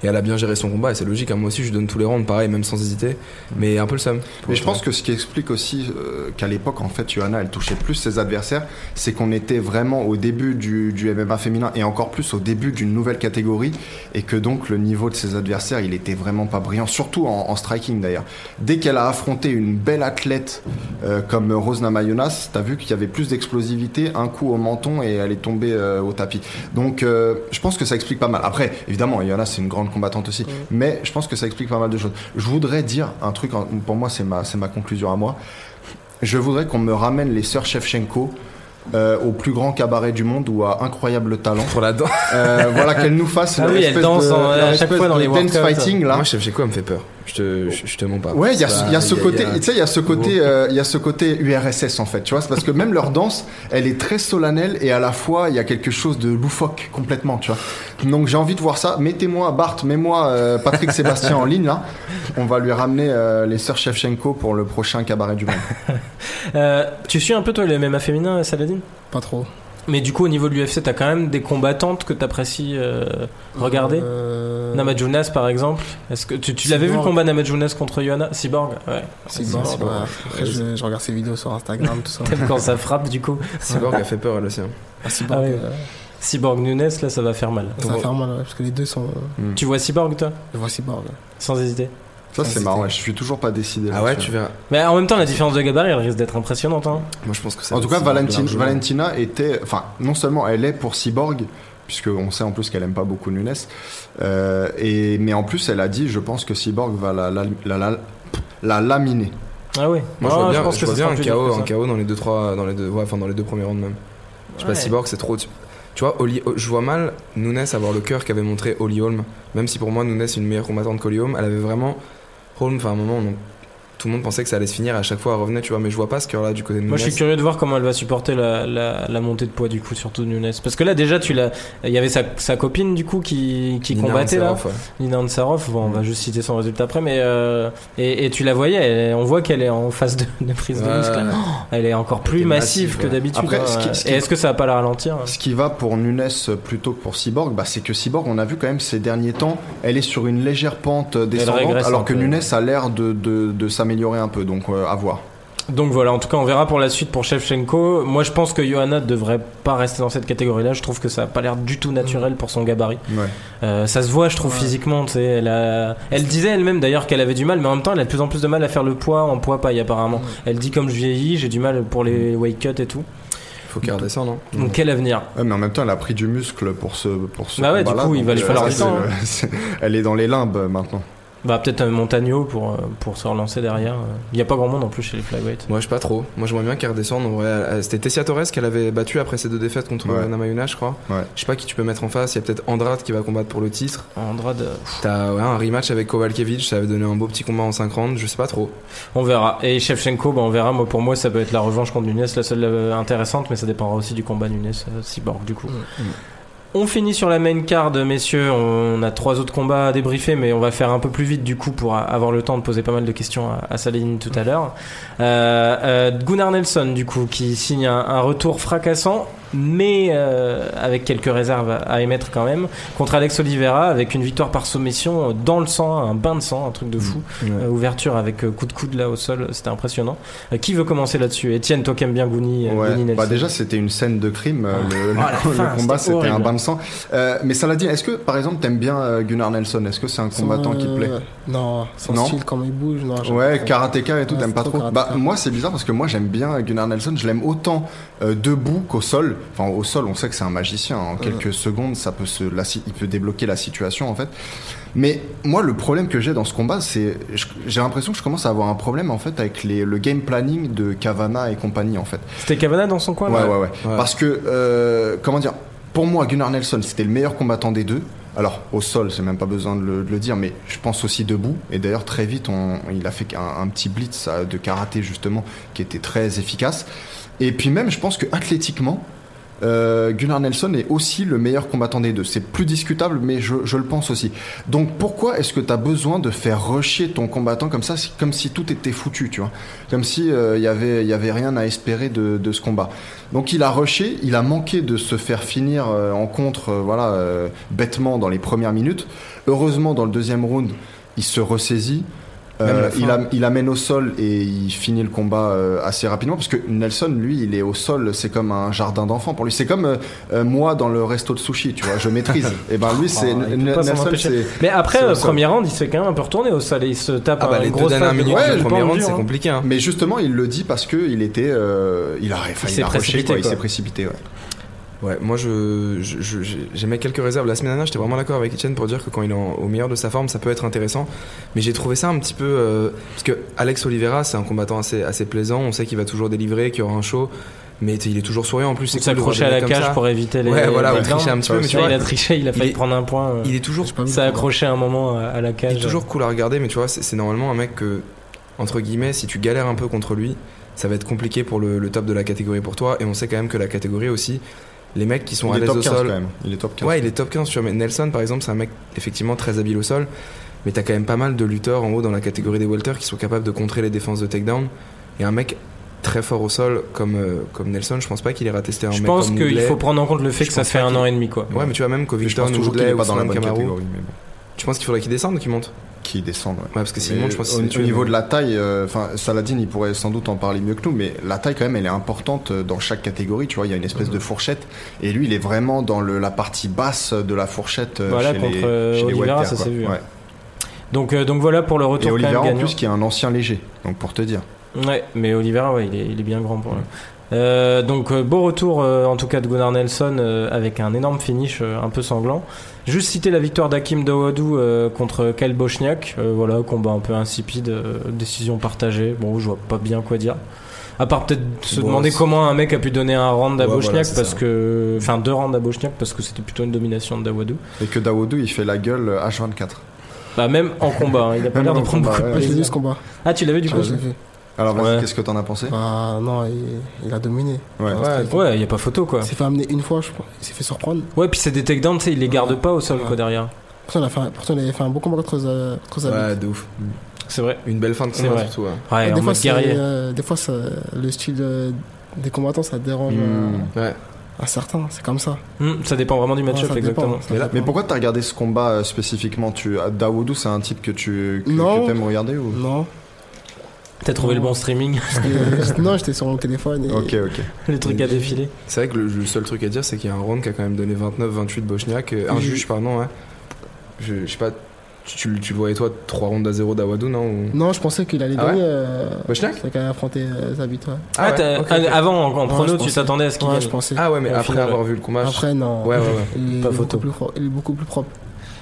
Speaker 4: Et elle a bien géré son combat. Et c'est logique. hein. Moi aussi, je lui donne tous les rounds, pareil, même sans hésiter. Mais un peu le seum.
Speaker 2: Mais je pense que ce qui explique aussi euh, qu'à l'époque, en fait, Johanna, elle touchait plus ses adversaires, c'est qu'on était vraiment au début du, du MMA féminin et encore plus au début d'une nouvelle catégorie et que donc le niveau de ses adversaires, il était vraiment pas brillant, surtout en, en striking d'ailleurs. Dès qu'elle a affronté une belle athlète euh, comme Rose Namajunas, t'as vu qu'il y avait plus d'explosivité, un coup au menton et elle est tombée euh, au tapis. Donc euh, je pense que ça explique pas mal. Après, évidemment, Yana c'est une grande combattante aussi, mais je pense que ça explique pas mal de choses. Je voudrais dire un truc, en- pour moi c'est ma, c'est ma conclusion à moi. Je voudrais qu'on me ramène les sœurs Shevchenko euh, au plus grand cabaret du monde ou à incroyable talent.
Speaker 4: pour la danse.
Speaker 2: Euh, voilà qu'elles nous fassent
Speaker 1: Ah
Speaker 2: leur
Speaker 1: oui, elles
Speaker 2: espèce de-
Speaker 1: dansent en- à
Speaker 2: leur
Speaker 1: chaque
Speaker 2: espèce
Speaker 1: fois dans
Speaker 2: de
Speaker 1: les
Speaker 2: dance
Speaker 1: workouts.
Speaker 2: fighting là.
Speaker 4: Moi, je sais quoi, elle me fait peur. Je te, je, je te mens pas.
Speaker 2: Ouais, il y, a
Speaker 4: C'est
Speaker 2: ce-
Speaker 4: pas-
Speaker 2: il y a ce côté, tu sais, il y a ce côté,
Speaker 4: Bon.
Speaker 2: euh, il y a ce côté URSS en fait, tu vois, c'est parce que même leur danse, elle est très solennelle et à la fois il y a quelque chose de loufoque complètement, tu vois. Donc j'ai envie de voir ça. Mettez-moi Bart, mets-moi euh, Patrick Sébastien en ligne là. On va lui ramener euh, les sœurs Shevchenko pour le prochain cabaret du monde.
Speaker 1: euh, tu suis un peu toi le MMA féminin, Saladin
Speaker 3: Pas trop.
Speaker 1: Mais du coup, au niveau de l'UFC, t'as quand même des combattantes que t'apprécies euh, regarder
Speaker 3: Euh,
Speaker 1: Namajunas par exemple. Est-ce que tu, tu l'avais vu le
Speaker 3: Cyborg.
Speaker 1: combat Namajunas contre Johanna Cyborg Ouais.
Speaker 3: c'est bon, c'est bon. bah, Après, je, je regarde ses vidéos sur Instagram, tout ça.
Speaker 1: T'aimes quand ça frappe du coup.
Speaker 4: Cyborg a fait peur, elle aussi. hein.
Speaker 3: Ah, c'est bon,
Speaker 1: Ah ouais.
Speaker 3: euh,
Speaker 1: Cyborg Nunes, là ça va faire mal.
Speaker 3: ça va faire mal, ouais, parce que les deux sont.
Speaker 1: Tu vois Cyborg toi
Speaker 3: Je vois Cyborg. là.
Speaker 1: Sans hésiter.
Speaker 2: Ça
Speaker 4: Ah,
Speaker 2: c'est
Speaker 4: c'était-
Speaker 2: marrant. ouais, Je suis toujours pas décidé.
Speaker 4: Ah ouais,
Speaker 2: là-dessus.
Speaker 4: tu verras.
Speaker 1: Mais en même temps, la différence de gabarit elle risque d'être impressionnante. Hein.
Speaker 4: Moi, je pense que ça
Speaker 2: En
Speaker 4: va
Speaker 2: tout cas,
Speaker 4: être
Speaker 2: Valentine-
Speaker 4: largement.
Speaker 2: Valentina était, enfin, non seulement elle est pour Cyborg, puisque on sait en plus qu'elle aime pas beaucoup Nunes, euh, et mais en plus elle a dit, je pense que Cyborg va la, la, la, la- la laminer.
Speaker 1: Ah oui.
Speaker 4: Moi, je vois bien, je vois
Speaker 1: ça sera
Speaker 4: bien
Speaker 1: plus
Speaker 4: un
Speaker 1: dur
Speaker 4: KO,
Speaker 1: que ça.
Speaker 4: un KO dans les deux trois, dans les deux, ouais, enfin dans les deux premiers rounds même. Je sais pas,
Speaker 1: Ouais.
Speaker 4: Cyborg, c'est trop. au-dessus. Tu vois, Oli, je vois mal Nunes avoir le cœur qu'avait montré Holly Holm. Même si pour moi, Nunes est une meilleure combattante qu'Holly Holm, elle avait vraiment. Holm, enfin, à un moment, on- tout le monde pensait que ça allait se finir, à chaque fois, elle revenait, tu vois, mais je vois pas ce cœur-là du côté de Nunes.
Speaker 1: Moi, je suis curieux de voir comment elle va supporter la, la, la montée de poids du coup, surtout de Nunes. Parce que là, déjà, tu l'as. Il y avait sa, sa copine du coup qui, qui
Speaker 4: Nina
Speaker 1: combattait là,
Speaker 4: Ansaroff, ouais.
Speaker 1: Nina Ansarov. Bon, hein. on va juste citer son résultat après, mais euh, et, et tu la voyais. elle- on voit qu'elle est en phase de, de prise de
Speaker 4: Ouais.
Speaker 1: muscle. là. Elle est encore plus
Speaker 4: était
Speaker 1: massive,
Speaker 4: massive,
Speaker 1: que
Speaker 4: ouais.
Speaker 1: d'habitude.
Speaker 2: Après,
Speaker 1: hein,
Speaker 2: ce qui-
Speaker 1: ouais.
Speaker 2: ce qui-
Speaker 1: Et est-ce que ça va pas la ralentir hein
Speaker 2: Ce qui va pour Nunes plutôt que pour Cyborg, bah, c'est que Cyborg, on a vu quand même ces derniers temps, elle est sur une légère pente descendante,
Speaker 1: régresse un
Speaker 2: alors que
Speaker 1: peu.
Speaker 2: Nunes a l'air de, de, de s'améliorer un peu, donc euh, à voir.
Speaker 1: Donc voilà, en tout cas, on verra pour la suite pour Shevchenko. Moi, je pense que Johanna devrait pas rester dans cette catégorie-là. Je trouve que ça a pas l'air du tout naturel pour son gabarit. Euh, ça se voit, je trouve,
Speaker 3: Ouais.
Speaker 1: physiquement. tu sais, Elle, a- elle disait elle-même d'ailleurs qu'elle avait du mal, mais en même temps, elle a de plus en plus de mal à faire le poids en poids paille, apparemment. Elle dit, comme je vieillis, j'ai du mal pour les weight cuts et tout.
Speaker 4: Faut qu'elle redescende, hein.
Speaker 1: Donc, quel avenir
Speaker 2: Ouais, mais en même temps, elle a pris du muscle pour ce pour ce
Speaker 1: Bah ouais,
Speaker 2: combat-là,
Speaker 1: du coup, il
Speaker 2: donc,
Speaker 1: va lui
Speaker 2: euh,
Speaker 1: falloir
Speaker 2: ça,
Speaker 1: du temps, hein.
Speaker 2: c'est le- c'est- Elle est dans les limbes euh, maintenant.
Speaker 1: Bah, peut-être un Montagno pour, euh, pour se relancer derrière. euh. Il n'y a pas grand monde en plus chez les flyweight.
Speaker 4: Moi, je sais pas trop. Moi, j'aimerais bien qu'elle redescende. en vrai. Elle- C'était Tessia Torres qu'elle avait battu après ses deux défaites contre
Speaker 2: Ouais.
Speaker 4: Namayuna, je crois.
Speaker 2: Ouais.
Speaker 4: Je sais pas qui tu peux mettre en face. Il y a peut-être Andrade qui va combattre pour le titre.
Speaker 1: Andrade, euh,
Speaker 4: T'as ouais, un rematch avec Kovalkiewicz, ça avait donné un beau petit combat en 5 rounds, je sais pas trop.
Speaker 1: on verra. Et Shevchenko, bah, on verra. Moi, pour moi, ça peut être la revanche contre Nunes, la seule euh, intéressante, mais ça dépendra aussi du combat Nunes-Cyborg, du coup. On finit sur la main card, messieurs. On a trois autres combats à débriefer, mais on va faire un peu plus vite du coup pour a- avoir le temps de poser pas mal de questions à, à Saladin tout à l'heure. Euh, euh, Gunnar Nelson, du coup, qui signe un, un retour fracassant, mais euh, avec quelques réserves à, à émettre quand même, contre Alex Oliveira, avec une victoire par soumission euh, dans le sang, un bain de sang, un truc de fou.
Speaker 2: Mm.
Speaker 1: Euh, ouverture avec euh, coup de coude là au sol, c'était impressionnant. Euh, qui veut commencer là-dessus Étienne, toi qui aimes bien Gouni, euh,
Speaker 2: Ouais.
Speaker 1: Gouni Nelson.
Speaker 2: Bah déjà, c'était une scène de crime. euh, Le, le-
Speaker 1: Ah, la
Speaker 2: le
Speaker 1: fin,
Speaker 2: combat,
Speaker 1: c'était
Speaker 2: c'était un
Speaker 1: horrible.
Speaker 2: bain de sang. Euh, mais Saladin, est-ce que, par exemple, t'aimes bien euh, Gunnar Nelson Est-ce que c'est un combattant
Speaker 3: Son,
Speaker 2: qui te plaît
Speaker 3: euh, Non, son
Speaker 2: Non.
Speaker 3: style, comment il bouge. Non, j'aime pas
Speaker 2: Ouais,
Speaker 3: trop.
Speaker 2: karatéka et tout,
Speaker 3: Ouais,
Speaker 2: t'aimes
Speaker 3: c'est
Speaker 2: pas
Speaker 3: trop
Speaker 2: trop. Bah,
Speaker 3: karatéka.
Speaker 2: moi, c'est bizarre parce que moi, j'aime bien Gunnar Nelson. Je l'aime autant euh, debout qu'au sol. Enfin, au sol, on sait que c'est un magicien. En quelques secondes, ça peut se, la si- il peut débloquer la situation, en fait. Mais moi, le problème que j'ai dans ce combat, c'est. je- J'ai l'impression que je commence à avoir un problème, en fait, avec les, le game planning de Cavana et compagnie, en fait.
Speaker 1: C'était Cavana dans son coin
Speaker 2: Ouais,
Speaker 1: là
Speaker 2: ouais, ouais.
Speaker 4: Ouais.
Speaker 2: Parce que, euh, comment dire, pour moi, Gunnar Nelson, c'était le meilleur combattant des deux. Alors, au sol, c'est même pas besoin de le, de le dire, mais je pense aussi debout. Et d'ailleurs, très vite, on, il a fait un, un petit blitz euh, de karaté, justement, qui était très efficace. Et puis même, je pense que athlétiquement, euh, Gunnar Nelson est aussi le meilleur combattant des deux. C'est plus discutable, mais je, je le pense aussi. Donc pourquoi est-ce que tu as besoin de faire rusher ton combattant comme ça, c'est comme si tout était foutu, tu vois Comme si il y avait, y avait rien à espérer de, de ce combat. Donc il a rushé, il a manqué de se faire finir euh, en contre, euh, voilà, euh, bêtement dans les premières minutes. Heureusement, dans le deuxième round, il se ressaisit.
Speaker 4: Même la
Speaker 2: Euh,
Speaker 4: fin.
Speaker 2: il, am- il amène au sol et il finit le combat euh, assez rapidement parce que Nelson, lui, il est au sol, c'est comme un jardin d'enfants pour lui. C'est comme euh, euh, moi dans le resto de sushi, tu vois, je maîtrise. et ben lui, c'est
Speaker 1: Ah, il peut
Speaker 2: N-
Speaker 1: pas s'en
Speaker 2: Nelson,
Speaker 1: empêcher.
Speaker 2: c'est
Speaker 1: Mais après,
Speaker 2: C'est
Speaker 1: euh,
Speaker 2: ça.
Speaker 1: premier round, il se fait quand même un peu retourner au sol et il se tape
Speaker 4: Ah bah
Speaker 1: un
Speaker 4: les
Speaker 1: gros
Speaker 4: deux dernières minutes
Speaker 2: ouais,
Speaker 4: du
Speaker 2: je
Speaker 4: premier round, c'est compliqué. hein.
Speaker 2: Mais justement, il le dit parce que il était, euh, il a, enfin,
Speaker 1: Il
Speaker 2: il
Speaker 1: s'est
Speaker 2: a rushé,
Speaker 1: précipité,
Speaker 2: quoi, il
Speaker 1: quoi.
Speaker 2: s'est précipité. ouais.
Speaker 4: Ouais, moi je je- je- j'ai- j'émets quelques réserves. La semaine dernière, j'étais vraiment d'accord avec Etienne pour dire que quand il est en- au meilleur de sa forme, ça peut être intéressant. Mais j'ai trouvé ça un petit peu. euh, parce que Alex Oliveira, c'est un combattant assez, assez plaisant. On sait qu'il va toujours délivrer, qu'il y aura un show. Mais t- il est toujours souriant en plus.
Speaker 1: Il
Speaker 4: cool de voir
Speaker 1: s'accrochait
Speaker 4: des
Speaker 1: à la
Speaker 4: mecs comme
Speaker 1: cage
Speaker 4: ça.
Speaker 1: pour éviter les.
Speaker 4: Ouais, voilà,
Speaker 1: les
Speaker 4: on
Speaker 1: drains.
Speaker 4: trichait un petit peu. Mais tu
Speaker 1: Ouais,
Speaker 4: vois,
Speaker 1: il a triché, il a failli
Speaker 4: est-
Speaker 1: prendre un point. euh,
Speaker 4: il est toujours
Speaker 3: J'ai pas vu
Speaker 1: Ça a
Speaker 3: le combat.
Speaker 1: accroché un moment euh, à la cage.
Speaker 4: Il est toujours cool à regarder, mais tu vois, c'est c'est normalement un mec que, entre guillemets, si tu galères un peu contre lui, ça va être compliqué pour le, le top de la catégorie pour toi. Et on sait quand même que la catégorie aussi, les mecs qui sont à
Speaker 2: Il est
Speaker 4: l'aise
Speaker 2: top
Speaker 4: au
Speaker 2: 15
Speaker 4: sol.
Speaker 2: quand même. Il est top 15.
Speaker 4: Ouais, il est top 15 sur mais Nelson, par exemple, c'est un mec effectivement très habile au sol, mais t'as quand même pas mal de lutteurs en haut dans la catégorie des welters qui sont capables de contrer les défenses de takedown. Et un mec très fort au sol comme, euh, comme Nelson, je pense pas qu'il ira tester un
Speaker 1: Je
Speaker 4: mec
Speaker 1: pense
Speaker 4: comme
Speaker 1: qu'il
Speaker 4: Woodley.
Speaker 1: faut prendre en compte le fait
Speaker 4: Je
Speaker 1: que ça
Speaker 4: pense
Speaker 1: fait
Speaker 4: pas
Speaker 1: un
Speaker 4: qu'il-
Speaker 1: an et demi, quoi.
Speaker 4: Ouais, mais tu vois, même
Speaker 2: Mais je
Speaker 4: Covington,
Speaker 2: pense toujours qu'il
Speaker 4: Woodley
Speaker 2: est
Speaker 4: ou
Speaker 2: pas dans la
Speaker 4: Usman
Speaker 2: bonne
Speaker 4: Kamaru,
Speaker 2: catégorie, mais bon,
Speaker 4: tu penses qu'il faudrait qu'il descende ou qu'il monte
Speaker 2: qui descend. ouais.
Speaker 4: Ouais, parce que
Speaker 2: Mais
Speaker 4: sinon, je pense
Speaker 2: au,
Speaker 4: qu'il s'est
Speaker 2: au
Speaker 4: tué,
Speaker 2: niveau
Speaker 4: mais-
Speaker 2: de la taille, euh, enfin Saladin, il pourrait sans doute en parler mieux que nous, mais la taille quand même, elle est importante euh, dans chaque catégorie. Tu vois, il y a une espèce
Speaker 1: Mhm.
Speaker 2: de fourchette, et lui, il est vraiment dans le, la partie basse de la fourchette. euh,
Speaker 1: Voilà,
Speaker 2: chez
Speaker 1: contre,
Speaker 2: les,
Speaker 1: euh,
Speaker 2: chez les
Speaker 1: Oliveira,
Speaker 2: welter,
Speaker 1: ça
Speaker 2: quoi.
Speaker 1: s'est vu, hein.
Speaker 2: Ouais.
Speaker 1: Donc, euh, donc voilà pour le
Speaker 2: Et
Speaker 1: retour quand même
Speaker 2: Oliveira en
Speaker 1: gagnant.
Speaker 2: plus, qui est un ancien léger, donc pour te dire.
Speaker 1: Ouais, mais Oliveira, ouais, il est, il est bien grand pour lui. Euh, donc euh, beau retour euh, en tout cas de Gunnar Nelson euh, avec un énorme finish euh, un peu sanglant. Juste citer la victoire d'Hakim Dawadou euh, contre Kyle Bochniak. Euh, voilà, combat un peu insipide, euh, décision partagée. Bon, je vois pas bien quoi dire. À part peut-être se
Speaker 4: Bon,
Speaker 1: demander
Speaker 4: c'est-
Speaker 1: comment un mec a pu donner un round à
Speaker 4: Ouais,
Speaker 1: Bochniak
Speaker 4: voilà, c'est
Speaker 1: parce
Speaker 4: ça.
Speaker 1: que enfin deux rounds à Bochniak parce que c'était plutôt une domination de Dawadou.
Speaker 2: Et que Daoudou, il fait la gueule euh, H24.
Speaker 1: Bah même en combat, hein, il a pas
Speaker 2: Même
Speaker 1: l'air de
Speaker 2: en
Speaker 1: prendre
Speaker 2: combat,
Speaker 1: beaucoup de
Speaker 2: ouais.
Speaker 3: Ouais, je l'ai vu ce
Speaker 1: plaisir.
Speaker 3: combat.
Speaker 1: Ah, tu l'avais du
Speaker 3: Ouais,
Speaker 1: coup.
Speaker 3: je l'ai vu.
Speaker 2: Alors vas-y,
Speaker 1: Ouais.
Speaker 2: qu'est-ce que t'en as pensé
Speaker 3: Bah non, il, il a dominé.
Speaker 2: Ouais.
Speaker 4: Ouais,
Speaker 1: Ouais, y a pas photo quoi.
Speaker 3: Il s'est fait amener une fois, je crois. Il s'est fait surprendre.
Speaker 1: Ouais, puis c'est des takedowns, tu sais, il les garde pas au sol
Speaker 3: Ouais.
Speaker 1: quoi derrière.
Speaker 3: Pourtant, il, a fait un- pourtant, il avait fait un beau combat contre, Za- contre Zabit.
Speaker 4: Ouais, de ouf. Mm.
Speaker 1: C'est vrai.
Speaker 4: Une belle fin de
Speaker 1: C'est
Speaker 4: combat,
Speaker 1: vrai.
Speaker 4: surtout. ouais.
Speaker 1: Ouais,
Speaker 3: Ah, des,
Speaker 1: en
Speaker 3: fois,
Speaker 1: mode
Speaker 3: c'est,
Speaker 1: guerrier.
Speaker 3: euh, des fois, ça- le style euh, des combattants, ça dérange euh,
Speaker 2: Hmm.
Speaker 4: Ouais.
Speaker 3: à, certains. C'est comme ça.
Speaker 1: Hmm, ça dépend vraiment du
Speaker 3: Ouais,
Speaker 1: match-up,
Speaker 3: ça dépend,
Speaker 1: exactement.
Speaker 3: ça
Speaker 4: Mais là-
Speaker 3: dépend.
Speaker 2: Mais pourquoi t'as regardé ce combat euh, spécifiquement tu, Daoudou, c'est un type que tu que,
Speaker 3: Non.
Speaker 2: que t'aimes regarder ou
Speaker 3: Non,
Speaker 1: T'as trouvé le bon streaming,
Speaker 3: parce que- euh, non, j'étais sur mon téléphone et
Speaker 2: Ok, ok.
Speaker 1: le truc à
Speaker 4: Oui.
Speaker 1: défiler.
Speaker 4: C'est vrai que le, le seul truc à dire, c'est qu'il y a un round qui a quand même donné 29-28 Bochniak. euh, Un
Speaker 3: Oui.
Speaker 4: juge, pardon, ouais. Je, je sais pas, tu, tu le- tu le voyais toi, 3 rounds à 0 d'Awadou, non ou-
Speaker 3: non, je pensais qu'il allait
Speaker 4: Ah ouais
Speaker 3: gagner. euh,
Speaker 4: Bochniak
Speaker 3: C'est qu'il allait affronter euh, Zabit. Ouais,
Speaker 1: Ah, t'as-
Speaker 4: ok,
Speaker 1: ah,
Speaker 4: ok.
Speaker 1: avant, en, en prono,
Speaker 3: je
Speaker 1: tu
Speaker 3: pensais.
Speaker 1: t'attendais à ce qu'il
Speaker 3: Ouais,
Speaker 1: gagne.
Speaker 3: je pensais.
Speaker 4: Ah ouais, mais
Speaker 1: Au
Speaker 4: après
Speaker 1: final,
Speaker 4: avoir vu le combat. je-
Speaker 3: Après, non.
Speaker 4: Ouais, ouais, ouais.
Speaker 3: Il, est
Speaker 1: Pas
Speaker 3: beaucoup
Speaker 1: photo.
Speaker 3: plus pro- il est beaucoup plus propre.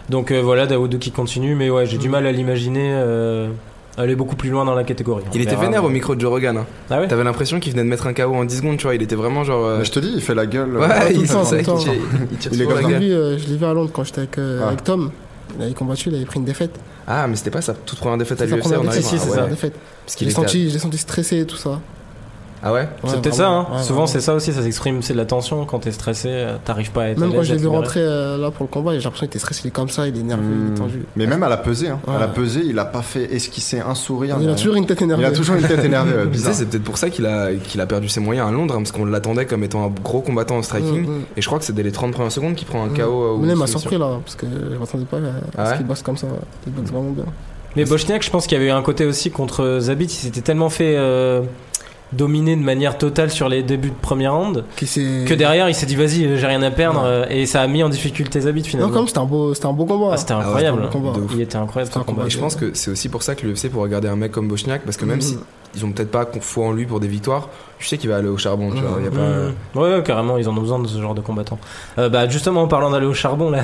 Speaker 1: Donc euh, voilà, Daoudou qui continue, mais ouais, j'ai du mal à l'imaginer euh, aller beaucoup plus loin dans la catégorie. hein. On
Speaker 4: Il était
Speaker 1: verra,
Speaker 4: vénère
Speaker 1: mais-
Speaker 4: au micro de Joe Rogan. hein.
Speaker 1: Ah ouais
Speaker 4: T'avais l'impression qu'il venait de mettre un KO en 10 secondes, tu vois. Il était vraiment genre. euh,
Speaker 2: Mais je te dis, il fait la gueule. euh,
Speaker 3: tout
Speaker 4: Ouais, il
Speaker 3: le temps,
Speaker 4: c'est
Speaker 3: tout
Speaker 4: vrai
Speaker 3: le
Speaker 4: qu'il tire- il tire
Speaker 2: Il est
Speaker 4: toujours
Speaker 2: comme
Speaker 4: la
Speaker 3: Je
Speaker 2: ça.
Speaker 3: l'ai
Speaker 4: gueule.
Speaker 3: vu, euh, je l'ai vu à Londres quand j'étais avec, euh,
Speaker 2: Ah.
Speaker 3: avec Tom. Il avait combattu, il avait pris une défaite.
Speaker 4: Ah, mais c'était pas sa toute première défaite à
Speaker 3: sa
Speaker 4: l'UFC,
Speaker 3: première
Speaker 4: on
Speaker 3: défaite,
Speaker 1: Si,
Speaker 4: arrive.
Speaker 1: si,
Speaker 4: Ah
Speaker 1: c'est
Speaker 4: ouais.
Speaker 1: ça.
Speaker 3: défaite.
Speaker 4: Parce
Speaker 3: Je
Speaker 4: qu'il
Speaker 3: l'ai
Speaker 4: était à-
Speaker 3: senti, je l'ai senti stressé et tout ça.
Speaker 4: Ah ouais
Speaker 1: C'est
Speaker 3: Ouais,
Speaker 1: peut-être ça,
Speaker 3: vraiment.
Speaker 1: hein.
Speaker 3: Ouais,
Speaker 1: Souvent,
Speaker 3: vraiment.
Speaker 1: c'est ça aussi, ça s'exprime, c'est de la tension. Quand t'es stressé, euh, t'arrives pas à être. à
Speaker 3: Même quand
Speaker 1: l'aise,
Speaker 3: je
Speaker 1: à te
Speaker 3: l'ai vu
Speaker 1: libérer.
Speaker 3: rentrer euh, là pour le combat, j'ai l'impression qu'il était stressé, il est comme ça, il est nerveux,
Speaker 2: Hmm.
Speaker 3: il est tendu.
Speaker 2: Hum, Mais même à la pesée, hein. à la
Speaker 3: Ouais.
Speaker 2: pesée, il a pas fait esquisser un sourire.
Speaker 3: Il
Speaker 2: ni
Speaker 3: a
Speaker 2: rien.
Speaker 3: toujours une tête
Speaker 2: Il
Speaker 3: énervée.
Speaker 2: a toujours une tête énervée, ouais,
Speaker 4: Tu sais,
Speaker 2: bizarre.
Speaker 4: c'est peut-être pour ça qu'il a, qu'il a perdu ses moyens à Londres, hein, parce qu'on l'attendait comme étant un gros combattant en striking.
Speaker 3: Mm, mm.
Speaker 4: Et je crois que c'est dès les 30 premières secondes qu'il prend un
Speaker 3: Mm.
Speaker 4: KO. euh, ou
Speaker 3: Mais là, il
Speaker 4: une
Speaker 3: m'a
Speaker 4: soumission.
Speaker 3: surpris là, parce que je m'attendais pas à
Speaker 4: Ah
Speaker 3: à
Speaker 4: ouais
Speaker 3: ce qu'il bosse comme ça. Il bosse vraiment bien.
Speaker 1: Mais Bochniak, je pense qu'il y avait eu un côté aussi contre Zabit, il s'était tellement fait euh, dominer de manière totale sur les débuts de première round
Speaker 3: Qui s'est-
Speaker 1: que derrière il s'est dit vas-y, j'ai rien à perdre
Speaker 3: Ouais.
Speaker 1: euh, et ça a mis en difficulté Zabit
Speaker 3: Non,
Speaker 1: finalement.
Speaker 3: quand même, c'était un beau, c'était un beau combat. hein.
Speaker 1: Ah, c'était
Speaker 4: ouais,
Speaker 1: incroyable.
Speaker 3: c'était un beau combat.
Speaker 4: De ouf.
Speaker 1: il était incroyable
Speaker 3: C'était
Speaker 1: ce
Speaker 3: un
Speaker 1: combat.
Speaker 4: Et je pense que c'est aussi pour ça que l'UFC pourrait regarder un mec comme Bochniak, parce que même
Speaker 3: Mm.
Speaker 4: si ils ont peut-être pas foi en lui pour des victoires, tu sais qu'il va aller au charbon, tu
Speaker 3: Mm.
Speaker 4: vois. y a pas...
Speaker 1: Mmh. Ouais, ouais, carrément, ils en ont besoin de ce genre de combattants. Euh, bah, justement, en parlant d'aller au charbon, la, la,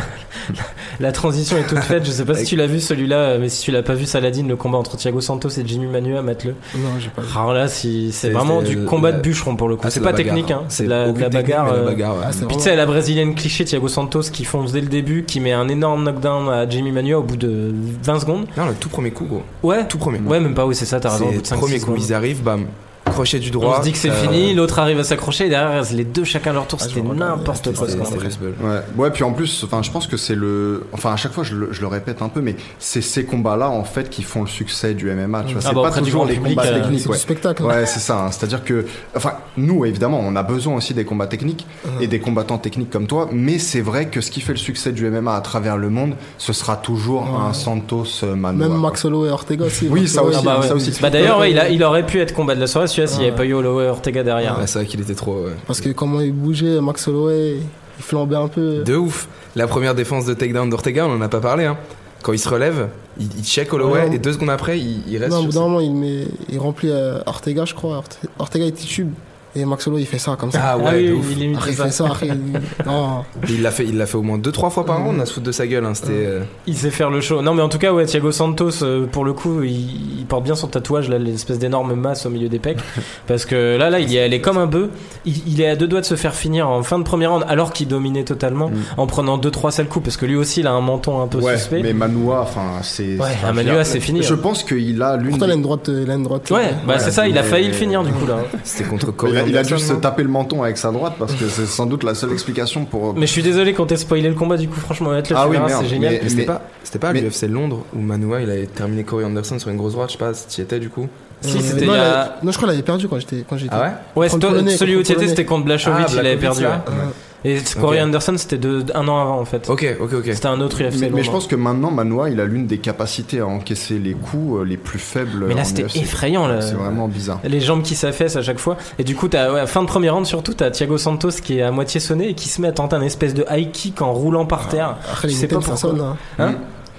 Speaker 1: la transition est toute faite. Je sais pas si tu l'as vu celui-là, euh, mais si tu l'as pas vu, Saladin, le combat entre Thiago Santos et Jimmy Manua, mate-le.
Speaker 3: Hmm. Non, j'ai pas vu.
Speaker 1: Alors là, si, c'est
Speaker 4: C'est-
Speaker 1: vraiment
Speaker 4: c'est
Speaker 1: du
Speaker 4: la-
Speaker 1: combat de bûcheron pour le coup.
Speaker 4: Ah,
Speaker 1: c'est
Speaker 4: de
Speaker 1: pas
Speaker 4: la bagarre,
Speaker 1: technique, hein.
Speaker 4: hein.
Speaker 1: c'est de la,
Speaker 4: aucune
Speaker 1: de la
Speaker 4: technique,
Speaker 1: bagarre.
Speaker 4: mais
Speaker 1: euh,
Speaker 4: la bagarre, ouais.
Speaker 3: Ah, c'est
Speaker 1: Puis tu
Speaker 3: vraiment...
Speaker 1: sais, la brésilienne cliché Thiago Santos qui fonce dès le début, qui met un énorme knockdown à Jimmy Manua au bout de 20 secondes.
Speaker 4: Non, le tout premier coup, gros.
Speaker 1: Ouais,
Speaker 4: Tout premier.
Speaker 1: ouais, même pas, oui, c'est ça, t'as raison. au bout de
Speaker 4: C'est
Speaker 1: 5,
Speaker 4: premier
Speaker 1: six
Speaker 4: coup,
Speaker 1: secondes.
Speaker 4: ils arrivent, bam. s'accrocher du droit.
Speaker 1: On se dit que c'est
Speaker 4: Euh,
Speaker 1: fini, l'autre arrive à s'accrocher, et derrière les deux chacun leur tour,
Speaker 3: Ah, je
Speaker 1: c'était
Speaker 3: me regarde,
Speaker 1: n'importe quoi. Ah, ce
Speaker 4: c'était-
Speaker 1: qu'on a
Speaker 4: c'était
Speaker 1: pris.
Speaker 4: baseball.
Speaker 2: Ouais. ouais, puis en plus, enfin, je pense que c'est le. Enfin, à chaque fois, je le, je le répète un peu, mais c'est ces combats-là, en fait, qui font le succès du MMA. Tu vois,
Speaker 1: Ah
Speaker 2: c'est
Speaker 1: bah,
Speaker 2: pas
Speaker 1: auprès du
Speaker 2: toujours
Speaker 1: grand
Speaker 2: les
Speaker 1: public,
Speaker 2: combats
Speaker 1: euh,
Speaker 2: techniques.
Speaker 3: C'est
Speaker 2: Ouais,
Speaker 3: du spectacle.
Speaker 2: Ouais, c'est ça. hein. C'est-à-dire que. Enfin, nous, évidemment, on a besoin aussi des combats techniques et des combattants techniques comme toi, mais c'est vrai que ce qui fait le succès du MMA à travers le monde, ce sera toujours un Santos euh, Manoa.
Speaker 3: Même
Speaker 2: quoi.
Speaker 3: Max Holloway et Ortega aussi.
Speaker 2: Oui,
Speaker 3: Max
Speaker 2: ça
Speaker 3: Holloway,
Speaker 2: aussi,
Speaker 1: Ah bah ouais.
Speaker 2: ça aussi.
Speaker 1: Bah d'ailleurs, ouais, il, a- il aurait pu être combat de la soirée, celui-là, s'il n'y
Speaker 3: Ouais.
Speaker 1: avait pas eu Holloway Ortega derrière.
Speaker 4: Ouais, c'est vrai qu'il était trop. euh, ouais.
Speaker 3: Parce que comment il bougeait, Max Holloway, il flambait un peu.
Speaker 4: De ouf. La première défense de takedown d'Ortega, on en a pas parlé. hein. Quand il se relève, il, il check Holloway
Speaker 3: Ouais,
Speaker 4: et deux secondes après, il, il reste.
Speaker 3: Non, au
Speaker 4: sur
Speaker 3: bout
Speaker 4: ses-
Speaker 3: d'un moment, il, met, il remplit euh, Ortega, je crois. Orte- Ortega, il titube. Et Max Holloway, il fait ça comme ça.
Speaker 4: Ah ouais,
Speaker 1: Ah
Speaker 4: de
Speaker 1: oui,
Speaker 4: ouf.
Speaker 1: il limite
Speaker 3: Après, il
Speaker 1: ça.
Speaker 3: fait ça. Après, il... Non.
Speaker 4: Et Il l'a fait, il l'a fait au moins deux trois fois par
Speaker 3: Mm.
Speaker 4: round, à se foutre de sa gueule. hein, C'était. euh,
Speaker 1: Il sait faire le show. Non, mais en tout cas, ouais, Thiago Santos, euh, pour le coup, il, il porte bien son tatouage, là, l'espèce d'énorme masse au milieu des pecs. parce que là, là, il y est allé comme un bœuf. Il, il est à deux doigts de se faire finir en fin de première round, alors qu'il dominait totalement,
Speaker 2: Mm.
Speaker 1: en prenant deux, trois sales coups, parce que lui aussi, il a un menton un peu
Speaker 2: Ouais,
Speaker 1: suspect.
Speaker 2: mais Manua, enfin, c'est.
Speaker 1: Ouais,
Speaker 2: enfin,
Speaker 1: un Manua,
Speaker 2: je veux dire,
Speaker 1: c'est fini,
Speaker 2: Je
Speaker 1: hein.
Speaker 2: pense qu'il a l'une.
Speaker 3: Pourtant, il
Speaker 2: des-
Speaker 3: a une droite. euh, Il a une droite
Speaker 1: Ouais, bah
Speaker 2: Ouais,
Speaker 1: c'est ça, il a
Speaker 2: mais-
Speaker 1: failli le finir du coup là.
Speaker 4: C'était contre
Speaker 2: Il
Speaker 4: Corey
Speaker 2: a, il a dû
Speaker 4: Anderson, hein.
Speaker 2: se
Speaker 4: non
Speaker 2: taper le menton avec sa droite parce que c'est sans doute la seule explication pour.
Speaker 1: Mais je suis désolé qu'on t'ait spoilé le combat du coup, franchement, honnête, le
Speaker 2: Ah
Speaker 1: tu
Speaker 2: oui,
Speaker 1: verras,
Speaker 2: merde,
Speaker 1: c'est génial.
Speaker 2: mais-
Speaker 4: Et C'était
Speaker 2: mais-
Speaker 4: pas, c'était pas à
Speaker 2: mais-
Speaker 4: l'UFC Londres où Manua il avait terminé Corey Anderson sur une grosse droite, je sais pas si tu étais du coup.
Speaker 1: Si,
Speaker 3: Euh,
Speaker 1: c'était
Speaker 3: non,
Speaker 1: il y
Speaker 3: il
Speaker 1: a-
Speaker 3: avait- non, je crois qu'il avait perdu quand j'étais. quand j'étais-
Speaker 4: Ah ouais
Speaker 1: Ouais,
Speaker 3: Contre
Speaker 1: c'est toi-
Speaker 3: le Polonais,
Speaker 1: celui où
Speaker 3: contre
Speaker 1: tu
Speaker 3: le
Speaker 1: étais, c'était contre Blachowicz,
Speaker 4: Ah,
Speaker 1: il avait
Speaker 4: Blachowicz,
Speaker 1: perdu. hein.
Speaker 4: là.
Speaker 1: bah, ouais. Et Corey
Speaker 4: Ok.
Speaker 1: Anderson, c'était deux- un an avant en fait.
Speaker 4: Ok, ok, ok.
Speaker 1: C'était un autre UFC.
Speaker 2: Mais, mais je
Speaker 1: Londres.
Speaker 2: pense que maintenant, Manoa, il a l'une des capacités à encaisser les coups euh, les plus faibles.
Speaker 1: Mais là,
Speaker 2: en
Speaker 1: c'était
Speaker 2: UFC.
Speaker 1: effrayant là.
Speaker 2: C'est vraiment bizarre.
Speaker 1: Les jambes qui s'affaissent à chaque fois. Et du coup, t'as, ouais, à fin de première round surtout, t'as Thiago Santos qui est à moitié sonné et qui se met à tenter un espèce de high kick en roulant
Speaker 2: Ah,
Speaker 1: par terre.
Speaker 3: Après,
Speaker 1: Je
Speaker 3: il
Speaker 1: sais
Speaker 3: était
Speaker 1: pas
Speaker 3: une
Speaker 1: pourquoi.
Speaker 3: personne. hein.
Speaker 1: Hein
Speaker 2: Mm.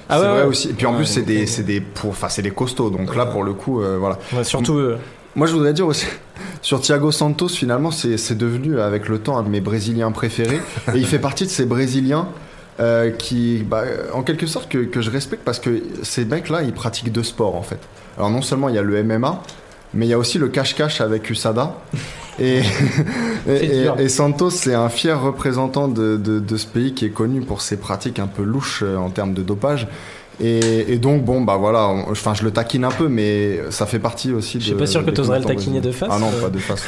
Speaker 1: Ah
Speaker 2: c'est
Speaker 1: ouais,
Speaker 2: vrai
Speaker 1: ouais.
Speaker 2: aussi. Et puis en
Speaker 4: Ouais,
Speaker 2: plus, c'est
Speaker 4: donc,
Speaker 2: des,
Speaker 4: euh,
Speaker 2: c'est des, pour, enfin, c'est des costauds. Donc là, pour le coup, euh, voilà.
Speaker 1: Ouais, surtout eux.
Speaker 2: Moi, je voudrais dire aussi sur Thiago Santos, finalement, c'est c'est devenu euh, avec le temps un de mes Brésiliens préférés. et il fait partie de ces Brésiliens euh, qui, bah, en quelque sorte, que, que je respecte parce que ces mecs-là, ils pratiquent deux sports en fait. Alors, non seulement il y a le MMA, mais il y a aussi le cache-cache avec USADA. Et, et,
Speaker 1: C'est dur.
Speaker 2: et- et Santos, c'est un fier représentant de, de- de ce pays qui est connu pour ses pratiques un peu louches euh, en termes de dopage. Et, et donc, bon, bah voilà, on- enfin, je le taquine un peu, mais ça fait partie aussi de.
Speaker 1: Je suis pas sûr que
Speaker 2: des
Speaker 1: t'oserais le
Speaker 2: combattants
Speaker 1: taquiner de
Speaker 2: brésiliens.
Speaker 1: face,
Speaker 2: Ah non,
Speaker 1: euh.
Speaker 2: pas de face.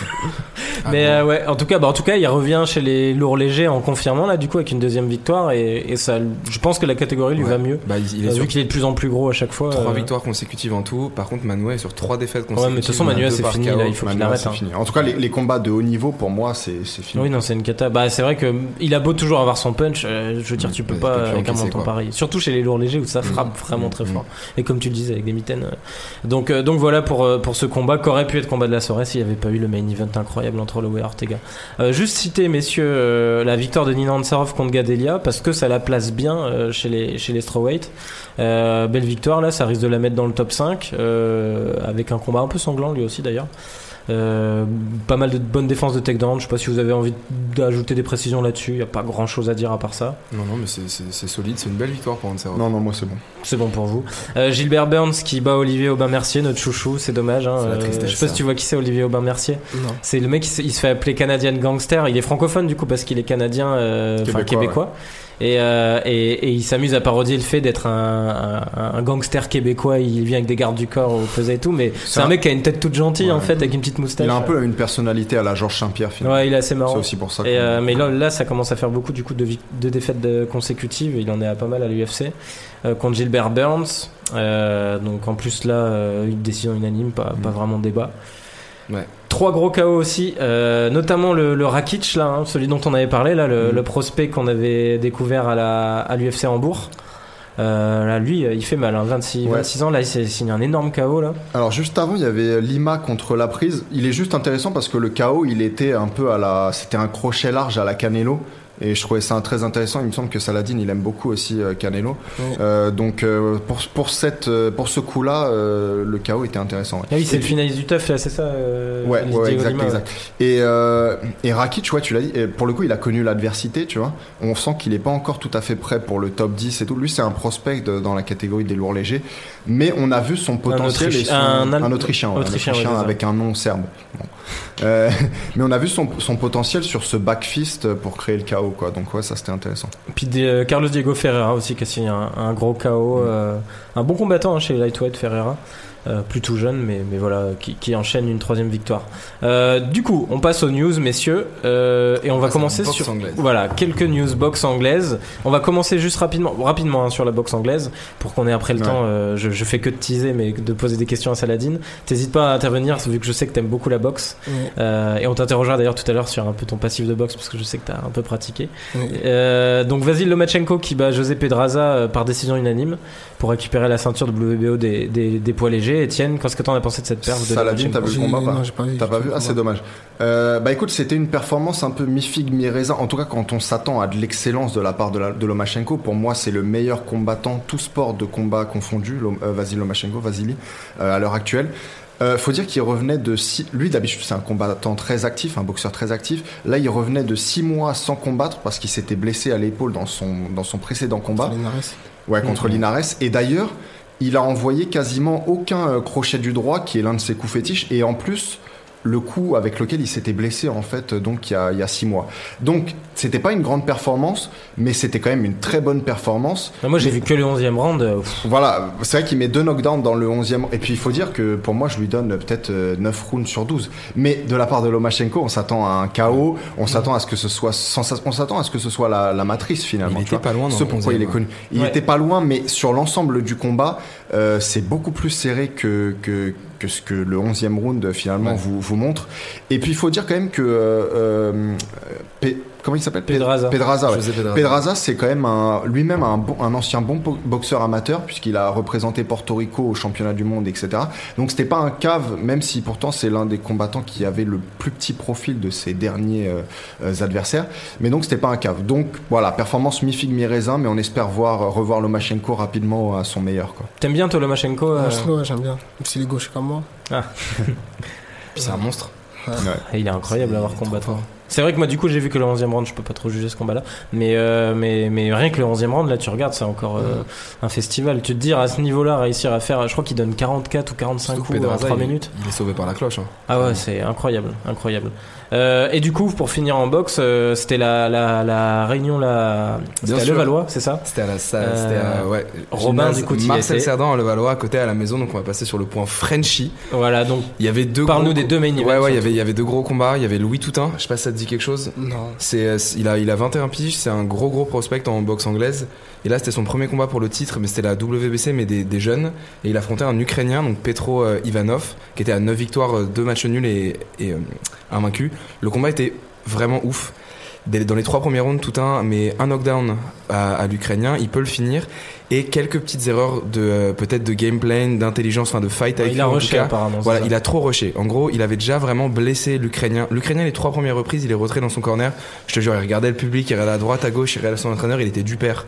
Speaker 4: Ah,
Speaker 1: Mais
Speaker 4: bon.
Speaker 1: euh, ouais, en tout cas, bah, en tout cas, il revient chez les lourds légers en confirmant là, du coup, avec une deuxième victoire et, et ça, je pense que la catégorie lui
Speaker 4: Ouais.
Speaker 1: va mieux.
Speaker 4: Bah, il,
Speaker 1: Euh,
Speaker 4: il est
Speaker 1: vu
Speaker 4: sur
Speaker 1: qu'il est de plus en plus gros à chaque fois.
Speaker 4: trois
Speaker 1: euh,
Speaker 4: victoires consécutives en tout. Par contre, Manua est sur trois défaites
Speaker 1: Ouais,
Speaker 4: consécutives.
Speaker 1: mais de toute façon,
Speaker 4: dont
Speaker 1: Manuel,
Speaker 4: deux
Speaker 1: c'est
Speaker 4: par
Speaker 1: fini
Speaker 4: KO.
Speaker 1: là, il faut qu'il
Speaker 2: Maintenant,
Speaker 1: arrête.
Speaker 2: c'est
Speaker 1: hein.
Speaker 2: fini. En tout cas, les, les combats de haut niveau, pour moi, c'est c'est fini.
Speaker 1: Oui, non, c'est une cata. Bah, c'est vrai que il a beau toujours avoir son punch, euh, je veux dire, tu peux
Speaker 4: Ouais,
Speaker 1: pas
Speaker 4: il peut plus
Speaker 1: avec un
Speaker 4: encaisser,
Speaker 1: menton
Speaker 4: quoi.
Speaker 1: pareil. Surtout chez les lourds légers où ça frappe vraiment très
Speaker 4: Mmh.
Speaker 1: fort. Et comme tu le disais, avec des mitaines. euh. Donc, euh, donc voilà pour, euh, pour ce combat qu'aurait pu être combat de la soirée s'il n'y avait pas eu le main event incroyable entre Holloway et Ortega. Euh, juste citer, messieurs, euh, la victoire de Nina Ansarov contre Gadelia parce que ça la place bien euh, chez les, chez les strawweight. Euh, belle victoire là, ça risque de la mettre dans le top 5 euh, avec un combat un peu sanglant lui aussi d'ailleurs. Euh, pas mal de bonnes défenses de takedown. Je sais pas si vous avez envie d'ajouter des précisions là-dessus. Il y a pas grand chose à dire à part ça.
Speaker 4: Non, non, mais c'est- c'est c'est solide, c'est une belle victoire pour Anderson.
Speaker 2: Non, non, moi, c'est bon.
Speaker 1: C'est bon pour vous. Euh, Gilbert Burns qui bat Olivier Aubin-Mercier, notre chouchou. C'est dommage. hein.
Speaker 4: C'est la
Speaker 1: Euh, je
Speaker 4: tristesse,
Speaker 1: sais pas si
Speaker 4: ça.
Speaker 1: tu vois qui c'est Olivier Aubin-Mercier.
Speaker 3: Non.
Speaker 1: C'est le mec qui se, il se fait appeler Canadian Gangster. Il est francophone du coup parce qu'il est canadien, euh, enfin
Speaker 2: Québécois,
Speaker 1: québécois. Et, euh, et, et il s'amuse à parodier le fait d'être un, un- un gangster québécois. Il vient avec des gardes du corps au pesant et tout. Mais c'est
Speaker 2: un-
Speaker 1: un mec qui a une tête toute gentille en
Speaker 2: Ouais.
Speaker 1: fait avec une petite moustache.
Speaker 2: Il a un peu une personnalité à la Georges Saint-Pierre, finalement.
Speaker 1: Ouais, il est assez marrant.
Speaker 2: c'est aussi pour ça.
Speaker 1: Et,
Speaker 2: qu'on-
Speaker 1: euh, mais là, là, ça commence à faire beaucoup du coup de, vic- de défaites de- consécutives. Il en est à pas mal à l'UFC Euh, contre Gilbert Burns. Euh, donc en plus là, euh, une décision unanime, pas,
Speaker 2: Mm.
Speaker 1: pas vraiment de débat.
Speaker 4: Ouais.
Speaker 1: Trois gros KO aussi, euh, notamment le, le Rakic là, hein, celui dont on avait parlé là,
Speaker 2: Mm.
Speaker 1: le, le prospect qu'on avait découvert à la à l'UFC Hambourg. Euh, là, lui, euh, il fait mal, hein, 26,
Speaker 2: Ouais.
Speaker 1: 26 ans. Là, il s'est signé un énorme KO là.
Speaker 2: Alors juste avant, il y avait Lima contre la prise. Il est juste intéressant parce que le KO, il était un peu à la, c'était un crochet large à la Canelo. Et je trouvais ça très intéressant. Il me semble que Saladin, il aime beaucoup aussi euh, Canelo.
Speaker 3: Ouais.
Speaker 2: Euh, donc euh, pour pour cette euh, pour ce coup-là, euh, le KO était intéressant. ouais.
Speaker 1: Ah oui, c'est
Speaker 2: Et
Speaker 1: le
Speaker 2: puis-
Speaker 1: finaliste du teuf, là, c'est ça. euh,
Speaker 2: Ouais, ouais,
Speaker 1: Diego
Speaker 2: ouais, exact,
Speaker 1: Lima, ouais.
Speaker 2: exact. Et, euh, et Rakic, ouais, tu l'as dit, et pour le coup, il a connu l'adversité, tu vois. On sent qu'il n'est pas encore tout à fait prêt pour le top 10 et tout. Lui, c'est un prospect de- dans la catégorie des lourds légers, mais on a vu son potentiel.
Speaker 1: Autrichi-
Speaker 2: et son-
Speaker 1: un Al-
Speaker 2: Autrichien, ouais, un
Speaker 1: Autrichien, ouais,
Speaker 2: Autrichien
Speaker 1: c'est ça.
Speaker 2: avec un nom serbe. Bon. Euh, mais on a vu son, son potentiel sur ce backfist pour créer le chaos, quoi. Donc, ouais, ça c'était intéressant.
Speaker 1: Puis des- euh,
Speaker 4: Mm.
Speaker 1: Carlos Diego Ferreira aussi qui a signé un, un gros KO, euh, un bon combattant hein, chez Lightweight Ferreira. euh, plus tout jeune, mais, mais voilà, qui, qui enchaîne une troisième victoire. Euh, du coup, on passe aux news, messieurs, euh, et on va
Speaker 4: passe à
Speaker 1: commencer
Speaker 4: la boxe
Speaker 1: sur
Speaker 4: anglaise.
Speaker 1: voilà quelques news box anglaise. On va commencer juste rapidement, rapidement hein, sur la boxe anglaise pour qu'on ait après le
Speaker 2: Ouais.
Speaker 1: temps. euh, je, je fais que de teaser, mais de poser des questions à Saladin. T'hésites pas à intervenir vu que je sais que t'aimes beaucoup la boxe.
Speaker 3: Ouais,
Speaker 1: Euh, et on t'interrogera d'ailleurs tout à l'heure sur un peu ton passif de boxe parce que je sais que t'as un peu pratiqué.
Speaker 3: ouais.
Speaker 1: Euh, donc Vasil Lomachenko qui bat José Pedraza euh, par décision unanime pour récupérer la ceinture WBO des, des, des poids légers. Etienne, qu'est-ce que t'en as pensé de cette perte de
Speaker 2: Saladin,
Speaker 1: Lomachenko
Speaker 2: t'as vu le
Speaker 3: J'ai-
Speaker 2: combat pas
Speaker 3: non, j'ai pas vu.
Speaker 2: T'as
Speaker 3: j'ai
Speaker 2: pas vu
Speaker 3: le
Speaker 2: Ah, c'est
Speaker 3: combat.
Speaker 2: dommage. Euh, bah écoute, c'était une performance un peu mi-figue, mi-raisin. En tout cas, quand on s'attend à de l'excellence de la part de, la- de Lomachenko, pour moi, c'est le meilleur combattant, tout sport de combat confondu, Lom- euh, Vasily Lomachenko, Vasily, euh, à l'heure actuelle. Euh, faut dire qu'il revenait de six... Lui, d'habitude, c'est un combattant très actif, un boxeur très actif. Là, il revenait de six mois sans combattre parce qu'il s'était blessé à l'épaule dans son, dans son précédent combat.
Speaker 3: Linares.
Speaker 4: Mm-hmm.
Speaker 2: Ouais, contre Linares. Et d'ailleurs, il a envoyé quasiment aucun euh, crochet du droit, qui est l'un de ses coups fétiches. Et en plus, le coup avec lequel il s'était blessé, en fait, euh, donc il y a, il y a six mois. Donc, c'était pas une grande performance, mais c'était quand même une très bonne performance.
Speaker 1: Ah, Moi j'ai vu que le 11 e round. euh, pff,
Speaker 2: Voilà, c'est vrai qu'il met deux knockdowns dans le 11e. Et puis il faut dire que pour moi, je lui donne euh, peut-être euh, 9 rounds sur 12. Mais de la part de Lomachenko, on s'attend à un KO, on s'attend à ce que ce soit sensation- on s'attend à ce que ce soit la, la matrice finalement.
Speaker 4: Il
Speaker 2: tu
Speaker 4: était
Speaker 2: vois.
Speaker 4: pas loin dans
Speaker 2: Ce
Speaker 4: le
Speaker 2: pourquoi il est
Speaker 4: 11e,
Speaker 2: connu. Il
Speaker 1: Ouais.
Speaker 2: était pas loin, mais sur l'ensemble du combat, euh, c'est beaucoup plus serré que, que, que ce que le 11e round euh, finalement
Speaker 4: Ouais.
Speaker 2: vous, vous montre. Et puis il faut dire quand même que. euh, euh, Pe- comment il s'appelle
Speaker 1: Pedraza.
Speaker 2: Pedraza, ouais.
Speaker 4: José Pedraza.
Speaker 2: Pedraza, c'est quand même un- lui-même un, bon- un ancien bon po- boxeur amateur, puisqu'il a représenté Porto Rico au championnat du monde, etc. Donc c'était pas un cave, même si pourtant c'est l'un des combattants qui avait le plus petit profil de ses derniers euh, euh, adversaires. Mais donc c'était pas un cave. Donc voilà, performance mi-figue, mi-raisin, mais on espère voir, euh, revoir Lomachenko rapidement à son meilleur. Quoi.
Speaker 1: T'aimes bien toi Lomachenko euh,
Speaker 3: Ouais, je trouve, ouais, j'aime bien. Même s'il est gauche comme moi.
Speaker 4: Puis c'est un monstre.
Speaker 1: Ah, Il est incroyable à voir
Speaker 4: C'est trop
Speaker 1: combattre. hein.
Speaker 4: fort.
Speaker 1: C'est vrai que moi du coup j'ai vu que le 11 e round, je peux pas trop juger ce combat là. Mais, euh, mais, mais rien que le 11 e round, là tu regardes, c'est encore euh, un festival. Tu te dis à ce niveau là, réussir à faire, je crois qu'il donne 44 ou 45
Speaker 4: Surtout que
Speaker 1: coups en
Speaker 4: Pedraza,
Speaker 1: 3
Speaker 4: il-
Speaker 1: minutes.
Speaker 4: Il est sauvé par la cloche. hein.
Speaker 1: Ah ouais, c'est incroyable, incroyable. Euh, et du coup, pour finir en boxe, euh, c'était la, la, la réunion, la...
Speaker 4: Bien
Speaker 1: c'était à
Speaker 4: sûr.
Speaker 1: Levallois, c'est ça
Speaker 4: C'était à la salle.
Speaker 1: Euh,
Speaker 4: c'était à- ouais,
Speaker 1: Robin,
Speaker 4: gymnase
Speaker 1: du coup, t'y
Speaker 4: Marcel
Speaker 1: étais.
Speaker 4: Cerdan, le Valois, à côté à la maison. Donc on va passer sur le point Frenchy.
Speaker 1: Voilà, donc
Speaker 4: Il y avait deux.
Speaker 1: parle-nous
Speaker 4: gros-
Speaker 1: des deux main events.
Speaker 4: Ouais, ouais, il y avait, il y avait deux gros combats. Il y avait Louis Toutain. Je sais pas si ça te dit quelque chose.
Speaker 3: Non.
Speaker 4: C'est, euh, il, a, il a 21 piges, c'est un gros gros prospect en boxe anglaise. Et là, c'était son premier combat pour le titre, mais c'était la WBC, mais des, des jeunes. Et il affrontait un Ukrainien, donc Petro euh, Ivanov, qui était à 9 victoires, 2 matchs nuls et, et euh, un vaincu. Le combat était vraiment ouf. Dès- Dans les trois premiers rounds, tout un, mais un knockdown à, à l'Ukrainien, il peut le finir. Et quelques petites erreurs de euh, peut-être de game plan, d'intelligence, enfin de fight
Speaker 1: Ouais,
Speaker 4: IQ,
Speaker 1: il a
Speaker 4: en tout
Speaker 1: rushé
Speaker 4: cas.
Speaker 1: apparemment.
Speaker 4: Voilà, il a trop rushé. En gros, il avait déjà vraiment blessé l'Ukrainien. L'Ukrainien, les trois premières reprises, il est rentré dans son corner. Je te jure, il regardait le public, il regardait à droite, à gauche, il regardait son entraîneur, il était du père.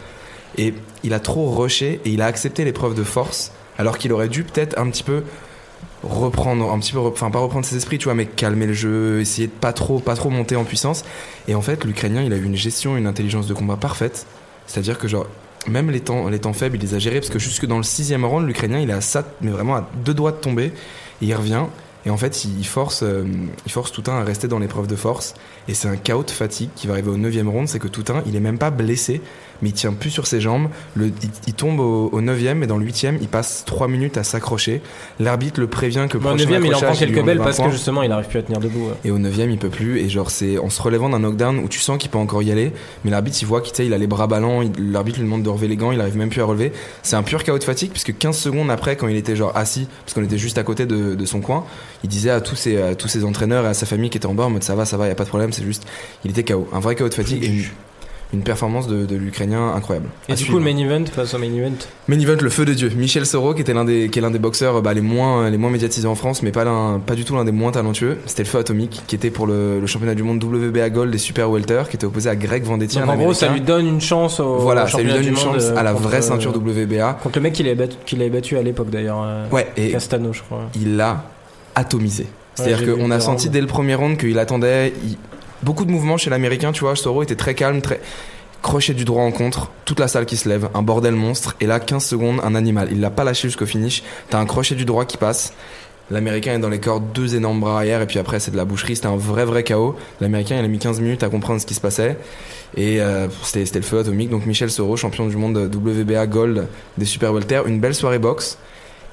Speaker 4: Et il a trop rushé et il a accepté l'épreuve de force, alors qu'il aurait dû peut-être un petit peu reprendre, un petit peu, re- enfin pas reprendre ses esprits, tu vois, mais calmer le jeu, essayer de pas trop, pas trop monter en puissance. Et en fait, l'Ukrainien, il a eu une gestion, une intelligence de combat parfaite. C'est-à-dire que genre, même les temps, les temps faibles, il les a gérés parce que jusque dans le sixième round, l'Ukrainien, il est à ça, mais vraiment à deux doigts de tomber. Et il revient et en fait il il force, euh, il force Toutain à rester dans l'épreuve de force et c'est un chaos de fatigue qui va arriver au 9 round, c'est que Toutain il est même pas blessé mais il tient plus sur ses jambes, Le- il, il tombe au, 9 et dans le 8 il passe 3 minutes à s'accrocher, l'arbitre le prévient que
Speaker 1: Bon, 9
Speaker 4: prochain
Speaker 1: Bah, il en prend
Speaker 4: accrochage, lui
Speaker 1: quelques
Speaker 4: enlève
Speaker 1: belles
Speaker 4: un
Speaker 1: parce
Speaker 4: point.
Speaker 1: que justement il arrive plus à tenir debout.
Speaker 4: Et au 9ème, il peut plus. Et genre, c'est en se relevant d'un knockdown où tu sens qu'il peut encore y aller. Mais l'arbitre, il voit qu'il tu sais, il a les bras ballants. il- L'arbitre lui demande de relever les gants. Il arrive même plus à relever. C'est un pur chaos de fatigue. Puisque 15 secondes après, quand il était genre assis, parce qu'on était juste à côté de, de son coin, il disait à tous, ses, à tous ses entraîneurs et à sa famille qui était en bas en mode ça va, ça va, y a pas de problème. C'est juste. Il était chaos. Un vrai chaos de fatigue. Et une, une performance de, de l'Ukrainien incroyable.
Speaker 1: Et
Speaker 4: À
Speaker 1: du
Speaker 4: suivre.
Speaker 1: coup, le main event passe au main event.
Speaker 4: Main event, le feu de Dieu. Michel Soro, qui était l'un des, qui est l'un des boxeurs euh, bah, les, moins, les moins médiatisés en France, mais pas, l'un- pas du tout l'un des moins talentueux. C'était le feu atomique, qui était pour le, le championnat du monde WBA Gold des Super Welter, qui était opposé à Greg Vendetti.
Speaker 1: Donc,
Speaker 4: un
Speaker 1: en gros, ça
Speaker 4: Américain.
Speaker 1: lui donne une chance au
Speaker 4: Voilà,
Speaker 1: au
Speaker 4: ça lui
Speaker 1: championnat
Speaker 4: donne une
Speaker 1: du monde,
Speaker 4: chance
Speaker 1: euh,
Speaker 4: à la
Speaker 1: contre,
Speaker 4: vraie
Speaker 1: euh,
Speaker 4: ceinture WBA.
Speaker 1: Contre le mec qu'il avait battu, qu'il avait battu à l'époque d'ailleurs. euh,
Speaker 4: Ouais, et
Speaker 1: Castano, je crois.
Speaker 4: il l'a atomisé.
Speaker 1: Ouais,
Speaker 4: C'est-à-dire
Speaker 1: j'ai vu
Speaker 4: qu'on
Speaker 1: le
Speaker 4: a senti
Speaker 1: round.
Speaker 4: dès le premier round qu'il attendait il- beaucoup de mouvements chez l'américain, tu vois. Soro était très calme, très crochet du droit en contre, toute la salle qui se lève, un bordel monstre, et là 15 secondes, un animal. Il l'a pas lâché jusqu'au finish. T'as un crochet du droit qui passe. L'américain est dans les cordes, deux énormes bras arrière, et puis après c'est de la boucherie, c'était un vrai vrai chaos. L'américain il a mis 15 minutes à comprendre ce qui se passait, et euh, c'était c'était le feu atomique. Donc Michel Soro, champion du monde WBA Gold des Super Welter, une belle soirée boxe.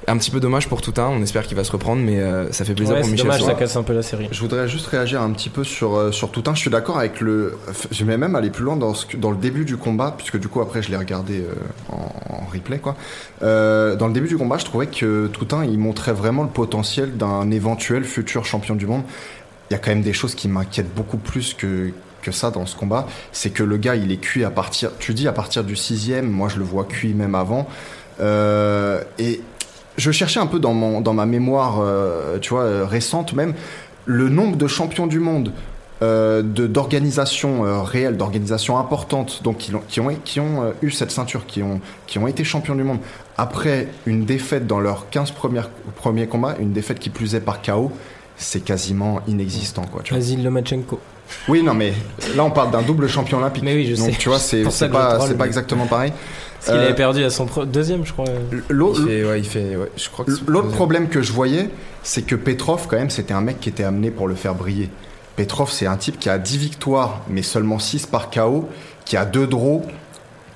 Speaker 4: Un petit peu dommage pour tout un, on espère qu'il va se reprendre, mais euh, ça fait plaisir
Speaker 1: Ouais,
Speaker 4: pour
Speaker 1: c'est
Speaker 4: Michel.
Speaker 1: dommage, ça
Speaker 4: Sora.
Speaker 1: casse un peu la série.
Speaker 2: Je voudrais juste réagir un petit peu sur, euh, sur Toutain. Je suis d'accord avec le. Je vais même aller plus loin dans, ce que- dans le début du combat, puisque du coup, après, je l'ai regardé euh, en, en replay, quoi. Euh, dans le début du combat, je trouvais que Toutain, il montrait vraiment le potentiel d'un éventuel futur champion du monde. Il y a quand même des choses qui m'inquiètent beaucoup plus que, que ça dans ce combat. C'est que le gars, il est cuit à partir. Tu dis à partir du sixième, moi, je le vois cuit même avant. Euh, et je cherchais un peu dans, mon, dans ma mémoire, euh, tu vois, euh, récente même, le nombre de champions du monde euh, de- d'organisations euh, réelles, d'organisations importantes, donc qui, l'ont- qui ont, qui ont euh, eu cette ceinture, qui ont, qui ont été champions du monde, après une défaite dans leurs 15 premières, premiers combats, une défaite qui plus est par KO, c'est quasiment inexistant. Quoi, tu vois.
Speaker 1: Vas-y, Lomachenko.
Speaker 2: Oui, non, mais là, on parle d'un double champion olympique.
Speaker 1: Mais oui, je
Speaker 2: donc,
Speaker 1: sais.
Speaker 2: tu vois, c'est
Speaker 1: Pour ça
Speaker 2: c'est
Speaker 1: que je
Speaker 2: pas,
Speaker 1: troll,
Speaker 2: c'est pas
Speaker 1: mais-
Speaker 2: exactement pareil.
Speaker 1: Parce qu'il
Speaker 2: Euh,
Speaker 1: avait perdu à son pro- deuxième, je crois.
Speaker 2: L'autre-
Speaker 4: Il fait, ouais, il fait, ouais, je crois que c'est-
Speaker 2: L'autre problème que je voyais, c'est que Petrov, quand même, c'était un mec qui était amené pour le faire briller. Petrov, c'est un type qui a 10 victoires, mais seulement 6 par KO, qui a 2 draws,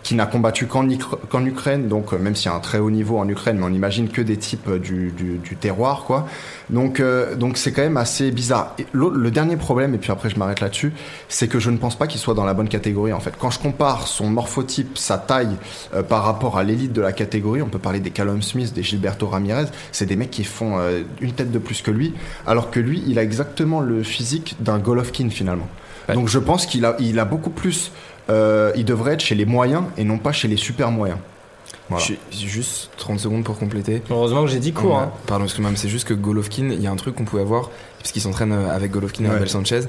Speaker 2: qui n'a combattu qu'en Ikr- qu'en Ukraine, donc euh, même s'il y a un très haut niveau en Ukraine, mais on n'imagine que des types euh, du, du- du terroir, quoi. Donc euh, donc c'est quand même assez bizarre. Et l'autre- le dernier problème, et puis après je m'arrête là-dessus, c'est que je ne pense pas qu'il soit dans la bonne catégorie, en fait. Quand je compare son morphotype, sa taille, euh, par rapport à l'élite de la catégorie, on peut parler des Callum Smith, des Gilberto Ramirez, c'est des mecs qui font euh, une tête de plus que lui, alors que lui, il a exactement le physique d'un Golovkin, finalement.
Speaker 4: Ouais.
Speaker 2: Donc je pense qu'il a, il a beaucoup plus... Euh, il devrait être chez les moyens et non pas chez les super moyens. Voilà.
Speaker 4: Je- j'ai juste 30 secondes pour compléter.
Speaker 1: Heureusement que j'ai dit court.
Speaker 4: Ouais.
Speaker 1: hein.
Speaker 4: Pardon, excuse-moi, mais c'est juste que Golovkin, il y a un truc qu'on pouvait avoir, puisqu'il s'entraîne euh, avec Golovkin et
Speaker 2: Ouais.
Speaker 4: Abel Sanchez.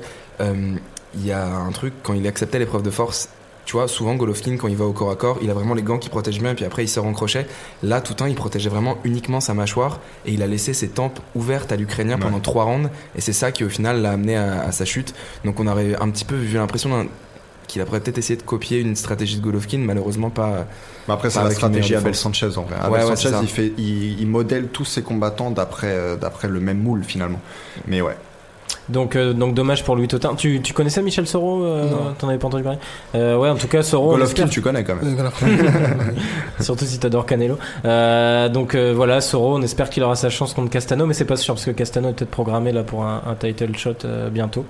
Speaker 4: euh, Il y a un truc, quand il acceptait l'épreuve de force, tu vois, souvent Golovkin, quand il va au corps à corps, il a vraiment les gants qui protègent bien, et puis après il sort en crochet. Là, tout un, il protégeait vraiment uniquement sa mâchoire, et il a laissé ses tempes ouvertes à l'Ukrainien
Speaker 2: Ouais.
Speaker 4: pendant trois rounds, et c'est ça qui, au final, l'a amené à, à sa chute. Donc on aurait un petit peu vu l'impression d'un- qu'il aurait peut-être essayé de copier une stratégie de Golovkin, malheureusement pas.
Speaker 2: Mais après, c'est
Speaker 4: Avec
Speaker 2: la
Speaker 4: une
Speaker 2: stratégie
Speaker 4: meilleure
Speaker 2: Abel
Speaker 4: défense.
Speaker 2: Sanchez en vrai. Abel
Speaker 4: Ouais, ouais, c'est
Speaker 2: Sanchez,
Speaker 4: ça.
Speaker 2: il, fait, il, il modèle tous ses combattants d'après euh, d'après le même moule finalement. Mais ouais.
Speaker 1: Donc, euh, donc dommage pour Louis Totin. Tu, tu connaissais Michel Soro euh,
Speaker 3: Non.
Speaker 1: T'en avais pas entendu parler Euh, Ouais, en tout cas, Soro. on
Speaker 2: Golovkin,
Speaker 1: espère-
Speaker 2: tu connais quand même.
Speaker 3: Euh, voilà.
Speaker 1: Surtout si t'adores Canelo. Euh, donc euh, voilà, Soro, on espère qu'il aura sa chance contre Castano, mais c'est pas sûr parce que Castano est peut-être programmé là pour un, un title shot euh, bientôt.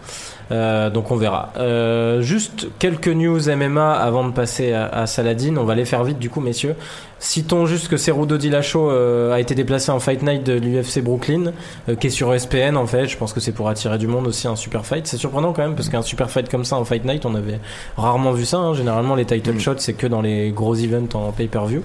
Speaker 1: Euh, donc on verra. Euh, juste quelques news MMA avant de passer à, à Saladin. On va les faire vite du coup, messieurs. Citons juste que Cerudo Dilacho euh, a été déplacé en Fight Night de l'UFC Brooklyn, euh, qui est sur ESPN en fait. Je pense que c'est pour attirer du monde aussi un super fight. C'est surprenant quand même parce qu'un super fight comme ça en Fight Night, on avait rarement vu ça. hein. Généralement, les title
Speaker 4: Mm.
Speaker 1: shots, c'est que dans les gros events en pay-per-view.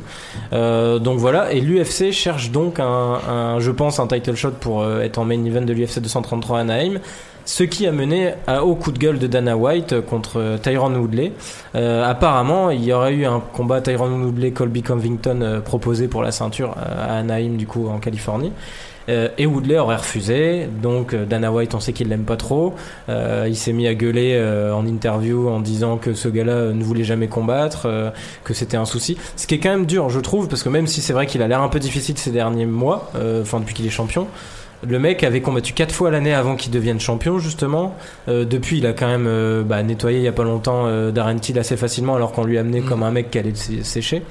Speaker 1: Euh, donc voilà, et l'UFC cherche donc un, un- je pense, un title shot pour euh, être en main event de l'UFC 233 à Anaheim. Ce qui a mené à haut coup de gueule de Dana White euh, contre euh, Tyron Woodley. Euh, apparemment, il y aurait eu un combat Tyron Woodley Colby Covington euh, proposé pour la ceinture euh, à Anaheim du coup en Californie. Euh, et Woodley aurait refusé. Donc euh, Dana White, on sait qu'il l'aime pas trop. Euh, il s'est mis à gueuler euh, en interview en disant que ce gars-là euh, ne voulait jamais combattre, euh, que c'était un souci. Ce qui est quand même dur, je trouve, parce que même si c'est vrai qu'il a l'air un peu difficile ces derniers mois, euh, enfin depuis qu'il est champion. Le mec avait combattu quatre fois l'année avant qu'il devienne champion justement. Euh, depuis, il a quand même euh, bah, nettoyé il y a pas longtemps euh, Darren Till assez facilement, alors qu'on lui amenait
Speaker 3: Mm.
Speaker 1: comme un mec qui allait le sé- sécher.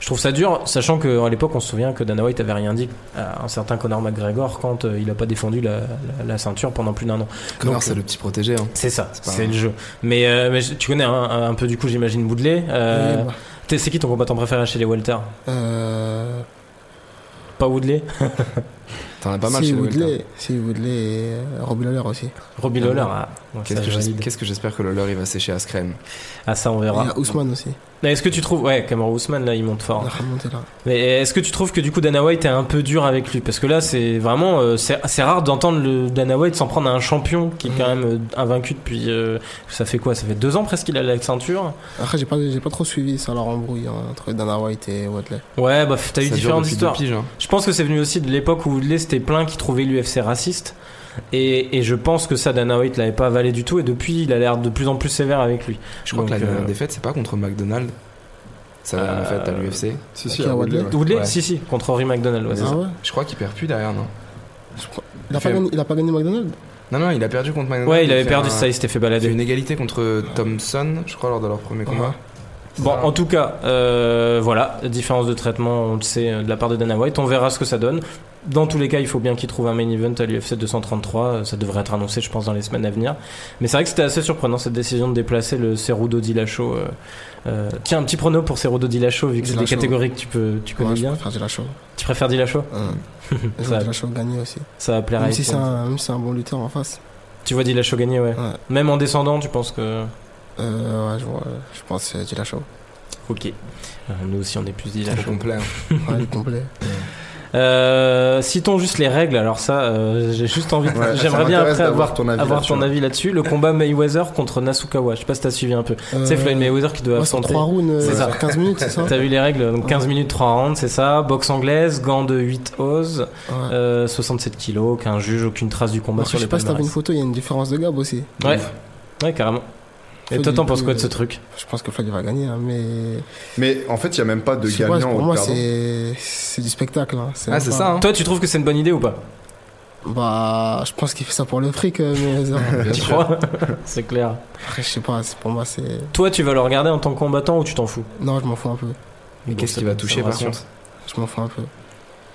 Speaker 1: Je trouve ça dur, sachant qu'à l'époque, on se souvient que Dana White avait rien dit à un certain Conor McGregor quand euh, il a pas défendu la- la- la ceinture pendant plus d'un an.
Speaker 4: Connor,
Speaker 1: Donc, euh,
Speaker 4: c'est le petit protégé. hein.
Speaker 1: C'est ça,
Speaker 4: pas
Speaker 1: c'est
Speaker 4: un-
Speaker 1: le jeu. Mais, euh, mais je- tu connais un, un- un peu du coup, j'imagine Woodley. Euh,
Speaker 3: Et, bah,
Speaker 1: t'es- c'est qui ton combattant préféré chez les Walter
Speaker 3: euh,
Speaker 1: Pas Woodley
Speaker 4: T'en as pas mal
Speaker 3: si
Speaker 4: chez le Welter.
Speaker 3: Woodley, si Woodley et euh, Robbie Lawler aussi.
Speaker 1: Robbie
Speaker 4: Ah
Speaker 1: Lawler.
Speaker 4: bon.
Speaker 1: Ah, ouais,
Speaker 4: Qu'est-ce
Speaker 1: ça,
Speaker 4: que
Speaker 1: je
Speaker 4: j'es-
Speaker 1: valide.
Speaker 4: qu'est-ce que j'espère que le leur il va sécher à ce crème
Speaker 1: Ah, ça, on
Speaker 3: Et
Speaker 1: verra.
Speaker 3: à Ousmane aussi.
Speaker 1: Mais Est-ce que tu trouves. Ouais, Cameron Ousmane, là, il monte
Speaker 3: On
Speaker 1: fort.
Speaker 3: a remonté là.
Speaker 1: Mais est-ce que tu trouves que du coup Dana White est un peu dur avec lui Parce que là, c'est vraiment. euh, c'est c'est rare d'entendre le Dana White s'en prendre à un champion qui est quand
Speaker 4: Mhm.
Speaker 1: même euh, invaincu depuis. euh, ça fait quoi Ça fait deux ans presque qu'il a la ceinture.
Speaker 3: Après, j'ai pas, j'ai pas trop suivi ça, leur embrouille hein, entre Dana White et Watley.
Speaker 1: Ouais, bah, t'as eu différentes histoires.
Speaker 4: Pige, hein.
Speaker 1: Je pense que c'est venu aussi de l'époque où Woodley s'était plein qui trouvait l'UFC raciste. Et, et je pense que ça, Dana White l'avait pas avalé du tout. Et depuis, il a l'air de plus en plus sévère avec lui.
Speaker 4: Je crois
Speaker 1: Donc,
Speaker 4: que la
Speaker 1: euh,
Speaker 4: dernière défaite, c'est pas contre McDonald's. Ça la dernière
Speaker 1: Euh,
Speaker 4: défaite à l'UFC.
Speaker 2: Si,
Speaker 3: Ok, à Woodley,
Speaker 2: ouais.
Speaker 1: Woodley,
Speaker 4: Ouais.
Speaker 1: si, si, contre Rory McDonald. ouais, c'est
Speaker 3: Ah
Speaker 1: ça.
Speaker 3: ouais
Speaker 4: Je crois qu'il perd plus derrière, non
Speaker 3: Je crois- il, a
Speaker 4: Fait-
Speaker 3: pas gagné, il a pas gagné McDonald's
Speaker 4: Non, non, il a perdu contre McDonald's.
Speaker 1: Ouais, il avait
Speaker 4: fait
Speaker 1: perdu
Speaker 4: un-
Speaker 1: ça, il s'était fait
Speaker 4: Il a fait
Speaker 1: balader.
Speaker 4: une égalité contre Thompson, je crois, lors de leur premier combat.
Speaker 1: Bon, en tout cas, euh, voilà, différence de traitement, on le sait, euh, de la part de Dana White. On verra ce que ça donne. Dans tous les cas, il faut bien qu'il trouve un main event à l'UFC 233. Euh, Ça devrait être annoncé, je pense, dans les semaines à venir. Mais c'est vrai que c'était assez surprenant cette décision de déplacer le Cerudo Dilacho. euh, euh, Tiens, un petit prono pour Cerudo Dilacho, vu que c'est des
Speaker 3: Dillashaw.
Speaker 1: catégories que tu, peux, tu connais
Speaker 3: Ouais, je
Speaker 1: bien.
Speaker 3: préfère Dillashaw.
Speaker 1: Tu préfères Dilacho
Speaker 3: Je
Speaker 1: Ça-
Speaker 3: vois Dillashaw gagner aussi.
Speaker 1: Ça va plaire à
Speaker 3: Même si
Speaker 1: Aitken.
Speaker 3: c'est un, même si c'est un bon lutteur en face.
Speaker 1: Tu vois Dilacho gagner, hein. ouais.
Speaker 3: Ouais.
Speaker 1: Même en descendant, tu penses que.
Speaker 3: Euh, ouais, je, vois, je pense euh, Dillashaw.
Speaker 1: Ok. Euh, nous aussi, on est plus
Speaker 4: Trop
Speaker 1: Dilacho.
Speaker 4: complet. hein.
Speaker 3: Ouais, il est complet.
Speaker 1: Euh, citons juste les règles. Alors ça, euh, j'ai juste envie. de-
Speaker 2: Ouais, ça
Speaker 1: J'aimerais bien
Speaker 2: m'intéresse
Speaker 1: après
Speaker 2: d'avoir
Speaker 1: avoir
Speaker 2: ton avis
Speaker 1: avoir
Speaker 2: là-dessus.
Speaker 1: ton avis là-dessus. Le combat Mayweather contre Nasukawa. Je sais pas si t'as suivi un peu.
Speaker 3: Euh,
Speaker 1: C'est Floyd Mayweather qui doit
Speaker 3: Ouais, c'est en
Speaker 1: affronter.
Speaker 3: 3 rounds, hein.
Speaker 1: C'est
Speaker 3: c'est
Speaker 1: ça.
Speaker 3: 15 minutes, c'est ça
Speaker 1: T'as vu les règles Donc 15 minutes, 3 rounds, c'est ça. Boxe anglaise, gants de 8 os,
Speaker 3: Ouais.
Speaker 1: euh, 67 kilos, qu'un juge, aucune trace du combat
Speaker 3: Parce
Speaker 1: sur
Speaker 3: que je
Speaker 1: les
Speaker 3: sais pas si t'as vu une
Speaker 1: palmarès.
Speaker 3: photo, il y a une différence de gab aussi.
Speaker 1: Ouais, ouais, carrément. Et
Speaker 3: Faut
Speaker 1: toi,
Speaker 3: du
Speaker 1: t'en penses
Speaker 3: coup,
Speaker 1: quoi de ce
Speaker 3: euh,
Speaker 1: truc
Speaker 3: Je pense que Floyd va gagner, hein, mais.
Speaker 2: Mais en fait, il n'y a même pas de
Speaker 3: Je sais pas,
Speaker 2: gagnant
Speaker 3: pour
Speaker 2: ou de
Speaker 3: moi,
Speaker 2: perdant.
Speaker 3: c'est c'est du spectacle. hein.
Speaker 4: Ah, c'est
Speaker 3: pas-
Speaker 4: ça, hein.
Speaker 1: Toi, tu trouves que c'est une bonne idée ou pas
Speaker 3: Bah, je pense qu'il fait ça pour le fric, euh, Mayweather.
Speaker 1: Tu crois C'est clair.
Speaker 3: Après, je sais pas, c'est- pour moi, c'est.
Speaker 1: Toi, tu vas le regarder en tant que combattant ou tu t'en fous
Speaker 3: Non, je m'en fous un peu.
Speaker 4: Mais
Speaker 1: Bon,
Speaker 4: qu'est-ce
Speaker 1: ça
Speaker 4: qui
Speaker 1: me-
Speaker 4: va
Speaker 1: ça
Speaker 4: toucher
Speaker 1: me
Speaker 4: par
Speaker 1: rassure.
Speaker 4: contre
Speaker 3: Je m'en fous un peu.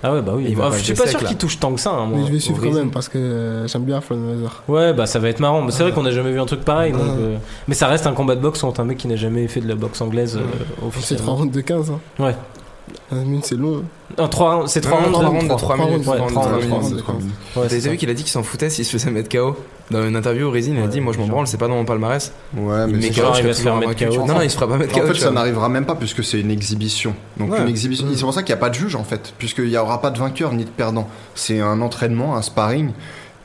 Speaker 1: Ah ouais, bah oui.
Speaker 4: Il va
Speaker 1: Ah,
Speaker 4: pas
Speaker 1: je suis
Speaker 4: être
Speaker 1: pas
Speaker 4: sec,
Speaker 1: sûr
Speaker 4: là.
Speaker 1: qu'il touche tant que ça. hein, moi.
Speaker 3: mais je vais suivre quand
Speaker 4: Horizon.
Speaker 3: même parce que euh, j'aime bien Floyd Mayweather.
Speaker 1: Ouais, bah ça va être marrant. Bah, c'est vrai qu'on n'a jamais vu un truc pareil. donc,
Speaker 3: Ouais.
Speaker 1: euh, Mais ça reste un combat de boxe contre un mec qui n'a jamais fait de la boxe anglaise euh,
Speaker 3: C'est 3
Speaker 1: officiellement.
Speaker 3: rounds de 15. Hein.
Speaker 1: Ouais.
Speaker 3: 15 minutes, c'est long.
Speaker 1: Non, trois rounds- C'est 3
Speaker 4: Non, non,
Speaker 1: rounds
Speaker 4: trois
Speaker 1: de-
Speaker 4: rounds de
Speaker 1: trois.
Speaker 4: trois
Speaker 1: Trois
Speaker 4: minutes,
Speaker 1: rounds,
Speaker 4: trois
Speaker 1: ouais,
Speaker 4: rounds de
Speaker 1: trois
Speaker 4: trois
Speaker 1: rounds.
Speaker 4: minutes.
Speaker 3: Trois
Speaker 2: Enfin,
Speaker 3: rounds de
Speaker 2: trois
Speaker 3: 15.
Speaker 2: minutes.
Speaker 1: Ouais,
Speaker 4: T'as
Speaker 1: c'est
Speaker 4: déjà
Speaker 1: ça.
Speaker 4: vu qu'il a dit qu'il s'en foutait s'il se faisait mettre KO Dans une interview, Horizon, il a dit Moi je m'en branle, c'est pas dans mon palmarès.
Speaker 2: Ouais,
Speaker 4: Il
Speaker 2: mais
Speaker 4: me met
Speaker 2: c'est-
Speaker 1: Ah, sûr,
Speaker 4: KO, je
Speaker 1: il va
Speaker 4: serai
Speaker 1: se faire
Speaker 4: toujours
Speaker 1: mettre
Speaker 4: invaincu,
Speaker 1: KO.
Speaker 4: tu vois. Non, non, il se fera pas mettre
Speaker 2: En
Speaker 4: KO.
Speaker 2: fait,
Speaker 4: tu
Speaker 2: ça
Speaker 4: vois.
Speaker 2: n'arrivera même pas puisque c'est une exhibition. Donc
Speaker 4: Ouais. Mm.
Speaker 2: une exhibition, c'est pour ça qu'il n'y a pas de juge en fait, puisqu'il n'y aura pas de vainqueur ni de perdant. C'est un entraînement, un sparring.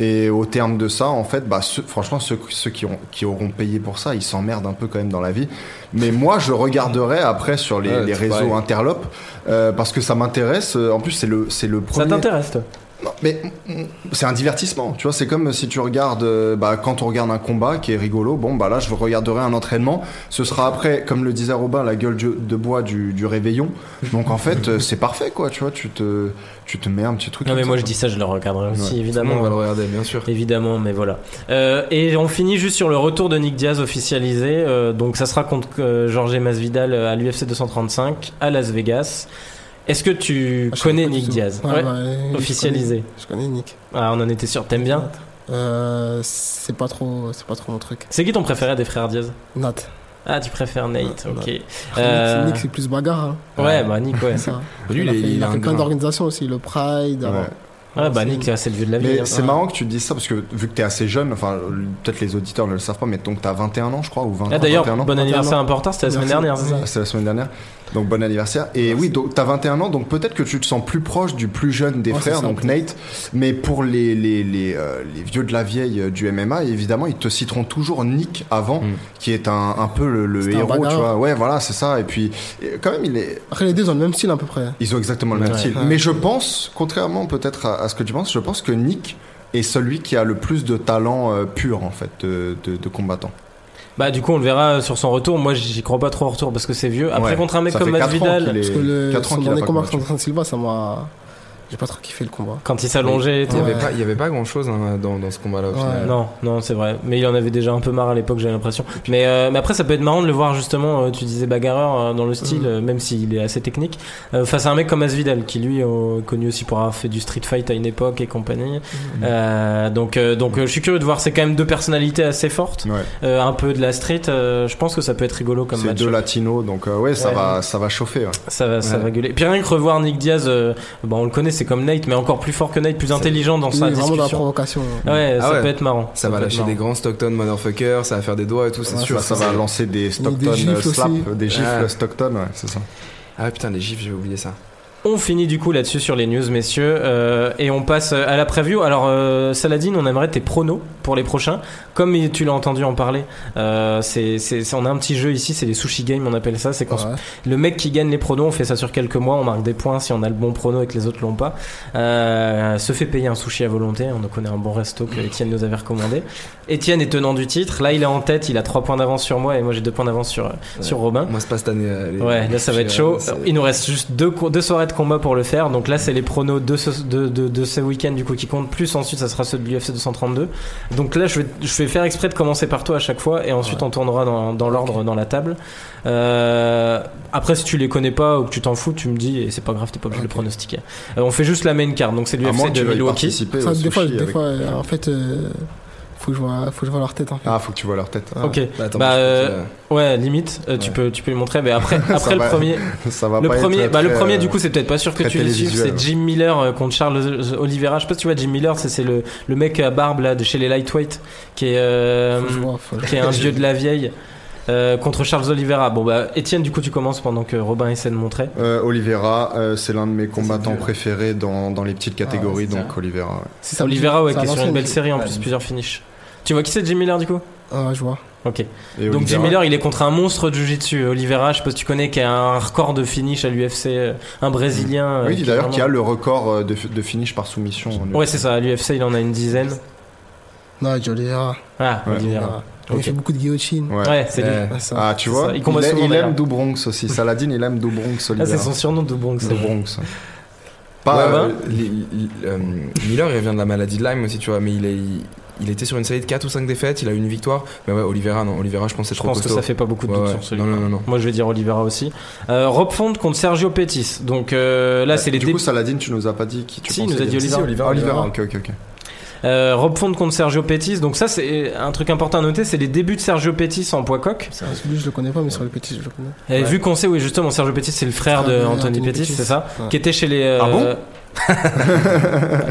Speaker 2: Et au terme de ça, en fait, bah, ceux- franchement, ceux, ceux qui, ont, qui auront payé pour ça, ils s'emmerdent un peu quand même dans la vie. Mais moi, je regarderai après sur les,
Speaker 4: Ouais,
Speaker 2: les
Speaker 4: c'est
Speaker 2: réseaux
Speaker 4: pareil.
Speaker 2: interlopes euh, parce que ça m'intéresse. En plus, c'est le, c'est le
Speaker 1: Ça
Speaker 2: premier.
Speaker 1: t'intéresse, toi
Speaker 2: Non, mais mm, mm, c'est un divertissement, tu vois. C'est comme si tu regardes, euh, bah, quand on regarde un combat qui est rigolo, bon, bah là, je regarderai un entraînement. Ce sera après, comme le disait Robin, la gueule du- de bois du, du réveillon. Donc en fait, euh, c'est parfait, quoi, tu vois. Tu te, tu te mets un petit truc.
Speaker 1: Non,
Speaker 2: comme
Speaker 1: mais
Speaker 2: ça,
Speaker 1: moi je
Speaker 2: quoi.
Speaker 1: dis ça, je le regarderai aussi,
Speaker 4: Tout le monde
Speaker 1: évidemment.
Speaker 4: va le regarder, bien sûr.
Speaker 1: Évidemment, mais voilà. Euh, et on finit juste sur le retour de Nick Diaz officialisé. Euh, donc ça sera contre euh, Jorge Masvidal à l'UFC 235 à Las Vegas. Est-ce que tu
Speaker 3: Ah, je
Speaker 1: connais
Speaker 3: pas du
Speaker 1: Nick
Speaker 3: tout.
Speaker 1: Diaz
Speaker 3: Ouais,
Speaker 1: Ouais,
Speaker 3: bah, je
Speaker 1: Officialisé.
Speaker 3: connais- Je connais Nick.
Speaker 1: Ah, on en était sûr. T'aimes bien
Speaker 3: Euh, c'est pas trop, c'est pas trop mon truc.
Speaker 1: C'est qui ton préféré des frères Diaz
Speaker 3: Nat.
Speaker 1: Ah, tu préfères Nate,
Speaker 3: Ouais,
Speaker 1: ok.
Speaker 3: ouais.
Speaker 1: Euh,
Speaker 3: Nick, c'est plus bagarre. Hein.
Speaker 1: Ouais, bah Nick, ouais.
Speaker 3: C'est ça.
Speaker 4: Lui, il
Speaker 3: a
Speaker 4: est-
Speaker 3: fait,
Speaker 4: il a
Speaker 3: a fait
Speaker 4: un
Speaker 3: plein
Speaker 4: grain.
Speaker 3: d'organisations aussi, le Pride. euh.
Speaker 2: Ouais.
Speaker 3: avant.
Speaker 1: Ouais, bah
Speaker 3: C'est-
Speaker 1: Nick, c'est le vieux de la vie.
Speaker 2: Mais
Speaker 1: hein.
Speaker 2: c'est marrant que tu dises ça parce que vu que t'es assez jeune, enfin, euh, peut-être les auditeurs ne le savent pas, mais donc t'as 21 ans, je crois, ou 20
Speaker 1: Ah, d'ailleurs,
Speaker 2: 21 ans.
Speaker 1: bon anniversaire important, c'était la semaine
Speaker 3: Merci.
Speaker 1: dernière, c'est ça
Speaker 3: Ouais.
Speaker 2: C'est la semaine dernière. Donc bon anniversaire. Et oui, donc t'as 21 ans, donc peut-être que tu te sens plus proche du plus jeune des
Speaker 3: Ouais,
Speaker 2: frères,
Speaker 3: c'est ça,
Speaker 2: donc
Speaker 3: peut-être.
Speaker 2: Nate. Mais pour les, les, les, euh, les vieux de la vieille euh, du MMA, évidemment, ils te citeront toujours Nick avant,
Speaker 4: Mm.
Speaker 2: qui est un, un peu le, le
Speaker 3: C'était un
Speaker 2: héros, tu
Speaker 3: bagarre.
Speaker 2: vois. Ouais, voilà, c'est ça. Et puis, et quand même, il est,
Speaker 3: Après, les deux ont le même style à peu près.
Speaker 2: ils ont exactement le même
Speaker 1: Ouais.
Speaker 2: style.
Speaker 3: Ouais.
Speaker 2: Mais je pense, contrairement peut-être à, à ce que tu penses, je pense que Nick est celui qui a le plus de talent euh, pur, en fait, de, de, de combattant.
Speaker 1: Bah, du coup, on le verra sur son retour. Moi, j'y crois pas trop au retour parce que c'est vieux. Après,
Speaker 2: Ouais.
Speaker 1: contre un mec
Speaker 2: Ça
Speaker 1: comme
Speaker 2: fait quatre ans qu'il
Speaker 1: Masvidal,
Speaker 2: est-
Speaker 3: Parce que le,
Speaker 2: 4 ans
Speaker 3: son
Speaker 2: qu'il a
Speaker 3: dernier
Speaker 2: pas
Speaker 3: combat
Speaker 2: combattu.
Speaker 3: contre Anderson Silva, ça m'a. J'ai pas trop kiffé le combat.
Speaker 1: quand il s'allongeait et
Speaker 4: Il
Speaker 1: tout.
Speaker 4: y avait
Speaker 3: Ouais.
Speaker 4: pas- il y avait pas grand chose dans dans ce combat-là au
Speaker 3: Ouais.
Speaker 4: final.
Speaker 1: Non, non, c'est vrai. Mais il en avait déjà un peu marre à l'époque, j'ai l'impression. Mais, euh, mais après, ça peut être marrant de le voir justement, euh, tu disais bagarreur euh, dans le style,
Speaker 3: Mhm.
Speaker 1: euh, même s'il est assez technique, euh, face à un mec comme Asvidal, qui lui euh, est connu aussi pour avoir fait du street fight à une époque et compagnie. Euh, donc euh, donc euh, je suis curieux de voir, c'est quand même deux personnalités assez fortes,
Speaker 2: Ouais.
Speaker 1: euh, un peu de la street, euh, je pense que ça peut être rigolo comme
Speaker 2: C'est
Speaker 1: match.
Speaker 2: deux latinos, donc euh, ouais, ça,
Speaker 1: Ouais.
Speaker 2: va, ça va chauffer. ouais.
Speaker 1: Ça va, ça
Speaker 4: Ouais.
Speaker 1: va gueuler. Puis rien que revoir Nick Diaz, euh, bon, on le connaît, c'est comme Nate, mais encore plus fort que Nate, plus intelligent dans
Speaker 3: Il
Speaker 1: sa
Speaker 3: est vraiment dans la
Speaker 1: discussion.
Speaker 3: provocation.
Speaker 1: Ouais,
Speaker 4: Ah
Speaker 1: ça
Speaker 4: ouais.
Speaker 1: peut être marrant.
Speaker 4: Ça va
Speaker 1: peut être
Speaker 4: lâcher
Speaker 1: marrant.
Speaker 4: des grands Stockton motherfuckers, ça va faire des doigts et tout, c'est
Speaker 3: Ouais,
Speaker 4: sûr.
Speaker 2: ça, ça va lancer des Stockton
Speaker 3: gifles
Speaker 2: euh, slap,
Speaker 3: aussi.
Speaker 2: des gifles
Speaker 4: Ouais.
Speaker 2: Stockton, ouais, c'est ça.
Speaker 4: Ah putain, les gifs, j'ai oublié ça.
Speaker 1: On finit du coup là-dessus sur les news, messieurs, euh, et on passe à la preview. Alors, euh, Saladin, on aimerait tes pronos pour les prochains. Comme tu l'as entendu en parler, euh, c'est, c'est- c'est- on a un petit jeu ici, c'est les sushi games, on appelle ça. C'est qu'on se-
Speaker 3: Ouais.
Speaker 1: le mec qui gagne les pronos, on fait ça sur quelques mois, on marque des points si on a le bon prono et que les autres l'ont pas. Euh, se fait payer un sushi à volonté, hein, on connaît un bon resto que Étienne nous avait recommandé. Étienne est tenant du titre, là il est en tête, il a 3 points d'avance sur moi et moi j'ai deux points d'avance sur, sur Robin.
Speaker 4: Moi, c'est pas cette année. euh, les-
Speaker 1: Ouais, là ça va être chaud.
Speaker 4: C'est-
Speaker 1: Il nous reste juste deux, co- deux soirées de combat pour le faire. Donc là, c'est les pronos de ce, de, de- de ce week-end du coup qui comptent. Plus ensuite, ça sera ceux de l'UFC 232. Donc là, je vais, je vais faire exprès de commencer par toi à chaque fois et ensuite on tournera dans, dans l'ordre, dans la table. Euh, après, si tu les connais pas ou que tu t'en fous, tu me dis et c'est pas grave, t'es pas obligé de le pronostiquer. Euh, on fait juste la main card. Donc c'est
Speaker 2: À
Speaker 1: l'UFC
Speaker 2: moins que
Speaker 1: de
Speaker 2: tu veuilles
Speaker 1: Milwaukee.
Speaker 2: participer
Speaker 3: Ça,
Speaker 2: au
Speaker 3: des fois,
Speaker 2: sushi
Speaker 3: des
Speaker 2: avec-
Speaker 3: fois euh, en fait, euh, faut, que je vois, faut que je vois leur tête en fait.
Speaker 2: Ah, faut que tu vois leur tête.
Speaker 1: Ok.
Speaker 4: Bah, attends,
Speaker 1: Bah,
Speaker 4: je peux
Speaker 1: euh,
Speaker 4: te-
Speaker 1: Ouais, limite, euh, tu
Speaker 2: Ouais.
Speaker 1: peux, tu peux lui montrer. Mais après,
Speaker 2: Ça
Speaker 1: après le
Speaker 2: va-
Speaker 1: premier,
Speaker 2: Ça va
Speaker 1: le
Speaker 2: pas
Speaker 1: premier,
Speaker 2: être
Speaker 1: bah, le
Speaker 2: très,
Speaker 1: premier,
Speaker 2: euh,
Speaker 1: du coup, c'est peut-être pas sûr que
Speaker 2: très
Speaker 1: tu les suives.
Speaker 2: télévisuel.
Speaker 1: C'est Jim Miller euh, contre Charles euh, Oliveira. Je sais pas si tu vois Jim Miller, c'est c'est le, le mec à barbe là de chez les lightweight qui est euh,
Speaker 3: Faut que je vois, faut que je-
Speaker 1: qui est un vieux de la vieille euh, contre Charles Oliveira. Bon bah Étienne, du coup, tu commences pendant que Robin essaie de montrer.
Speaker 2: euh, Oliveira, euh, c'est l'un de mes combattants
Speaker 4: dur.
Speaker 2: préférés dans, dans les petites
Speaker 1: Ah,
Speaker 2: catégories, donc Oliveira. ouais.
Speaker 3: Si ça bouge,
Speaker 1: Oliveira, ouais,
Speaker 3: ça
Speaker 1: qui est sur
Speaker 3: avance,
Speaker 1: une belle
Speaker 3: mais-
Speaker 1: série en
Speaker 4: ouais.
Speaker 1: plus, plusieurs finishes. Tu vois qui c'est Jim Miller du coup
Speaker 3: Ah, je vois.
Speaker 1: Ok.
Speaker 2: Et
Speaker 1: Donc Jim
Speaker 2: Oliveira,
Speaker 1: Miller, il est contre un monstre de Jiu-Jitsu, Oliveira, je sais pas si tu connais, qui a un record de finish à l'UFC, euh, un Brésilien. euh,
Speaker 2: Oui,
Speaker 1: qui est
Speaker 2: d'ailleurs, qui a
Speaker 1: vraiment-
Speaker 2: le record euh, de, de finish par soumission. en
Speaker 1: Ouais, c'est ça, à l'UFC, il en a une dizaine.
Speaker 3: Non, Joe Oliveira.
Speaker 1: Ah,
Speaker 2: Ouais.
Speaker 1: Oliveira.
Speaker 3: Il
Speaker 1: Ok.
Speaker 3: fait beaucoup de guillotine.
Speaker 2: Ouais.
Speaker 1: Ouais, c'est lui.
Speaker 4: Euh,
Speaker 3: Ah, ça.
Speaker 2: Ah, tu vois,
Speaker 1: ça, il
Speaker 2: il,
Speaker 1: combat
Speaker 2: a-
Speaker 1: souvent,
Speaker 2: il
Speaker 1: d'ailleurs.
Speaker 2: aime Doubronx aussi. Saladin, il aime Doubronx
Speaker 1: Ah,
Speaker 2: Oliveira.
Speaker 1: c'est son surnom de Bronx.
Speaker 2: Doubronx. Pas
Speaker 1: Ouais,
Speaker 2: euh,
Speaker 1: ouais.
Speaker 4: Li- li- euh, Miller, il revient de la maladie de Lyme aussi, tu vois, mais il, est, il, il était sur une série de 4 ou 5 défaites, il a eu une victoire. Mais ouais, Oliveira, non, Oliveira, je pense que c'est
Speaker 1: Je
Speaker 4: trop
Speaker 1: pense que
Speaker 4: costaud.
Speaker 1: ça fait pas beaucoup de
Speaker 4: Ouais,
Speaker 1: doute
Speaker 4: ouais.
Speaker 1: sur celui-là.
Speaker 4: Non, non, non, non.
Speaker 1: Moi, je vais dire Oliveira aussi. Euh, Rob Font contre Sergio Pettis. Donc euh, là, c'est les
Speaker 2: Bah, Du coup,
Speaker 1: débuts.
Speaker 2: Saladin, tu nous as pas dit qui tu
Speaker 1: Si, il
Speaker 2: pensais
Speaker 1: nous a dit
Speaker 2: gagner.
Speaker 1: Oliveira.
Speaker 2: Ah, Oliveira, ok, ok, ok.
Speaker 1: Euh, Rob Font contre Sergio Pettis. Donc ça, c'est un truc important à noter, c'est les débuts de Sergio Pettis en poids coq.
Speaker 3: Ça, Lui, je le connais pas, mais sur le petit, je le connais.
Speaker 1: Et
Speaker 4: Ouais.
Speaker 1: vu qu'on sait, oui, justement, Sergio Pettis, c'est le frère de
Speaker 3: Ah,
Speaker 1: Anthony Pettis, c'est ça
Speaker 3: Ouais.
Speaker 1: Qui était chez les. euh,
Speaker 4: Ah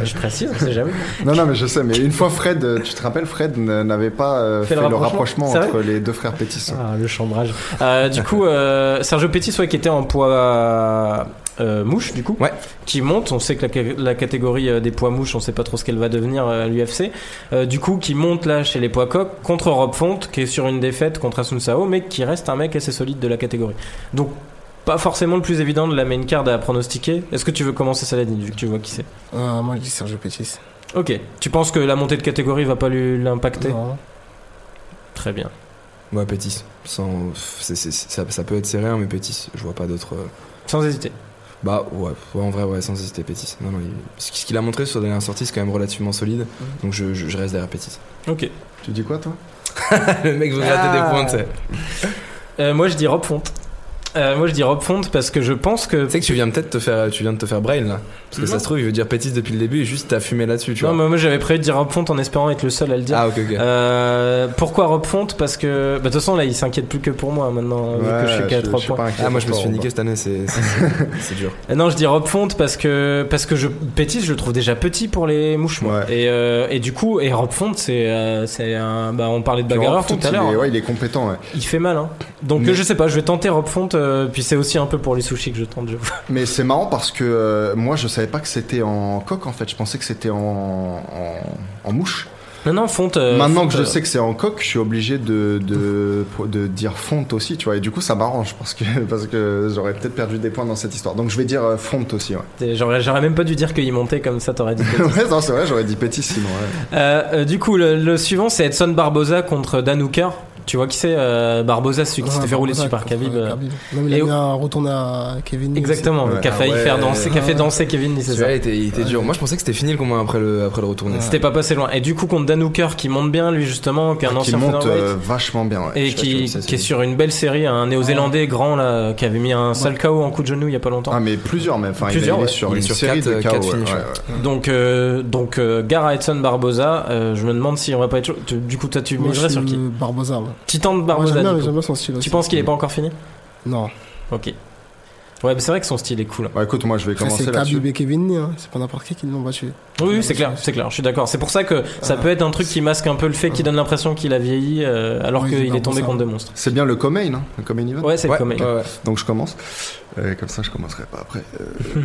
Speaker 1: Je précise, on sait jamais.
Speaker 2: Non, non, mais je sais, mais une fois Fred, euh, tu te rappelles, Fred n- n'avait pas euh,
Speaker 1: Fait
Speaker 2: fait,
Speaker 1: le
Speaker 2: le
Speaker 1: rapprochement
Speaker 2: rapprochement
Speaker 1: C'est
Speaker 2: entre les deux frères Pétis.
Speaker 1: Ah, le chambrage. Euh, du coup, euh, Sergio Pettis, ouais, qui était en poids euh, mouche, du coup,
Speaker 4: Ouais.
Speaker 1: qui monte. On sait que la, ca- la catégorie euh, des poids mouches, on sait pas trop ce qu'elle va devenir euh, à l'UFC. Euh, du coup, qui monte là chez les poids coqs contre Rob Font, qui est sur une défaite contre Asun Sao, mais qui reste un mec assez solide de la catégorie. Donc, pas forcément le plus évident de la main card à pronostiquer. Est-ce que tu veux commencer Saladin, vu que tu vois qui c'est
Speaker 3: Ah, moi, je dis Sergio Pétis.
Speaker 1: Ok. Tu penses que la montée de catégorie va pas lui- l'impacter
Speaker 3: Non.
Speaker 1: Très bien.
Speaker 4: Ouais, Pétis. Sans, pff, c'est- c'est- c'est- ça, ça peut être serré, hein, mais Pétis, je vois pas d'autres. euh,
Speaker 1: Sans hésiter.
Speaker 4: Bah ouais, ouais, en vrai, ouais, sans hésiter, Pétis. Non, non, il- ce qu'il a montré sur la dernière sortie, c'est quand même relativement solide, donc je, je- je reste derrière Pétis.
Speaker 1: Ok.
Speaker 2: Tu dis quoi, toi
Speaker 4: Le mec veut gratter
Speaker 1: Ah.
Speaker 4: des points, tu sais.
Speaker 1: Euh, moi je dis Rob Font. Euh, moi je dis Rob Font parce que je pense que.
Speaker 4: Tu sais que tu viens peut-être te faire, tu viens de te faire brain là, parce que
Speaker 1: Non.
Speaker 4: ça se trouve, il veut dire Pétis depuis le début et juste t'as fumé là-dessus, tu
Speaker 1: Non,
Speaker 4: vois.
Speaker 1: mais moi j'avais prévu de dire Rob Font en espérant être le seul à le dire.
Speaker 4: Ah, ok, ok.
Speaker 1: Euh, pourquoi Rob Font Parce que. bah, De toute façon là il s'inquiète plus que pour moi maintenant vu Euh, que je suis qu'à 3 points.
Speaker 4: Ah, moi je me suis fait niquer cette année, c'est c'est- c'est- c'est dur.
Speaker 1: Euh, Non je dis Rob Font parce que. Parce que je. Pétis je le trouve déjà petit pour les mouches moi.
Speaker 2: Ouais.
Speaker 1: Et, euh, et du coup, et Rob Font c'est. euh, c'est un. Bah on parlait de bagarreur tout à l'heure. hein.
Speaker 2: Ouais, il est compétent, ouais.
Speaker 1: Il fait mal hein. Donc
Speaker 4: Mais-
Speaker 1: euh, je sais pas, je vais tenter Rob Font euh, puis c'est aussi un peu pour les sushis que je tente. Je...
Speaker 2: Mais c'est marrant parce que euh, moi, je savais pas que c'était en coq, en fait. Je pensais que c'était en, en, en mouche.
Speaker 1: Non non Font. euh,
Speaker 2: Maintenant
Speaker 1: Font,
Speaker 2: que je
Speaker 1: euh,
Speaker 2: sais que c'est en coq, je suis obligé de, de, de dire fonte aussi, tu vois. Et du coup, ça m'arrange parce que, parce que j'aurais peut-être perdu des points dans cette histoire. Donc, je vais dire euh, fonte aussi, ouais.
Speaker 1: J'aurais j'aurais même pas dû dire qu'il montait comme ça t'aurais dit. Pétis.
Speaker 2: ouais, non, c'est vrai, j'aurais dit petit sinon. ouais.
Speaker 1: Euh, euh, du coup, le, le suivant, c'est Edson Barboza contre Dan Hooker. Tu vois qui c'est euh, Barboza, celui qui
Speaker 3: Ah,
Speaker 1: s'était fait rouler dessus par Khabib. euh.
Speaker 3: Même il
Speaker 1: Et
Speaker 3: a
Speaker 1: où-
Speaker 3: mis un retourné à Kevin.
Speaker 1: Exactement,
Speaker 2: Ouais.
Speaker 1: qui a
Speaker 4: Ah
Speaker 1: failli
Speaker 4: ouais.
Speaker 1: faire danser, qui a fait danser Kevin Lee, c'est ça.
Speaker 4: Celui-là il était, il était dur. Moi je pensais que c'était fini le combat après le, après le retourné.
Speaker 1: C'était pas passé loin. Et du coup, contre Dan Hooker, qui monte bien, lui justement, qui est un
Speaker 2: Qui
Speaker 1: ancien
Speaker 2: monte
Speaker 1: featherweight,
Speaker 2: euh, vachement bien, ouais.
Speaker 1: et
Speaker 4: je sais pas si
Speaker 1: qui,
Speaker 4: vous savez,
Speaker 1: qui est
Speaker 4: c'est-
Speaker 1: sur une belle série, un néo-zélandais grand là, qui avait mis un sale KO en coup de genou il y a pas longtemps.
Speaker 2: Ah, mais plusieurs même. Enfin, il est-
Speaker 1: Plusieurs,
Speaker 2: il est
Speaker 1: ouais.
Speaker 2: sur
Speaker 4: Il est
Speaker 2: une
Speaker 4: sur
Speaker 2: série
Speaker 4: quatre,
Speaker 2: de
Speaker 4: euh,
Speaker 2: KO.
Speaker 4: quatre
Speaker 2: ouais,
Speaker 4: finishes,
Speaker 2: ouais,
Speaker 4: ouais.
Speaker 2: ouais.
Speaker 1: Donc, euh, donc euh, gare à Edson Barboza, euh, je me demande si on va pas être chaud. Tu- Du coup, toi, tu miserais sur qui
Speaker 3: Barbosa. moi.
Speaker 1: Titan de
Speaker 3: Moi,
Speaker 1: Barboza.
Speaker 3: J'aime bien,
Speaker 1: du coup.
Speaker 3: j'aime bien son style
Speaker 1: Tu
Speaker 3: aussi.
Speaker 1: penses qu'il est pas encore fini
Speaker 3: Non.
Speaker 1: Ok. Ouais, mais c'est vrai que son style est cool. hein.
Speaker 2: Bah écoute, moi je vais
Speaker 3: Après,
Speaker 2: commencer
Speaker 3: C'est
Speaker 2: là-dessus.
Speaker 3: Khabib et Kevin Lee, hein. c'est pas n'importe qui qui l'ont battu.
Speaker 1: Oui, oui,
Speaker 3: Ouais,
Speaker 1: c'est
Speaker 3: je-
Speaker 1: clair, c'est clair, je suis d'accord. C'est pour ça que ça
Speaker 3: Ah.
Speaker 1: peut être un truc qui masque un peu le fait qu'il donne l'impression qu'il a vieilli euh, alors
Speaker 3: Oui,
Speaker 1: qu'il
Speaker 3: c'est
Speaker 1: est tombé
Speaker 3: ça.
Speaker 1: contre deux monstres.
Speaker 2: C'est bien le comain, hein, le comain event.
Speaker 1: Ouais, c'est
Speaker 4: Ouais,
Speaker 1: le comic.
Speaker 4: ouais, ouais.
Speaker 2: Donc je commence. Euh, comme ça, je commencerai pas après. Euh,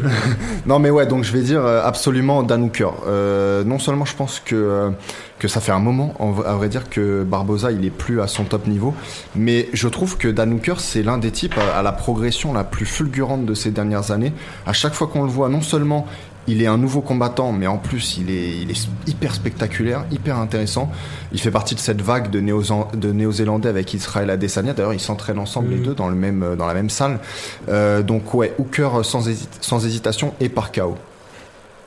Speaker 2: non, mais ouais, donc je vais dire euh, absolument Dan Hooker. Euh, non seulement je pense que euh, que ça fait un moment, en v- à vrai dire, que Barbosa il est plus à son top niveau, mais je trouve que Dan Hooker c'est l'un des types à, à la progression la plus fulgurante de ces dernières années. À chaque fois qu'on le voit, non seulement Il est un nouveau combattant, mais en plus, il est, il est hyper spectaculaire, hyper intéressant. Il fait partie de cette vague de, Néo de Néo-Zélandais avec Israël Adesanya. D'ailleurs, ils s'entraînent ensemble
Speaker 1: Mhm.
Speaker 2: les deux dans, le même, dans la même salle. Euh, donc, ouais, Hooker sans, hési- sans hésitation et par KO.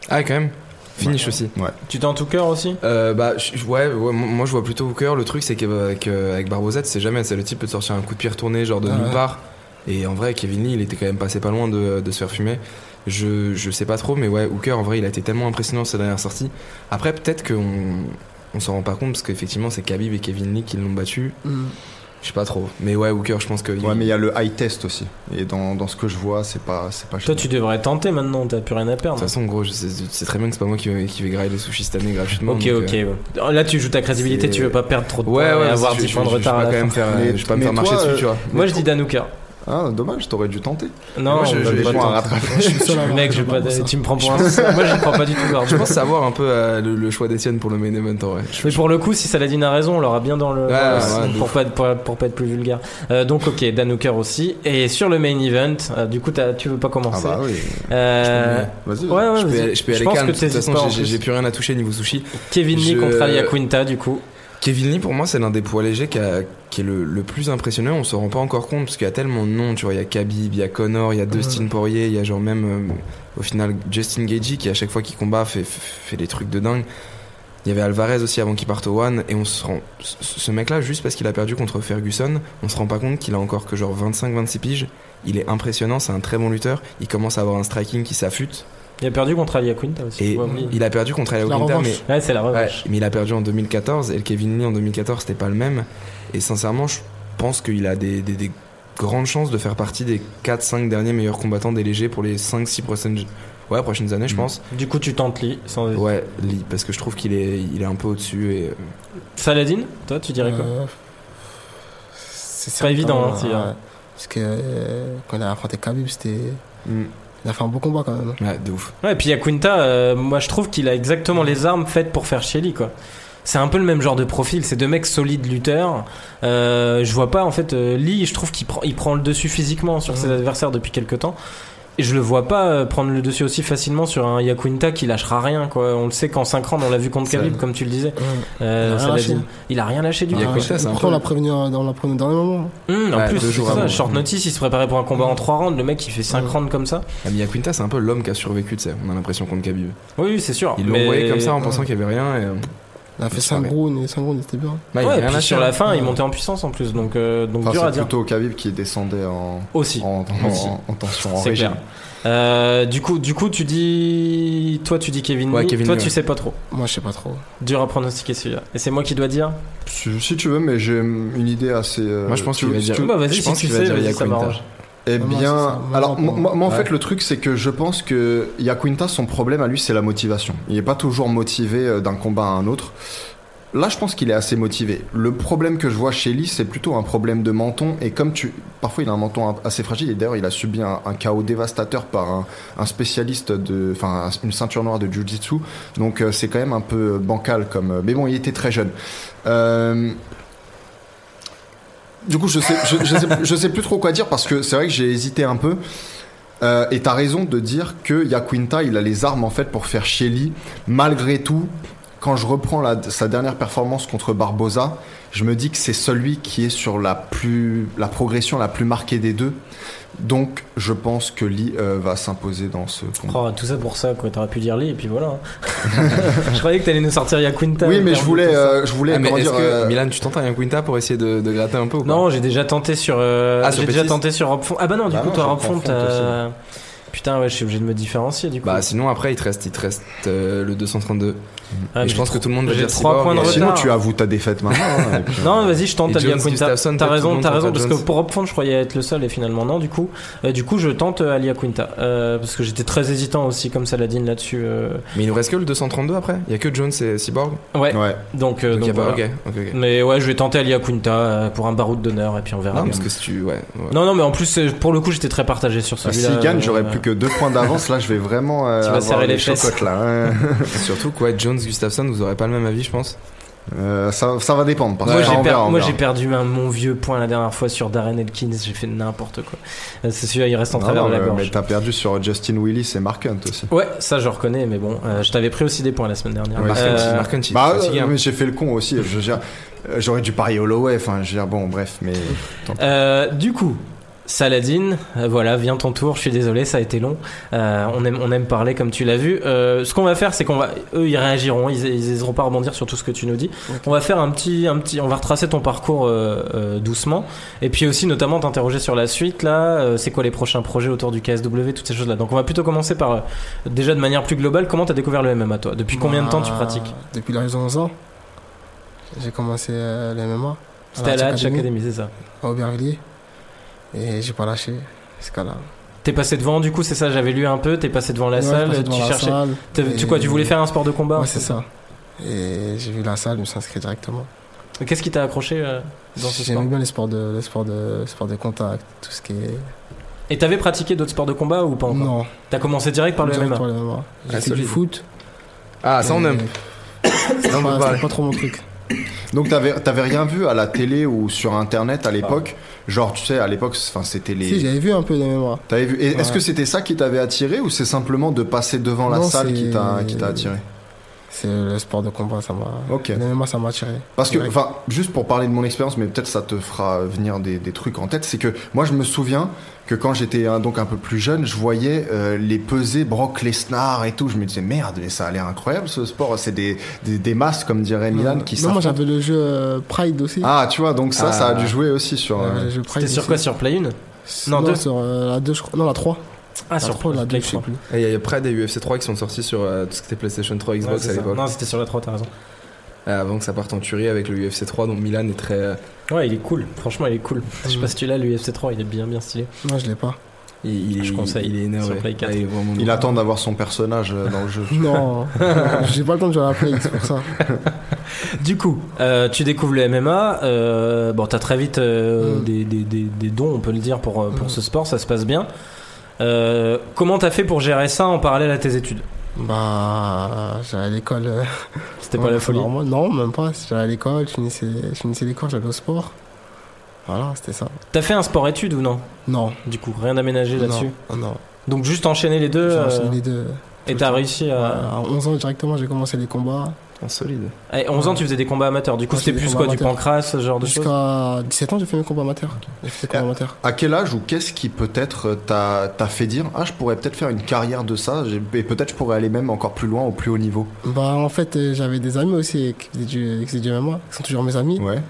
Speaker 4: Ah, quand même. Finish aussi.
Speaker 2: Ouais.
Speaker 1: Tu t'es en tout cœur aussi
Speaker 4: Euh, bah, je- je- ouais, ouais, moi je vois plutôt Hooker. Le truc, c'est qu'avec euh, avec Barbosa, tu sais jamais, c'est le type peut te sortir un coup de pied retourné, genre de
Speaker 3: Ah
Speaker 4: nulle
Speaker 3: ouais.
Speaker 4: part. Et en vrai, Kevin Lee, il était quand même passé pas loin de, de se faire fumer. Je, je sais pas trop, mais ouais, Hooker, en vrai, il a été tellement impressionnant ces dernières sorties. Après, peut-être qu'on on, s'en rend pas compte parce qu'effectivement, c'est Khabib et Kevin Lee qui l'ont battu.
Speaker 3: Mm.
Speaker 4: Je sais pas trop. Mais ouais, Hooker, je pense que. il-
Speaker 2: Ouais, mais il y a le high test aussi. Et dans, dans ce que je vois, c'est pas, c'est pas
Speaker 1: Toi,
Speaker 2: génial.
Speaker 1: tu devrais tenter maintenant, t'as plus rien à
Speaker 4: De
Speaker 1: perdre.
Speaker 4: toute façon, gros, je sais, tu sais très bien que c'est pas moi qui, vais- qui vais grailler les sushis cette année gratuitement.
Speaker 1: Ok,
Speaker 4: donc,
Speaker 1: ok.
Speaker 4: euh,
Speaker 1: ouais. Là, tu joues ta crédibilité,
Speaker 4: c'est-
Speaker 1: tu veux pas perdre trop de temps
Speaker 4: Ouais, ouais,
Speaker 1: et avoir
Speaker 4: je-
Speaker 1: 10
Speaker 4: je-
Speaker 1: points de
Speaker 4: je-
Speaker 1: retard
Speaker 4: Je
Speaker 1: à
Speaker 4: vais pas
Speaker 1: la
Speaker 4: quand même
Speaker 1: fin.
Speaker 4: faire, euh,
Speaker 2: Mais-
Speaker 4: je vais pas me
Speaker 2: mais
Speaker 4: faire marcher
Speaker 2: toi,
Speaker 4: dessus, tu vois.
Speaker 1: Moi, je dis Danuka.
Speaker 2: Ah, dommage, t'aurais dû tenter.
Speaker 1: Non,
Speaker 4: moi, je-
Speaker 1: on
Speaker 4: je-
Speaker 1: donne
Speaker 4: je
Speaker 1: pas le
Speaker 4: pense-
Speaker 1: temps.
Speaker 3: Je suis le seul à avoir
Speaker 1: Mec, je
Speaker 3: fait
Speaker 1: veux pas-
Speaker 3: pour ça.
Speaker 1: tu me prends pour un. Moi, je crois pas du tout,
Speaker 4: Je
Speaker 1: Gordon.
Speaker 4: pense savoir un peu euh, le, le choix d'Etienne pour le main event en vrai. Je-
Speaker 1: Mais pour le coup, si Saladin a raison, on l'aura bien dans le.
Speaker 4: Ouais,
Speaker 1: dans le-
Speaker 4: ouais, de
Speaker 1: pour,
Speaker 4: ouf.
Speaker 1: pas, être- pour, pour pas être plus vulgaire. Euh, donc, ok, Dan Hooker aussi. Et sur le main event, euh, du coup, t'as- tu veux pas
Speaker 2: Ah
Speaker 1: commencer
Speaker 2: bah oui.
Speaker 1: Euh,
Speaker 2: Vas-y.
Speaker 1: Ouais, ouais,
Speaker 4: je, peux,
Speaker 1: vas-y.
Speaker 4: aller- je peux aller
Speaker 1: Je pense
Speaker 4: calme,
Speaker 1: que
Speaker 4: de toute
Speaker 1: t'hésites
Speaker 4: façon
Speaker 1: pas en
Speaker 4: j'ai-
Speaker 1: plus.
Speaker 4: j'ai plus rien à toucher niveau sushi.
Speaker 1: Kevin Lee
Speaker 4: Je- euh,
Speaker 1: contre Alia Quinta, du coup.
Speaker 4: Kevin Lee pour moi c'est l'un des poids légers qui, a- qui est le, le plus impressionnant, on se rend pas encore compte parce qu'il y a tellement de noms, tu vois, il y a Khabib, il y a Connor, il y a Dustin Poirier, il y a genre même euh, au final Justin Gaethje qui à chaque fois qu'il combat fait, fait des trucs de dingue. Il y avait Alvarez aussi avant qu'il parte au One et on se rend ce- ce mec là juste parce qu'il a perdu contre Ferguson, on se rend pas compte qu'il a encore que genre 25 26 piges. Il est impressionnant, c'est un très bon lutteur, il commence à avoir un striking qui s'affûte
Speaker 1: Il a perdu contre Alia Quinta aussi.
Speaker 4: et
Speaker 1: Ouais, oui.
Speaker 4: il a perdu contre Alia
Speaker 3: La
Speaker 4: Quinta
Speaker 3: revanche.
Speaker 4: mais
Speaker 1: Ouais, c'est la
Speaker 4: Ouais,
Speaker 1: revanche.
Speaker 4: mais il a perdu en 2014 et le Kevin Lee en 2014 c'était pas le même. Et sincèrement, je pense qu'il a des, des- des grandes chances de faire partie des 4-5 derniers meilleurs combattants des légers pour les 5-6 prochaines, ouais, prochaines années, je
Speaker 2: Mm.
Speaker 4: pense.
Speaker 1: Du coup, tu tentes Lee sans hésiter.
Speaker 4: Ouais, Lee, parce que je trouve qu'il est, il est un peu au-dessus. Et...
Speaker 1: Saladin, toi, tu dirais quoi
Speaker 3: Euh, C'est
Speaker 1: pas évident, hein,
Speaker 3: ouais,
Speaker 1: c'est-
Speaker 3: ouais. Parce que euh, quand il a affronté Khabib, c'était.
Speaker 4: Hmm.
Speaker 3: Il a fait un bon combat quand même. hein.
Speaker 4: Ouais, de ouf.
Speaker 1: Ouais, et puis il y a Quinta, euh, moi je trouve qu'il a exactement les armes faites pour faire chez lui, quoi. C'est un peu le même genre de profil, c'est deux mecs solides lutteurs. Euh, je vois pas en fait euh, Lee, je trouve qu'il prend, il prend le dessus physiquement sur ses
Speaker 4: Mm.
Speaker 3: Mhm.
Speaker 1: adversaires depuis quelques temps. Et je le vois pas euh, prendre le dessus aussi facilement sur un Yakuinta qui lâchera rien, quoi. On le sait qu'en 5 rounds, on l'a vu contre
Speaker 4: C'est
Speaker 1: Khabib,
Speaker 4: vrai.
Speaker 1: comme tu le disais.
Speaker 3: Ouais.
Speaker 1: Euh,
Speaker 3: Il a rien
Speaker 1: Saladin.
Speaker 3: lâché.
Speaker 1: il a rien lâché du
Speaker 4: Il y a
Speaker 1: tout.
Speaker 3: Ah,
Speaker 4: Costa, c'est un
Speaker 3: Pourtant,
Speaker 4: peu-
Speaker 3: on l'a prévenu, euh, on l'a prévenu au dernier moment.
Speaker 1: Hum, en
Speaker 4: Ouais,
Speaker 1: plus,
Speaker 4: deux
Speaker 1: c'est
Speaker 4: jours
Speaker 1: ça,
Speaker 4: avant. Mm.
Speaker 1: short notice, il se préparait pour un combat en 3 rounds. Le mec, il fait 5
Speaker 3: Mhm.
Speaker 1: rounds comme ça.
Speaker 4: Ah, mais Yaquinta, c'est un peu l'homme qui a survécu, tu sais. On a l'impression contre Khabib.
Speaker 1: Oui, oui, c'est sûr.
Speaker 4: Ils l'ont
Speaker 1: Mais-
Speaker 4: envoyé comme ça en
Speaker 3: Ouais.
Speaker 4: pensant qu'il y avait rien. Et... euh,
Speaker 3: Il a fait
Speaker 4: Il
Speaker 3: 5
Speaker 4: paraît.
Speaker 3: rounds et 5 rounds, c'était bien.
Speaker 4: bah, il
Speaker 1: ouais,
Speaker 4: a
Speaker 1: et
Speaker 4: rien
Speaker 1: puis
Speaker 4: lâché,
Speaker 1: sur
Speaker 4: hein.
Speaker 1: la fin, il montait en puissance en plus, donc, euh, donc dur
Speaker 2: Enfin,
Speaker 1: à
Speaker 2: c'est
Speaker 1: dire.
Speaker 2: plutôt Khabib qui descendait en,
Speaker 1: Aussi.
Speaker 2: en, en-
Speaker 1: Aussi.
Speaker 2: en tension, en
Speaker 1: C'est
Speaker 2: régime.
Speaker 1: clair. Euh, du coup, du coup, tu dis, toi, tu dis Kevin.
Speaker 4: Ouais,
Speaker 1: Lee.
Speaker 4: Kevin
Speaker 1: toi,
Speaker 4: Lee,
Speaker 1: tu
Speaker 4: ouais.
Speaker 1: sais pas trop.
Speaker 3: Moi, je sais pas trop.
Speaker 1: Dur à pronostiquer celui-là. Et c'est moi qui dois dire.
Speaker 2: Si, si tu veux, mais j'ai une idée assez. euh,
Speaker 4: Moi, je pense
Speaker 2: tu-
Speaker 4: qu'il va
Speaker 2: si
Speaker 4: dire-
Speaker 2: tu-
Speaker 1: Bah, vas-y, si
Speaker 4: je pense
Speaker 1: tu
Speaker 4: qu'il va
Speaker 1: sais,
Speaker 4: dire
Speaker 1: vas-y, ça
Speaker 4: Yakuinta.
Speaker 1: m'arrange.
Speaker 2: Eh
Speaker 3: Moi,
Speaker 2: bien,
Speaker 3: c'est ça. Moi,
Speaker 2: alors
Speaker 3: non,
Speaker 2: moi,
Speaker 3: pour
Speaker 2: moi, en
Speaker 4: Ouais.
Speaker 2: fait le truc c'est que je pense que Yakuinta son problème à lui c'est la motivation. Il est pas toujours motivé euh, d'un combat à un autre. Là je pense qu'il est assez motivé. Le problème que je vois chez Lee c'est plutôt un problème de menton et comme tu parfois il a un menton a- assez fragile et d'ailleurs il a subi un, un chaos dévastateur par un, un spécialiste de enfin un- une ceinture noire de jiu-jitsu donc euh, c'est quand même un peu bancal comme mais bon il était très jeune. Euh, du coup, je sais, je, je sais, je sais plus trop quoi dire parce que c'est vrai que j'ai hésité un peu. Euh, et t'as raison de dire que Yaquinta, il a les armes en fait pour faire chier Lee. Malgré tout, quand je reprends la- sa dernière performance contre Barbosa, je me dis que c'est celui qui est sur la, plus, la progression la plus marquée des deux. Donc, je pense que Lee euh, va s'imposer dans ce combat.
Speaker 1: Oh, tout ça pour ça, quoi. T'aurais pu dire Lee, et puis voilà. hein. je croyais que t'allais nous sortir Yakuinta.
Speaker 2: oui,
Speaker 1: au
Speaker 2: mais
Speaker 1: terme
Speaker 2: je
Speaker 1: de
Speaker 2: voulais,
Speaker 1: tout ça.
Speaker 2: euh, je voulais
Speaker 4: Ah, mais
Speaker 2: comment
Speaker 4: est-ce
Speaker 2: dire.
Speaker 4: que
Speaker 2: euh,
Speaker 4: Milan, tu tentes un Yaquinta pour essayer de, de gratter un peu ou pas
Speaker 1: Non, j'ai déjà tenté sur. euh,
Speaker 4: Ah, sur
Speaker 1: j'ai déjà
Speaker 4: Pettis.
Speaker 1: tenté sur Rob Font. Ah bah non, du
Speaker 2: Bah
Speaker 1: coup,
Speaker 2: non,
Speaker 1: toi,
Speaker 2: sur
Speaker 1: Rob
Speaker 2: Rob
Speaker 1: Font.
Speaker 2: Font
Speaker 1: euh, Putain, ouais, je suis obligé de me différencier du coup.
Speaker 4: Bah sinon après il te reste, il te reste euh, le 232.
Speaker 1: Ah,
Speaker 4: et je
Speaker 1: mais
Speaker 4: pense que tout le monde va
Speaker 1: j'ai
Speaker 4: dire
Speaker 1: trois
Speaker 4: Cyborg,
Speaker 1: points de
Speaker 4: mais-
Speaker 1: retard.
Speaker 2: Sinon, tu avoues ta défaite maintenant. hein, et puis, euh,
Speaker 1: Non, vas-y, je tente
Speaker 4: Et
Speaker 1: Alia
Speaker 4: Jones,
Speaker 1: Quinta.
Speaker 4: Gustafsson,
Speaker 1: T'as
Speaker 4: peut-être tout
Speaker 1: raison,
Speaker 4: le monde
Speaker 1: t'as
Speaker 4: tente
Speaker 1: raison,
Speaker 4: à
Speaker 1: parce que
Speaker 4: Jones.
Speaker 1: pour Robfond, je croyais être le seul, et finalement non, du coup. Euh, du coup, je tente euh, Alia Quinta, euh, parce que j'étais très hésitant aussi, comme Saladin là-dessus. euh.
Speaker 4: Mais il nous reste que le 232 après Il y a que Jones et Cyborg
Speaker 1: Ouais,
Speaker 2: ouais.
Speaker 1: donc, euh,
Speaker 4: Donc,
Speaker 1: donc
Speaker 4: y a pas-
Speaker 1: voilà.
Speaker 4: ok, ok, ok.
Speaker 1: Mais ouais, je vais tenter Alia Quinta euh, pour un baroud d'honneur, et puis on verra.
Speaker 4: Non,
Speaker 1: bien.
Speaker 4: parce que si tu. Ouais. ouais.
Speaker 1: Non, non, mais en plus, euh, pour le coup, j'étais très partagé sur
Speaker 2: Ah,
Speaker 1: celui-là.
Speaker 2: S'il gagne,
Speaker 1: euh,
Speaker 2: j'aurais plus que deux points d'avance. Là, je vais vraiment euh,
Speaker 1: Tu vas
Speaker 2: avoir
Speaker 1: serrer les
Speaker 2: les
Speaker 1: fesses.
Speaker 2: chocottes là. hein.
Speaker 4: Surtout que ouais, Jones, Gustafsson, vous aurez pas le même avis, je pense.
Speaker 2: Euh, ça, ça va dépendre. Parce que
Speaker 1: Moi,
Speaker 2: ça,
Speaker 1: j'ai
Speaker 2: on
Speaker 1: per-
Speaker 2: verra, on
Speaker 1: moi,
Speaker 2: verra.
Speaker 1: j'ai perdu un- mon vieux point la dernière fois sur Darren Elkins, j'ai fait n'importe quoi. Euh, C'est celui-là, il reste en
Speaker 2: Non,
Speaker 1: travers
Speaker 2: non,
Speaker 1: de la
Speaker 2: mais- euh,
Speaker 1: gorge.
Speaker 2: Mais t'as perdu sur Justin Willis et Mark Hunt aussi.
Speaker 1: Ouais, ça je reconnais, mais bon, euh, je t'avais pris aussi des points la semaine dernière.
Speaker 2: Ouais,
Speaker 4: Mark
Speaker 1: Euh,
Speaker 4: Hunt, Mark Hunt, il est
Speaker 2: Bah,
Speaker 4: fatigué,
Speaker 2: euh,
Speaker 4: hein.
Speaker 2: mais j'ai fait le con aussi. Je veux dire, euh, J'aurais dû parier Holloway. Enfin, je veux dire, bon, bref, mais.
Speaker 1: euh, du coup, Saladin, euh, voilà, viens ton tour. Je suis désolé, ça a été long. Euh, on aime, on aime parler comme tu l'as vu. Euh, ce qu'on va faire, c'est qu'on va, eux, ils réagiront, ils, ils n'héseront pas à rebondir sur tout ce que tu nous dis. On va faire un petit, un petit, on va retracer ton parcours euh, euh, doucement, et puis aussi notamment t'interroger sur la suite là. euh, c'est quoi les prochains projets autour du KSW, toutes ces choses là. Donc on va plutôt commencer par, euh, déjà de manière plus globale, comment t'as découvert le MMA toi Depuis combien de temps tu
Speaker 3: Bah,
Speaker 1: pratiques
Speaker 3: Depuis l'âge de 11 ans. J'ai commencé euh, le MMA.
Speaker 1: C'était à la Hatch
Speaker 3: Hatch Academy,
Speaker 1: Academy, c'est ça.
Speaker 3: à Aubervilliers. Et j'ai pas lâché jusqu'à là.
Speaker 1: T'es passé devant, du coup, c'est ça, j'avais lu un peu, t'es passé devant la
Speaker 3: Ouais,
Speaker 1: salle,
Speaker 3: je passais
Speaker 1: tu
Speaker 3: devant la
Speaker 1: cherchais.
Speaker 3: salle,
Speaker 1: t'avais- Tu quoi, tu
Speaker 3: et-
Speaker 1: voulais faire un sport de combat en
Speaker 3: Ouais,
Speaker 1: fait
Speaker 3: c'est ça. Et j'ai vu la salle, je me suis inscrit directement.
Speaker 1: Qu'est-ce qui t'a accroché euh, dans ce sport
Speaker 3: J'aimais bien les sports de, les sports de, les sports de contact, tout ce qui est.
Speaker 1: Et t'avais pratiqué d'autres sports de combat ou pas encore
Speaker 3: non,
Speaker 1: T'as commencé direct par le
Speaker 3: direct
Speaker 1: MMA
Speaker 3: par le MMA. J'ai
Speaker 4: Ah,
Speaker 3: fait du
Speaker 4: solide.
Speaker 3: foot.
Speaker 4: Ah, ça on
Speaker 3: et-
Speaker 4: aime.
Speaker 3: C'était
Speaker 2: euh,
Speaker 4: Ça,
Speaker 3: pas,
Speaker 4: on peut
Speaker 2: bah,
Speaker 4: parler.
Speaker 3: c'était pas trop mon truc.
Speaker 2: Donc, t'avais t'avais rien vu à la télé ou sur internet à l'époque Genre, tu sais, à l'époque, c'est- enfin, c'était
Speaker 3: Si,
Speaker 2: les.
Speaker 3: j'avais vu un peu le MMA.
Speaker 2: T'avais vu. et Est-ce
Speaker 3: Ouais.
Speaker 2: que c'était ça qui t'avait attiré ou c'est simplement de passer devant la
Speaker 3: Non,
Speaker 2: salle
Speaker 3: c'est-
Speaker 2: qui t'a qui t'a attiré
Speaker 3: C'est le sport de combat, ça m'a.
Speaker 2: Ok.
Speaker 3: Le MMA, ça m'a attiré.
Speaker 2: Parce que,
Speaker 3: Ouais.
Speaker 2: enfin, juste pour parler de mon expérience, mais peut-être ça te fera venir des, des trucs en tête, c'est que moi je me souviens que quand j'étais hein, donc un peu plus jeune, je voyais euh, les pesées Brock Lesnar et tout, je me disais merde, mais ça a l'air incroyable ce sport, c'est des, des, des masses comme dirait Milan qui
Speaker 3: Non, moi
Speaker 2: s'affrontent.
Speaker 3: j'avais le jeu euh, Pride aussi.
Speaker 2: Ah, tu vois, donc ça, ça a
Speaker 4: Ah.
Speaker 2: dû jouer aussi sur.
Speaker 3: J'avais
Speaker 2: euh,
Speaker 3: le jeu Pride
Speaker 1: T'es sur
Speaker 3: aussi.
Speaker 1: quoi Sur Play 1 Non,
Speaker 3: Non,
Speaker 1: deux.
Speaker 3: sur euh, la 2, je crois. Non, la 3.
Speaker 1: Ah,
Speaker 3: la
Speaker 1: sur
Speaker 3: 3 ou la 2,
Speaker 1: Play
Speaker 3: je sais plus.
Speaker 4: Et Il y a près des UFC 3 qui sont sortis sur euh, tout ce qui était PlayStation 3,
Speaker 1: Ouais,
Speaker 4: Xbox
Speaker 1: c'est
Speaker 4: à
Speaker 1: ça.
Speaker 4: l'époque.
Speaker 1: Non, c'était sur la 3, t'as raison.
Speaker 4: Euh, avant que ça parte en tuerie avec le UFC 3, dont Milan est très. euh,
Speaker 1: Ouais, il est cool. Franchement, il est cool. Je sais
Speaker 3: Mm.
Speaker 1: pas si tu l'as, l'UFC 3, il est bien, bien stylé.
Speaker 3: Non, je l'ai pas.
Speaker 4: il, il-
Speaker 1: Je conseille
Speaker 4: Il est énervé.
Speaker 1: sur Play 4.
Speaker 4: Ouais, il est vraiment
Speaker 2: Il
Speaker 4: bon.
Speaker 2: attend d'avoir son personnage euh, dans le jeu.
Speaker 3: Non, j'ai pas le temps de jouer à la Play, c'est pour ça.
Speaker 1: Du coup, euh, tu découvres le MMA. euh, bon, t'as très vite euh,
Speaker 3: Mm.
Speaker 1: des, des- des- des dons, on peut le dire, pour, euh, pour
Speaker 3: Mm.
Speaker 1: ce sport, ça se passe bien. Euh, comment t'as fait pour gérer ça en parallèle à tes études
Speaker 3: Bah, j'allais à l'école. euh,
Speaker 1: C'était
Speaker 3: ouais,
Speaker 1: pas la
Speaker 3: c'est
Speaker 1: folie
Speaker 3: normal. Non, même pas. J'allais à l'école, je finissais, je finissais les cours, j'allais au sport. Voilà, c'était ça.
Speaker 1: T'as fait un sport études ou non
Speaker 3: Non.
Speaker 1: Du coup, rien d'aménagé là-dessus.
Speaker 3: Non, non.
Speaker 1: Donc juste enchaîner les deux
Speaker 3: J'ai
Speaker 1: euh,
Speaker 3: enchaîné les deux.
Speaker 1: et t'as réussi à...
Speaker 3: À 11 ans, directement, j'ai commencé les combats.
Speaker 4: En Ah, solide.
Speaker 1: À 11 Eh, ans, tu faisais des combats amateurs. Du coup,
Speaker 3: Ouais,
Speaker 1: c'était
Speaker 3: c'est des
Speaker 1: plus quoi
Speaker 3: combats
Speaker 1: Du
Speaker 3: amateurs.
Speaker 1: pancras, ce genre de choses
Speaker 3: Jusqu'à 17 ans, j'ai fait mes combats amateurs. J'ai fait
Speaker 2: Ah.
Speaker 3: des combats amateurs.
Speaker 2: À quel âge ou qu'est-ce qui peut-être euh, t'a t'a fait dire Ah, je pourrais peut-être faire une carrière de ça, j'ai- et peut-être je pourrais aller même encore plus loin, au plus haut niveau
Speaker 3: Bah, en fait, euh, j'avais des amis aussi qui faisaient du, qui faisaient du MMA, qui sont toujours mes amis.
Speaker 2: Ouais,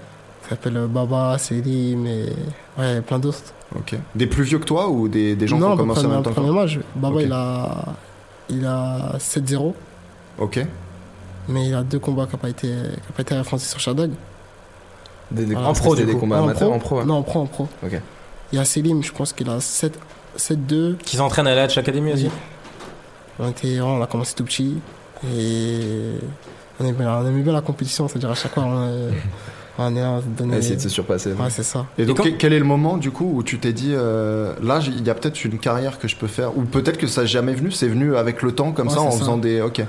Speaker 3: Ça s'appelle euh, Baba, Selim et ouais, plein d'autres.
Speaker 2: ok. Des plus vieux que toi ou des, des gens qui
Speaker 3: non,
Speaker 2: ont commencé en
Speaker 3: premier,
Speaker 2: même temps que toi
Speaker 3: premier match, Baba
Speaker 2: Ok.
Speaker 3: il a, il a 7-0,
Speaker 2: Ok.
Speaker 3: mais il a deux combats qui n'ont pas été, qui ont pas été référencés sur Shardog.
Speaker 4: Des- des-
Speaker 3: Ah, En
Speaker 4: c'était
Speaker 1: pro, du
Speaker 4: des
Speaker 1: coup.
Speaker 4: combats
Speaker 3: Non, en
Speaker 4: amateurs
Speaker 3: pro.
Speaker 4: en
Speaker 2: hein.
Speaker 4: pro. ouais.
Speaker 3: Non, on prend, on prend.
Speaker 4: Ok.
Speaker 3: Il y a Selim, je pense qu'il a 7 7-2.
Speaker 1: Qui s'entraîne à la Hatch Academy aussi
Speaker 3: On, était, on a commencé tout petit et on aimait, on aimait bien la compétition, c'est-à-dire à chaque fois on, euh, on est là, on se donnait-
Speaker 4: Essayer de se surpasser.
Speaker 3: Ouais, c'est ça.
Speaker 2: Et donc,
Speaker 1: quand-
Speaker 2: que- quel est le moment du coup où tu t'es dit euh, là, j'ai- il y a peut-être une carrière que je peux faire Ou peut-être que ça n'est jamais venu, c'est venu avec le temps comme
Speaker 3: Ouais,
Speaker 2: ça en
Speaker 3: c'est ça.
Speaker 2: faisant des. Ok.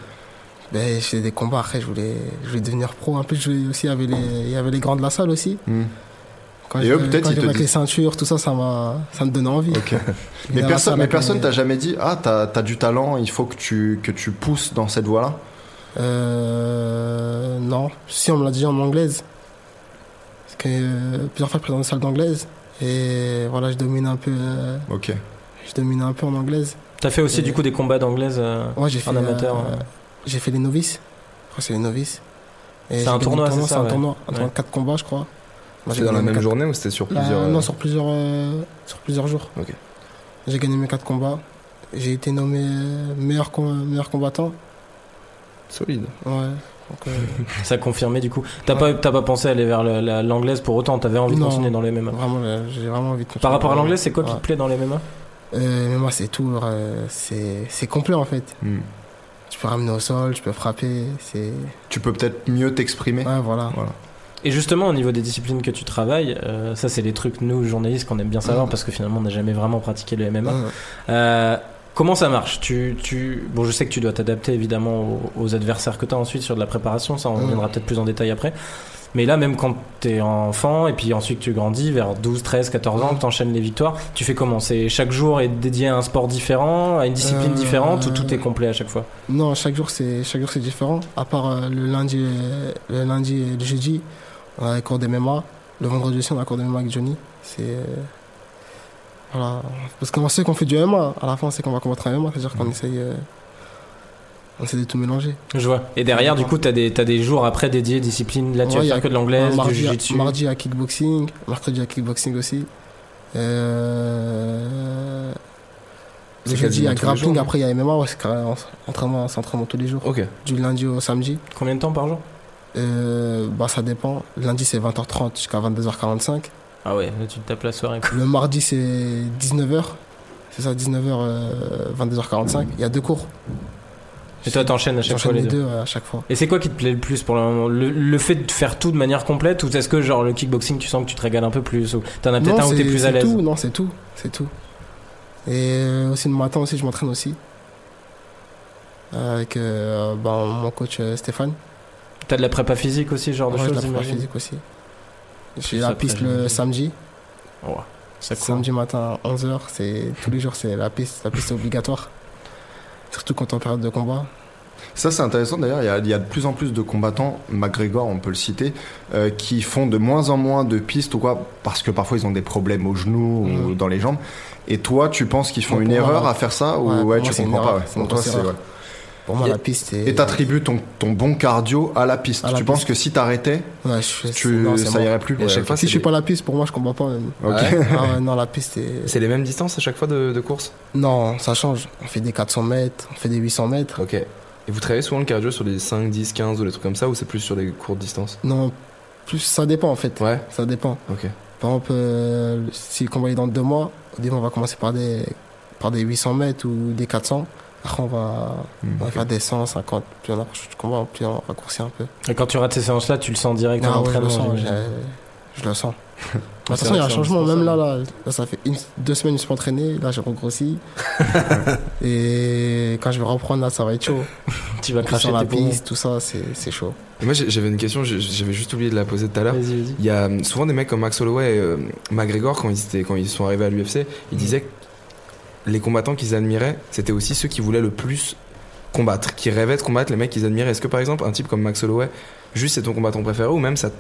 Speaker 3: Ben, je faisais des combats après, je voulais, je voulais devenir pro. En plus, je voulais aussi, il y avait les, il y avait les grands de la salle aussi.
Speaker 2: Hmm.
Speaker 3: Quand
Speaker 2: Et
Speaker 3: je-
Speaker 2: eux, peut-être,
Speaker 3: quand
Speaker 2: ils
Speaker 3: je
Speaker 2: te
Speaker 3: vois que les
Speaker 2: disent-
Speaker 3: ceintures, tout ça, ça, m'a- ça me donnait envie.
Speaker 2: Ok.
Speaker 3: dans
Speaker 2: Mais
Speaker 3: la
Speaker 2: personne,
Speaker 3: salle
Speaker 2: mais
Speaker 3: avec
Speaker 2: personne
Speaker 3: les-
Speaker 2: t'a jamais dit ah t'as as du talent, il faut que tu que tu pousses dans cette voie-là.
Speaker 3: Euh, non. Si, on me l'a dit en anglaise. Parce que euh, plusieurs fois, je suis dans une salle d'anglaise. Et voilà, je domine un peu, euh,
Speaker 2: Ok.
Speaker 3: je domine un peu en anglaise.
Speaker 1: T'as fait aussi
Speaker 3: Et-
Speaker 1: du coup des combats d'anglaise euh,
Speaker 3: Ouais, j'ai fait,
Speaker 1: en amateur
Speaker 3: euh,
Speaker 1: euh.
Speaker 3: j'ai fait les novices. Je crois que c'est les novices. Et
Speaker 1: C'est
Speaker 3: j'ai
Speaker 1: un
Speaker 3: gagné le
Speaker 1: tournoi, c'est ça,
Speaker 3: un
Speaker 1: ouais.
Speaker 3: tournoi. Un tournoi
Speaker 1: Ouais.
Speaker 3: de 4 combats, je crois. Moi, j'ai
Speaker 4: C'était dans la
Speaker 3: gagné mes
Speaker 4: même
Speaker 3: quatre-
Speaker 4: journée ou c'était sur
Speaker 3: Là,
Speaker 4: plusieurs. euh,
Speaker 3: Non, sur plusieurs, euh, sur plusieurs jours.
Speaker 4: Ok.
Speaker 3: J'ai gagné mes 4 combats. J'ai été nommé euh, meilleur, com- meilleur combattant.
Speaker 4: Solide.
Speaker 3: Ouais. Donc, euh,
Speaker 1: Ça confirmait du coup. T'as pas, t'as pas pensé aller vers le- la- l'anglaise pour autant, t'avais envie de
Speaker 3: Non.
Speaker 1: continuer dans les MMA.
Speaker 3: Vraiment, euh, j'ai vraiment envie de continuer.
Speaker 1: Par rapport à l'anglais, c'est quoi qui
Speaker 3: Ouais.
Speaker 1: te plaît dans les MMA
Speaker 3: Euh, Mais moi, c'est tout. euh, c'est c'est complet en fait.
Speaker 2: Hmm.
Speaker 3: Tu peux ramener au sol, tu peux frapper. C'est.
Speaker 2: Tu peux peut-être mieux t'exprimer.
Speaker 3: Ouais, voilà.
Speaker 2: Voilà.
Speaker 1: Et justement, au niveau des disciplines que tu travailles, euh, ça c'est des trucs, nous journalistes, qu'on aime bien savoir
Speaker 3: Mm. Euh,
Speaker 1: parce que finalement on n'a jamais vraiment pratiqué le MMA.
Speaker 3: Ouais.
Speaker 1: Euh, Comment ça marche tu, tu... Bon, je sais que tu dois t'adapter évidemment aux, aux adversaires que tu as ensuite sur de la préparation, ça on reviendra peut-être plus en détail après. Mais là, même quand t'es enfant et puis ensuite tu grandis vers 12, 13, 14 ans, t'enchaînes les victoires, tu fais comment C'est chaque jour est dédié à un sport différent, à une discipline
Speaker 3: Euh,
Speaker 1: différente ou tout est complet à chaque fois
Speaker 3: Non, chaque jour c'est chaque jour c'est différent. À part euh, le lundi, et- le lundi et le jeudi, on a les cours de MMA. Le vendredi aussi, on a les cours de MMA avec Johnny. C'est euh, voilà. Parce qu'on sait qu'on fait du MMA. À la fin, on sait qu'on va combattre un MMA. C'est-à-dire qu'on essaye, euh, on essaie de tout mélanger.
Speaker 1: Je vois. Et derrière, du coup, t'as des, t'as des jours après dédiés discipline. Là, tu
Speaker 3: Ouais,
Speaker 1: vas
Speaker 3: y a-
Speaker 1: faire que de
Speaker 3: Euh,
Speaker 1: l'anglaise, du
Speaker 3: mardi,
Speaker 1: jujitsu.
Speaker 3: à, mardi à kickboxing, mercredi à kickboxing aussi. Euh,
Speaker 4: C'est
Speaker 3: le jeudi
Speaker 4: quasiment
Speaker 3: à
Speaker 4: tous les jours,
Speaker 3: grappling.
Speaker 4: non
Speaker 3: Après, il y a MMA. Ouais, c'est carrément entraînement, c'est entraînement tous les jours.
Speaker 4: Ok.
Speaker 3: Du lundi au samedi.
Speaker 1: Combien de temps par jour
Speaker 3: Euh, bah ça dépend. Lundi c'est 20h30 jusqu'à 22h45.
Speaker 1: Ah ouais, là, tu te tapes la soirée. quoi.
Speaker 3: Le mardi c'est 19h. C'est ça, 19h, euh, 22h45. Il y a deux cours.
Speaker 1: Et toi, t'enchaînes à chaque fois
Speaker 3: J'enchaîne
Speaker 1: les
Speaker 3: les
Speaker 1: deux.
Speaker 3: deux ouais, à chaque fois.
Speaker 1: Et c'est quoi qui te plaît le plus pour le moment le, le fait de faire tout de manière complète ou est-ce que genre le kickboxing tu sens que tu te régales un peu plus ou t'en as peut-être un où
Speaker 3: c'est-
Speaker 1: t'es plus
Speaker 3: c'est
Speaker 1: à l'aise
Speaker 3: tout, Non, c'est tout. C'est tout. Et euh, aussi le matin aussi, je m'entraîne aussi. Avec euh, bah, mon coach euh, Stéphane.
Speaker 1: T'as de la prépa physique aussi genre de
Speaker 3: Ouais, je
Speaker 1: choses
Speaker 3: la prépare
Speaker 1: j'imagine.
Speaker 3: physique aussi.
Speaker 1: Ça,
Speaker 3: J'ai la
Speaker 1: après,
Speaker 3: piste
Speaker 1: j'imagine.
Speaker 3: le samedi.
Speaker 1: Ouais, ça court.
Speaker 3: Samedi matin à 11h, c'est tous les jours c'est la piste, la piste est obligatoire. Surtout quand on est en période de combat.
Speaker 2: Ça, c'est intéressant d'ailleurs. Il, y a- il y a de plus en plus de combattants, McGregor, on peut le citer, euh, qui font de moins en moins de pistes ou quoi, parce que parfois ils ont des problèmes aux genoux ou
Speaker 3: Mhm.
Speaker 2: dans les jambes. Et toi, tu penses qu'ils font
Speaker 3: Ouais,
Speaker 2: une
Speaker 3: pour moi,
Speaker 2: erreur
Speaker 3: non.
Speaker 2: à faire ça ou
Speaker 3: Ouais,
Speaker 2: ouais,
Speaker 3: pour
Speaker 2: tu
Speaker 3: moi, c'est une
Speaker 2: comprends pas
Speaker 3: erreur.
Speaker 2: ouais.
Speaker 3: C'est
Speaker 2: Pour
Speaker 3: une
Speaker 2: toi,
Speaker 3: grosse
Speaker 2: c'est
Speaker 3: erreur.
Speaker 2: ouais.
Speaker 3: Pour moi,
Speaker 4: Et-
Speaker 3: la piste est.
Speaker 2: Et t'attribues ton, ton bon cardio à la piste.
Speaker 3: À
Speaker 2: tu
Speaker 3: la
Speaker 2: penses
Speaker 3: piste.
Speaker 2: que si t'arrêtais,
Speaker 3: Ouais, je-
Speaker 2: tu,
Speaker 3: non, c'est
Speaker 2: ça
Speaker 3: mort.
Speaker 2: irait plus.
Speaker 4: Et à
Speaker 2: Ouais,
Speaker 4: chaque
Speaker 2: ok.
Speaker 4: fois,
Speaker 3: Si
Speaker 4: c'est
Speaker 3: je suis
Speaker 4: des-
Speaker 3: pas à la piste, pour moi, je comprends pas. même.
Speaker 2: Ok.
Speaker 4: Ouais.
Speaker 3: Ah ouais, non, la piste est.
Speaker 4: C'est les mêmes distances à chaque fois de, de course
Speaker 3: Non, ça change. On fait des 400 mètres, on fait des 800 mètres.
Speaker 4: Ok. Et vous travaillez souvent le cardio sur des 5, 10, 15 ou des trucs comme ça ou c'est plus sur des courtes distances
Speaker 3: Non, plus ça dépend en fait.
Speaker 4: Ouais,
Speaker 3: Ça dépend.
Speaker 4: ok.
Speaker 3: Par exemple, euh, si le combat est dans deux mois, au début, on va commencer par des, par des 800 mètres ou des 400. Après, on va,
Speaker 1: Hmm.
Speaker 3: on va faire des 100, 50. Puis on approche du combat, puis on raccourcit un peu.
Speaker 1: Et quand tu rates ces séances là, tu le sens direct
Speaker 3: Ah
Speaker 1: en
Speaker 3: ouais, je le
Speaker 1: entraînement.
Speaker 3: sens.
Speaker 1: j'imagine.
Speaker 3: j'ai- Je le sens. De toute
Speaker 1: C'est
Speaker 3: façon, il y a un
Speaker 1: vrai,
Speaker 3: changement.
Speaker 1: c'est
Speaker 3: Même là,
Speaker 1: indispensable.
Speaker 3: là, là, ça fait une, deux semaines, je suis pas entraîné. Là, j'ai regrossi. et quand je vais reprendre, là, ça va être chaud.
Speaker 1: Tu vas cracher
Speaker 3: Sur la
Speaker 1: tes poumons.
Speaker 3: piste, tout ça, c'est c'est chaud.
Speaker 4: Et moi j'ai- j'avais une question, j'ai- j'avais juste oublié de la poser tout à l'heure.
Speaker 1: Vas-y, vas-y.
Speaker 4: Il y a euh, souvent des mecs comme Max Holloway et euh, McGregor, quand ils, étaient, quand ils sont arrivés à l'UFC, ils disaient que les combattants qu'ils admiraient, c'était aussi ceux qui voulaient le plus combattre, qui rêvaient de combattre les mecs qu'ils admiraient. Est-ce que par exemple, un type comme Max Holloway, juste c'est ton combattant préféré ou même ça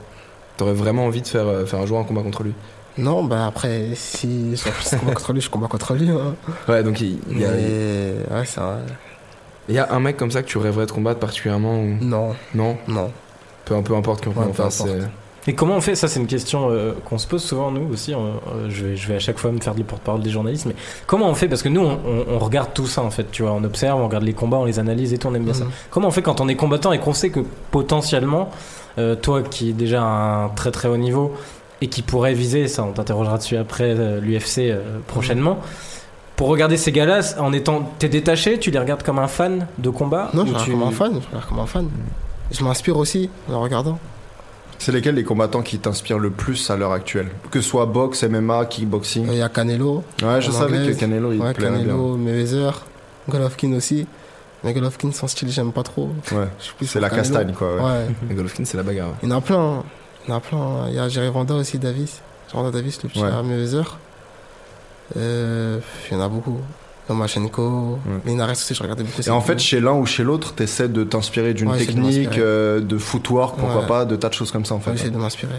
Speaker 4: t'aurais vraiment envie de faire, euh, faire un jour un combat contre lui
Speaker 3: Non, bah après, si je combat contre lui, je combat contre lui. hein.
Speaker 4: Ouais, donc il il y, a,
Speaker 3: Mais ouais, c'est un-
Speaker 4: il y a un mec comme ça que tu rêverais de combattre particulièrement ou...
Speaker 3: Non,
Speaker 4: Non
Speaker 3: non.
Speaker 4: peu, peu importe qui on peut
Speaker 3: Ouais,
Speaker 4: en
Speaker 3: peu
Speaker 4: face.
Speaker 3: importe.
Speaker 4: c'est-
Speaker 1: Et comment on fait Ça, c'est une question euh, qu'on se pose souvent, nous aussi. on- euh, je, vais, je vais à chaque fois me faire de le porte-parole des journalistes. Mais comment on fait Parce que nous, on, on- on regarde tout ça, en fait. Tu vois, on observe, on regarde les combats, on les analyse et tout, on aime
Speaker 3: Mm.
Speaker 1: bien ça. Comment on fait quand on est combattant et qu'on sait que potentiellement, euh, toi qui es déjà à un très très haut niveau et qui pourrait viser, ça on t'interrogera dessus après euh, l'UFC prochainement, pour regarder ces gars-là, en étant. T'es détaché, tu les regardes comme un fan de combat
Speaker 3: Non,
Speaker 1: ou
Speaker 3: je regarde
Speaker 1: tu-
Speaker 3: comme un fan. Je regarde comme un fan. Je m'inspire aussi en le regardant.
Speaker 2: C'est lesquels les combattants qui t'inspirent le plus à l'heure actuelle Que ce soit boxe, MMA, kickboxing.
Speaker 3: Euh, Il y a Canelo,
Speaker 2: Ouais,
Speaker 3: Euh,
Speaker 2: je
Speaker 3: en
Speaker 2: savais
Speaker 3: anglaise.
Speaker 2: que Canelo il
Speaker 3: ouais,
Speaker 2: te plairait
Speaker 3: Canelo, Mayweather, Golovkin aussi. Mais Golovkin, son style, j'aime pas trop.
Speaker 2: bien. Ouais.
Speaker 3: Je suis plus
Speaker 2: C'est
Speaker 3: sur
Speaker 2: la
Speaker 3: Canelo.
Speaker 2: castagne quoi. ouais.
Speaker 3: Ouais.
Speaker 4: Golovkin, c'est la bagarre. ouais.
Speaker 3: Il y en a plein. hein. Il y en a plein. hein. Il y a Jerry Vanda aussi, Davis. Jerry Vanda Davis, le petit
Speaker 2: Ouais.
Speaker 3: à Mayweather. Euh, il y en a beaucoup. Lomachenko,
Speaker 2: Ouais.
Speaker 3: Linares aussi, je regardais beaucoup.
Speaker 2: Et en fait, chez l'un ou chez l'autre, t'essaies de t'inspirer d'une
Speaker 3: Ouais, j'essaie de
Speaker 2: technique,
Speaker 3: m'inspirer.
Speaker 2: euh, de footwork, pourquoi
Speaker 3: Ouais.
Speaker 2: pas, de tas de choses comme ça en fait.
Speaker 3: j'essaie de m'inspirer.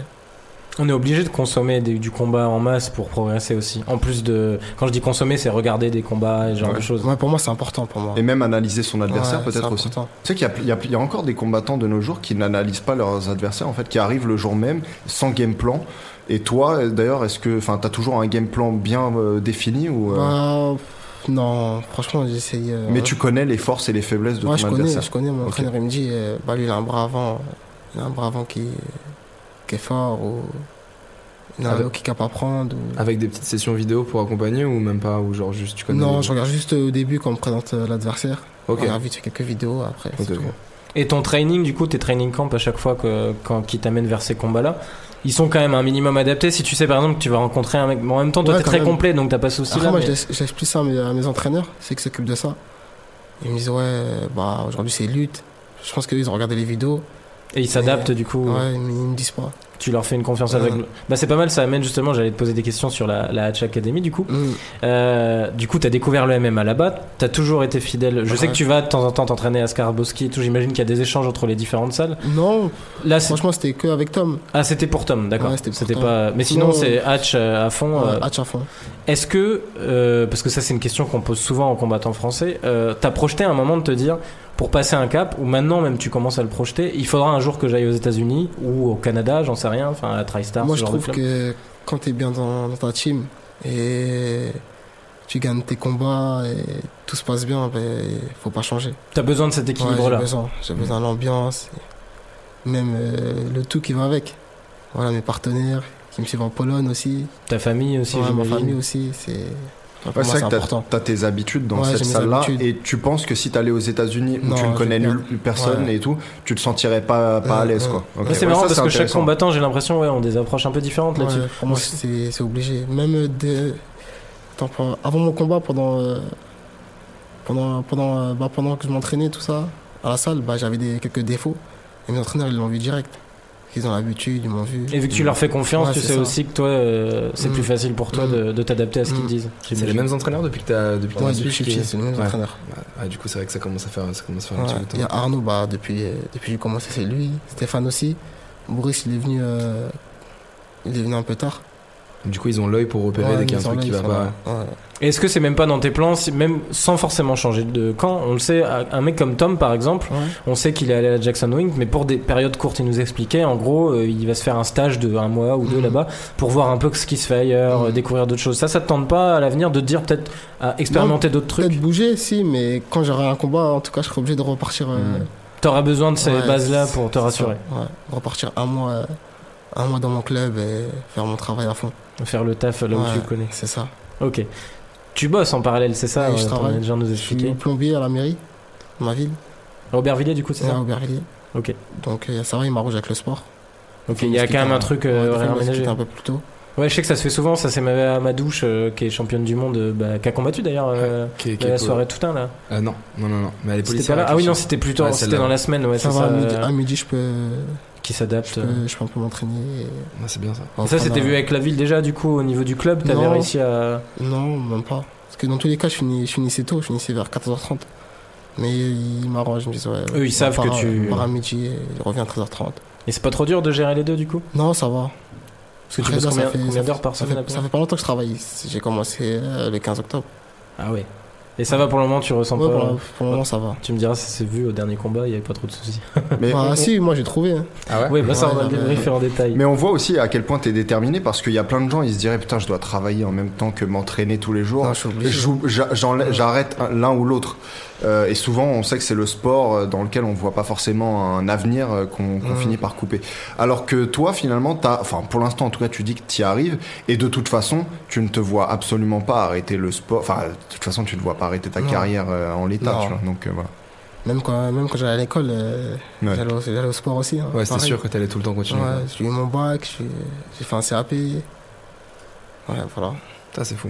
Speaker 1: On est obligé de consommer des- du combat en masse pour progresser aussi. En plus de. Quand je dis consommer, c'est regarder des combats et ce genre
Speaker 2: Ouais.
Speaker 1: de choses.
Speaker 3: Ouais, pour moi, c'est important pour moi.
Speaker 2: Et même analyser son adversaire
Speaker 3: Ouais,
Speaker 2: peut-être
Speaker 3: c'est
Speaker 2: aussi. Tu
Speaker 3: important.
Speaker 2: sais qu'il y a- il y, a- il y a encore des combattants de nos jours qui n'analysent pas leurs adversaires en fait, qui arrivent le jour même sans game plan. Et toi, euh, d'ailleurs, est-ce que, enfin, t'as toujours un game plan bien euh, défini ou euh,
Speaker 3: Bah, pff, non, franchement, j'essaye. euh,
Speaker 2: Mais tu connais les forces et les faiblesses de
Speaker 3: ouais,
Speaker 2: ton
Speaker 3: je connais,
Speaker 2: adversaire.
Speaker 3: je connais. Mon
Speaker 2: Ok.
Speaker 3: entraîneur, il me dit, euh, bah, lui, il a un bras avant. Il a un bras avant qui, qui est fort ou. Il a
Speaker 4: Avec-
Speaker 3: un haut qui capable à prendre. ou-
Speaker 4: Avec des petites sessions vidéo pour accompagner ou même pas ou genre juste Ah, tu connais.
Speaker 3: Non,
Speaker 4: les-
Speaker 3: je regarde juste euh, au début quand on me présente euh, l'adversaire.
Speaker 4: Ok.
Speaker 3: On a vite fait quelques vidéos après.
Speaker 4: Ok,
Speaker 3: c'est
Speaker 4: ok.
Speaker 3: tout.
Speaker 1: Et ton training, du coup, tes training camp à chaque fois que, quand, qui t'amènent vers ces combats-là, ils sont quand même un minimum adaptés. Si tu sais par exemple que tu vas rencontrer un mec, bon, en même temps, toi
Speaker 3: Ouais,
Speaker 1: t'es
Speaker 3: quand
Speaker 1: très
Speaker 3: même.
Speaker 1: complet donc t'as pas de souci
Speaker 3: Après,
Speaker 1: là.
Speaker 3: moi,
Speaker 1: mais-
Speaker 3: je laisse- je lâche plus ça à mes, à mes entraîneurs, c'est qui s'occupent de ça. Ils me disent, ouais, euh, bah, aujourd'hui c'est lutte. Je pense qu'ils ont regardé les vidéos.
Speaker 1: Et ils s'adaptent du coup.
Speaker 3: Ouais, Euh. ils me ils me disent pas.
Speaker 1: Tu leur fais une confiance
Speaker 3: Ouais.
Speaker 1: avec. Bah c'est pas mal, ça amène justement. J'allais te poser des questions sur la, la Hatch Academy du coup.
Speaker 4: Mmh.
Speaker 3: Mm.
Speaker 1: Euh, du coup, t'as découvert le MMA là-bas. T'as toujours été fidèle. Je sais
Speaker 3: Ouais.
Speaker 1: que tu vas de temps en temps t'entraîner à Skarboski et tout. J'imagine qu'il y a des échanges entre les différentes salles.
Speaker 3: Non,
Speaker 1: Là, c'est-
Speaker 3: franchement, c'était que avec Tom.
Speaker 1: ah c'était pour Tom, d'accord.
Speaker 3: Ouais, c'était pour
Speaker 1: c'était
Speaker 3: Tom.
Speaker 1: pas. Mais sinon,
Speaker 3: Sinon,
Speaker 1: c'est Hatch euh, à fond. euh,
Speaker 3: Ouais, Hatch à fond.
Speaker 1: Est-ce que, euh, parce que ça c'est une question qu'on pose souvent aux combattants français, euh, t'as projeté à un moment de te dire, pour passer un cap, ou maintenant même tu commences à le projeter, il faudra un jour que j'aille aux États-Unis ou au Canada, j'en sais rien, enfin à TriStar,
Speaker 3: Moi,
Speaker 1: ce
Speaker 3: je
Speaker 1: genre de
Speaker 3: trouve
Speaker 1: club.
Speaker 3: que quand tu es bien dans, dans ta team et tu gagnes tes combats et tout se passe bien, ben, faut pas changer.
Speaker 1: T'as besoin de cet
Speaker 3: Ouais, j'ai
Speaker 1: équilibre-là.
Speaker 3: besoin, j'ai besoin de l'ambiance, et même euh, le tout qui va avec. Voilà, mes partenaires qui me suivent en Pologne aussi,
Speaker 1: Ta famille aussi,
Speaker 3: ouais, ma
Speaker 1: j'imagine.
Speaker 3: famille aussi, c'est enfin, pour
Speaker 2: Ouais,
Speaker 3: moi,
Speaker 2: c'est
Speaker 3: c'est
Speaker 2: vrai que
Speaker 3: important.
Speaker 2: t'as- t'as tes habitudes dans
Speaker 3: Ouais,
Speaker 2: cette
Speaker 3: j'ai mes
Speaker 2: salle-là
Speaker 3: habitudes.
Speaker 2: et tu penses que si t'allais aux États-Unis où
Speaker 3: Non,
Speaker 2: tu ne
Speaker 3: j'ai
Speaker 2: connais
Speaker 3: bien-
Speaker 2: nulle personne
Speaker 3: Ouais.
Speaker 2: et tout, tu te sentirais pas, pas à
Speaker 3: Ouais,
Speaker 2: l'aise
Speaker 3: ouais.
Speaker 2: quoi. Ok,
Speaker 1: Là, c'est
Speaker 2: ouais,
Speaker 1: marrant
Speaker 2: ça,
Speaker 1: parce que chaque
Speaker 2: intéressant.
Speaker 1: combattant, j'ai l'impression, ouais, on des approches un peu différentes là-dessus.
Speaker 3: Ouais, pour moi, c'est c'est obligé. Même euh, dès- attends, pendant- avant mon combat, pendant, euh, pendant, pendant, euh, bah, pendant que je m'entraînais, tout ça, à la salle, bah, j'avais des- quelques défauts. Et mes entraîneurs, ils l'ont vu direct. Ils ont l'habitude, ils m'ont vu.
Speaker 1: Et vu que tu leur fais confiance,
Speaker 3: Ouais,
Speaker 1: tu
Speaker 3: c'est
Speaker 1: sais
Speaker 3: ça.
Speaker 1: aussi que toi, euh, c'est
Speaker 3: Mm.
Speaker 1: plus facile pour toi
Speaker 3: Mm.
Speaker 1: de, de t'adapter à ce qu'ils
Speaker 3: Mm.
Speaker 1: disent.
Speaker 4: C'est les
Speaker 1: j'imagine.
Speaker 4: mêmes entraîneurs depuis que t'as depuis que t'as
Speaker 3: Ouais,
Speaker 4: su
Speaker 3: depuis que je suis
Speaker 4: qui-
Speaker 3: petit, c'est le même
Speaker 4: Ouais.
Speaker 3: entraîneur.
Speaker 4: Ah, du coup, c'est vrai que ça commence à faire, ça commence à faire
Speaker 3: Ouais.
Speaker 4: un petit bout de temps.
Speaker 3: Il y a Arnaud, bah, depuis, euh, depuis que j'ai commencé, c'est lui. Stéphane aussi. Boris, il est venu, euh, il est venu un peu tard.
Speaker 4: Du coup, ils ont l'œil pour repérer
Speaker 3: Ouais,
Speaker 4: dès qu'il y a un
Speaker 3: ils ont
Speaker 4: truc qui
Speaker 3: là,
Speaker 4: va
Speaker 3: ils
Speaker 4: pas.
Speaker 3: sont là. Ouais.
Speaker 1: Et Est-ce que c'est même pas dans tes plans, si- même sans forcément changer de camp On le sait, un mec comme Tom par exemple,
Speaker 3: Ouais.
Speaker 1: on sait qu'il est allé à Jackson Wing, mais pour des périodes courtes, il nous expliquait, en gros, euh, il va se faire un stage de un mois ou deux
Speaker 3: Mhm.
Speaker 1: là-bas pour voir un peu ce qui se fait ailleurs,
Speaker 3: Mhm.
Speaker 1: euh, découvrir d'autres choses. Ça, ça te tente pas à l'avenir de te dire peut-être à expérimenter d'autres
Speaker 3: Peut-être
Speaker 1: trucs
Speaker 3: bouger, si, mais quand j'aurai un combat, en tout cas, je serai obligé de repartir. euh,
Speaker 4: Hmm.
Speaker 2: Mhm.
Speaker 1: T'auras besoin de ces
Speaker 3: Ouais,
Speaker 1: bases-là
Speaker 3: c'est-
Speaker 1: pour te
Speaker 3: c'est
Speaker 1: rassurer,
Speaker 3: ça, ouais. Repartir un mois, euh, un mois dans mon club et faire mon travail à fond.
Speaker 1: faire le taf là où
Speaker 3: Ouais,
Speaker 1: tu le connais.
Speaker 3: C'est ça.
Speaker 1: Ok. Tu bosses en parallèle, c'est ça
Speaker 3: Ouais, je
Speaker 1: euh, t'en
Speaker 3: travaille.
Speaker 1: as déjà nous
Speaker 3: Je suis
Speaker 1: expliqué.
Speaker 3: plombier à la mairie, dans ma ville,
Speaker 1: Robert Villiers, du coup, c'est
Speaker 3: c'est à
Speaker 1: ça
Speaker 3: Aubervilliers.
Speaker 1: Ok.
Speaker 3: Donc euh, ça va, il m'arrange avec le sport.
Speaker 1: Ok, il y a quand même un truc euh,
Speaker 3: Ouais, des fois, il me
Speaker 1: réaménagé.
Speaker 3: quitte un peu plus tôt.
Speaker 1: Ouais, je sais que ça se fait souvent. Ça, c'est ma, ma douche euh, qui est championne du monde, euh, bah, qui a combattu d'ailleurs euh,
Speaker 4: Qui- qui
Speaker 1: la
Speaker 4: est-
Speaker 1: soirée tout un là.
Speaker 4: Ah, non, non, non, non. Mais elle est
Speaker 1: C'était
Speaker 4: policière,
Speaker 1: pas là.
Speaker 4: la
Speaker 1: Ah oui,
Speaker 4: question.
Speaker 1: non, c'était plutôt
Speaker 4: Ouais,
Speaker 1: c'était
Speaker 4: celle-là.
Speaker 1: dans la semaine, ouais,
Speaker 3: ça
Speaker 1: c'est
Speaker 3: va,
Speaker 1: ça.
Speaker 3: à, midi,
Speaker 1: euh,
Speaker 3: à midi, je peux,
Speaker 1: qui
Speaker 3: je
Speaker 1: s'adapte. euh.
Speaker 3: peux, je peux un peu m'entraîner. et-
Speaker 4: Ah, c'est bien ça.
Speaker 1: Et ça, c'était vu avec la ville déjà, du coup, au niveau du club, t'avais
Speaker 3: Non.
Speaker 1: réussi à.
Speaker 3: Non, même pas. Parce que dans tous les cas, je, finis, je finissais tôt, je finissais vers 14h30. Mais ils m'arrangent, ils me disent, ouais.
Speaker 1: Eux, ils
Speaker 3: on
Speaker 1: savent
Speaker 3: part
Speaker 1: que
Speaker 3: à-
Speaker 1: tu-
Speaker 3: on part à midi et je reviens à 13h30.
Speaker 1: Et c'est pas trop dur de gérer les deux, du coup
Speaker 3: Non, ça va.
Speaker 1: Parce que tu
Speaker 3: Après,
Speaker 1: bosses
Speaker 3: là, ça
Speaker 1: combien,
Speaker 3: fait-
Speaker 1: combien
Speaker 3: ça
Speaker 1: d'heures
Speaker 3: fait-
Speaker 1: par
Speaker 3: ça
Speaker 1: semaine
Speaker 3: fait,
Speaker 1: après
Speaker 3: ça fait pas longtemps que je travaille. J'ai commencé euh, le 15 octobre.
Speaker 1: Ah ouais. Et ça va pour le moment, tu ressens
Speaker 3: Ouais,
Speaker 1: pas.
Speaker 3: pour, le- pour le moment, ça va.
Speaker 1: Tu me diras si c'est vu au dernier combat, il y avait pas trop de soucis.
Speaker 2: Mais
Speaker 3: Bah,
Speaker 2: on- on-
Speaker 3: si, moi j'ai trouvé. hein.
Speaker 4: Ah ouais
Speaker 1: Ouais, bah ça, on va
Speaker 3: Ouais,
Speaker 1: le débriefer en détail.
Speaker 2: Mais on voit aussi à quel point tu es déterminé parce qu'il y a plein de gens, ils se diraient putain, je dois travailler en même temps que m'entraîner tous les jours.
Speaker 3: Non, je suis obligé.
Speaker 2: J'ou- j'a- j'enlè- J'arrête un- l'un ou l'autre. Euh, et souvent, on sait que c'est le sport euh, dans lequel on voit pas forcément un avenir euh, qu'on
Speaker 1: Mmh.
Speaker 2: qu'on
Speaker 3: Mm.
Speaker 2: finit par couper. Alors que toi, finalement, t'as, enfin, pour l'instant, en tout cas, tu dis que tu y arrives. Et de toute façon, tu ne te vois absolument pas arrêter le sport. Enfin, de toute façon, tu ne vois pas arrêter ta
Speaker 3: Non.
Speaker 2: carrière euh, en l'état.
Speaker 3: Non.
Speaker 2: tu vois. Donc euh, voilà.
Speaker 3: Même quand, même quand j'allais à l'école, euh,
Speaker 2: Ouais.
Speaker 3: j'allais au- j'allais au sport aussi. hein,
Speaker 4: Ouais, c'était
Speaker 3: pareil.
Speaker 4: sûr que t'allais tout le temps continuer. quoi.
Speaker 3: Ouais, j'ai eu mon bac, j'ai j'ai fait un CAP. Ouais, voilà.
Speaker 4: Putain, c'est fou.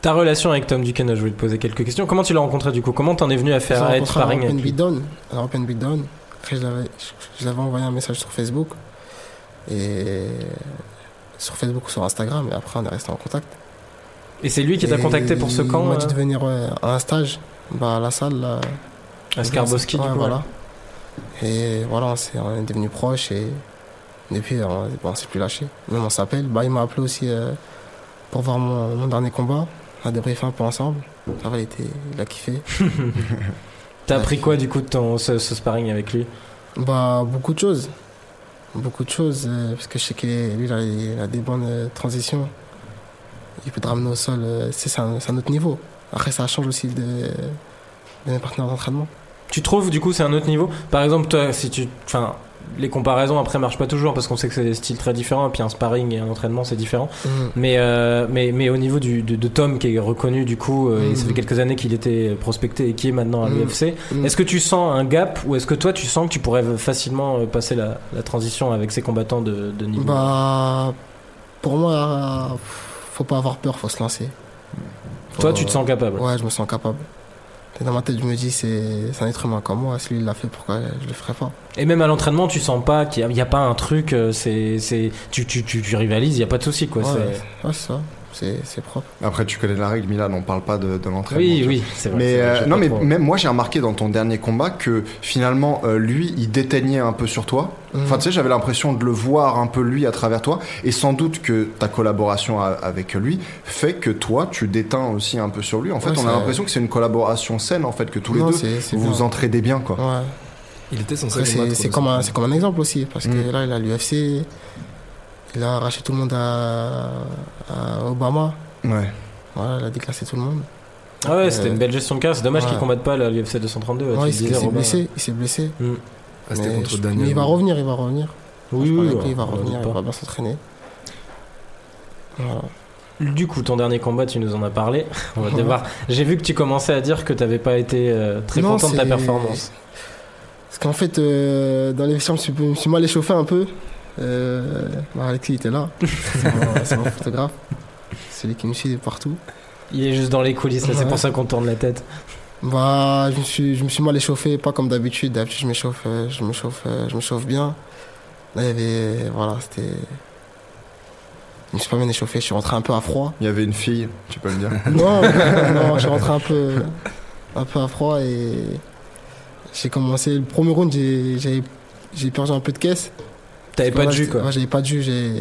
Speaker 1: Ta relation avec Tom Duquesne, je voulais te poser quelques questions. Comment tu l'as rencontré, du coup Comment t'en es venu à faire à être sparring
Speaker 3: Open
Speaker 1: avec lui
Speaker 3: Bidon. À Open Bidon. Après, je l'avais je- je l'avais envoyé un message sur Facebook. Et sur Facebook ou sur Instagram. Et après, on est resté en contact.
Speaker 1: Et c'est lui qui t'a
Speaker 3: Et
Speaker 1: contacté pour ce
Speaker 3: Il
Speaker 1: camp
Speaker 3: m'a dit
Speaker 1: euh,
Speaker 3: de venir ouais, à un stage bah, à la salle. Là,
Speaker 1: à Skarboski, du
Speaker 3: Ouais,
Speaker 1: coup, ouais.
Speaker 3: voilà. Et voilà, on est, on est devenus proches et depuis, on bon, on s'est plus lâché. Même on s'appelle. Bah, il m'a appelé aussi euh, pour voir mon, mon dernier combat. On a débriefé un peu ensemble. Ça va, il, était, il a kiffé.
Speaker 1: T'as appris quoi du coup de ton ce, ce sparring avec lui
Speaker 3: Bah, beaucoup de choses. Beaucoup de choses, euh, parce que je sais que lui, il a, il a des bonnes euh, transitions. Il peut te ramener au sol, euh, c'est c'est un, c'est un autre niveau. Après, ça change aussi de, de mes partenaires d'entraînement.
Speaker 1: Tu trouves du coup c'est un autre niveau Par exemple toi si tu enfin les comparaisons après marchent pas toujours parce qu'on sait que c'est des styles très différents, et puis un sparring et un entraînement c'est différent.
Speaker 3: Mm.
Speaker 1: Mais, euh, mais, mais au niveau du, de, de Tom qui est reconnu du coup, euh, et ça
Speaker 3: Mhm.
Speaker 1: fait quelques années qu'il était prospecté et qui est maintenant à
Speaker 3: Mhm.
Speaker 1: l'UFC,
Speaker 3: Mhm.
Speaker 1: est-ce que tu sens un gap ou est-ce que toi tu sens que tu pourrais facilement euh, passer la, la transition avec ces combattants de, de niveau
Speaker 3: Bah, pour moi, euh, faut pas avoir peur, faut se lancer.
Speaker 1: Toi
Speaker 3: Faut-
Speaker 1: tu te sens capable
Speaker 3: euh, Ouais, je me sens capable. Et dans ma tête, je me dis, c'est c'est un être humain comme moi. S'il l'a fait, pourquoi je le ferais pas
Speaker 1: Et même à l'entraînement tu sens pas qu'il n'y a, il y a pas un truc, euh, c'est c'est- tu, tu, tu, tu rivalises, il n'y a pas de souci quoi.
Speaker 3: Ouais,
Speaker 1: c'est-
Speaker 3: ouais, c'est ça. C'est c'est propre.
Speaker 2: Après, tu connais la règle, Milan, on parle pas de, de l'entraînement.
Speaker 1: Oui,
Speaker 2: tu vois.
Speaker 1: oui, c'est vrai.
Speaker 2: Mais
Speaker 1: c'est vrai,
Speaker 2: euh,
Speaker 1: j'ai
Speaker 2: non,
Speaker 1: pas
Speaker 2: mais
Speaker 1: trop-
Speaker 2: même moi j'ai remarqué dans ton dernier combat que finalement euh, lui il déteignait un peu sur toi.
Speaker 3: Mhm.
Speaker 2: Enfin tu sais j'avais l'impression de le voir un peu lui à travers toi et sans doute que ta collaboration a- avec lui fait que toi tu déteins aussi un peu sur lui. En fait
Speaker 3: Ouais,
Speaker 2: on a
Speaker 3: c'est-
Speaker 2: l'impression que c'est une collaboration saine en fait que tous
Speaker 3: Non,
Speaker 2: les deux
Speaker 3: c'est- c'est
Speaker 2: vous
Speaker 3: bien.
Speaker 2: entraidez bien quoi.
Speaker 3: Ouais.
Speaker 4: Il était censé
Speaker 3: Après, c'est-
Speaker 4: combattre,
Speaker 3: c'est
Speaker 4: le
Speaker 3: comme, un-
Speaker 4: Zidane.
Speaker 3: c'est comme un exemple aussi, parce
Speaker 2: Mm.
Speaker 3: que là, il a l'UFC, il a arraché tout le monde à, à Obama,
Speaker 2: Ouais.
Speaker 3: voilà, il a déclassé tout le monde.
Speaker 1: Ah ouais, c'était une belle gestion de cas. C'est dommage
Speaker 3: Euh, Ouais.
Speaker 1: qu'ils combattent pas la- l'UFC 232.
Speaker 3: Ouais,
Speaker 1: tu le
Speaker 3: il s'est
Speaker 1: disais,
Speaker 3: il s'est
Speaker 1: Robin.
Speaker 3: blessé, il s'est blessé.
Speaker 1: Mm.
Speaker 4: Ah, c'était
Speaker 3: mais
Speaker 4: contre
Speaker 3: je-
Speaker 4: Daniel.
Speaker 3: mais il va revenir, il va revenir.
Speaker 1: Oui, oui,
Speaker 3: Je parlais avec
Speaker 1: ouais,
Speaker 3: lui, il va
Speaker 1: on doute
Speaker 3: revenir,
Speaker 1: pas.
Speaker 3: il va bien s'entraîner. Voilà.
Speaker 1: Du coup, ton dernier combat, tu nous en as parlé. On va
Speaker 3: Ouais.
Speaker 1: devoir- J'ai vu que tu commençais à dire que t'avais pas été euh, très
Speaker 3: Non,
Speaker 1: content de ta
Speaker 3: c'est-
Speaker 1: performance.
Speaker 3: Parce qu'en fait, euh, dans les films, je me suis- je me suis mal échauffé un peu. Euh, Alexis était là, c'est mon- c'est mon photographe, celui qui me suit partout.
Speaker 1: Il est juste dans les coulisses, là, c'est
Speaker 3: Ouais.
Speaker 1: pour ça qu'on tourne la tête.
Speaker 3: Bah, je me suis, je me suis mal échauffé, pas comme d'habitude. D'habitude, je m'échauffe, euh, je m'échauffe, euh, je me chauffe bien. Là, il y avait, voilà, c'était. Je me suis pas bien échauffé, je suis rentré un peu à froid.
Speaker 2: Il y avait une fille, tu peux le dire.
Speaker 3: Non, non, je suis rentré un peu, un peu à froid et j'ai commencé le premier round, j'ai, j'ai, j'ai perdu un peu de caisse.
Speaker 1: T'avais pas de
Speaker 3: Voilà,
Speaker 1: jus,
Speaker 3: j'étais-
Speaker 1: quoi.
Speaker 3: ouais, j'avais pas de jus, j'ai,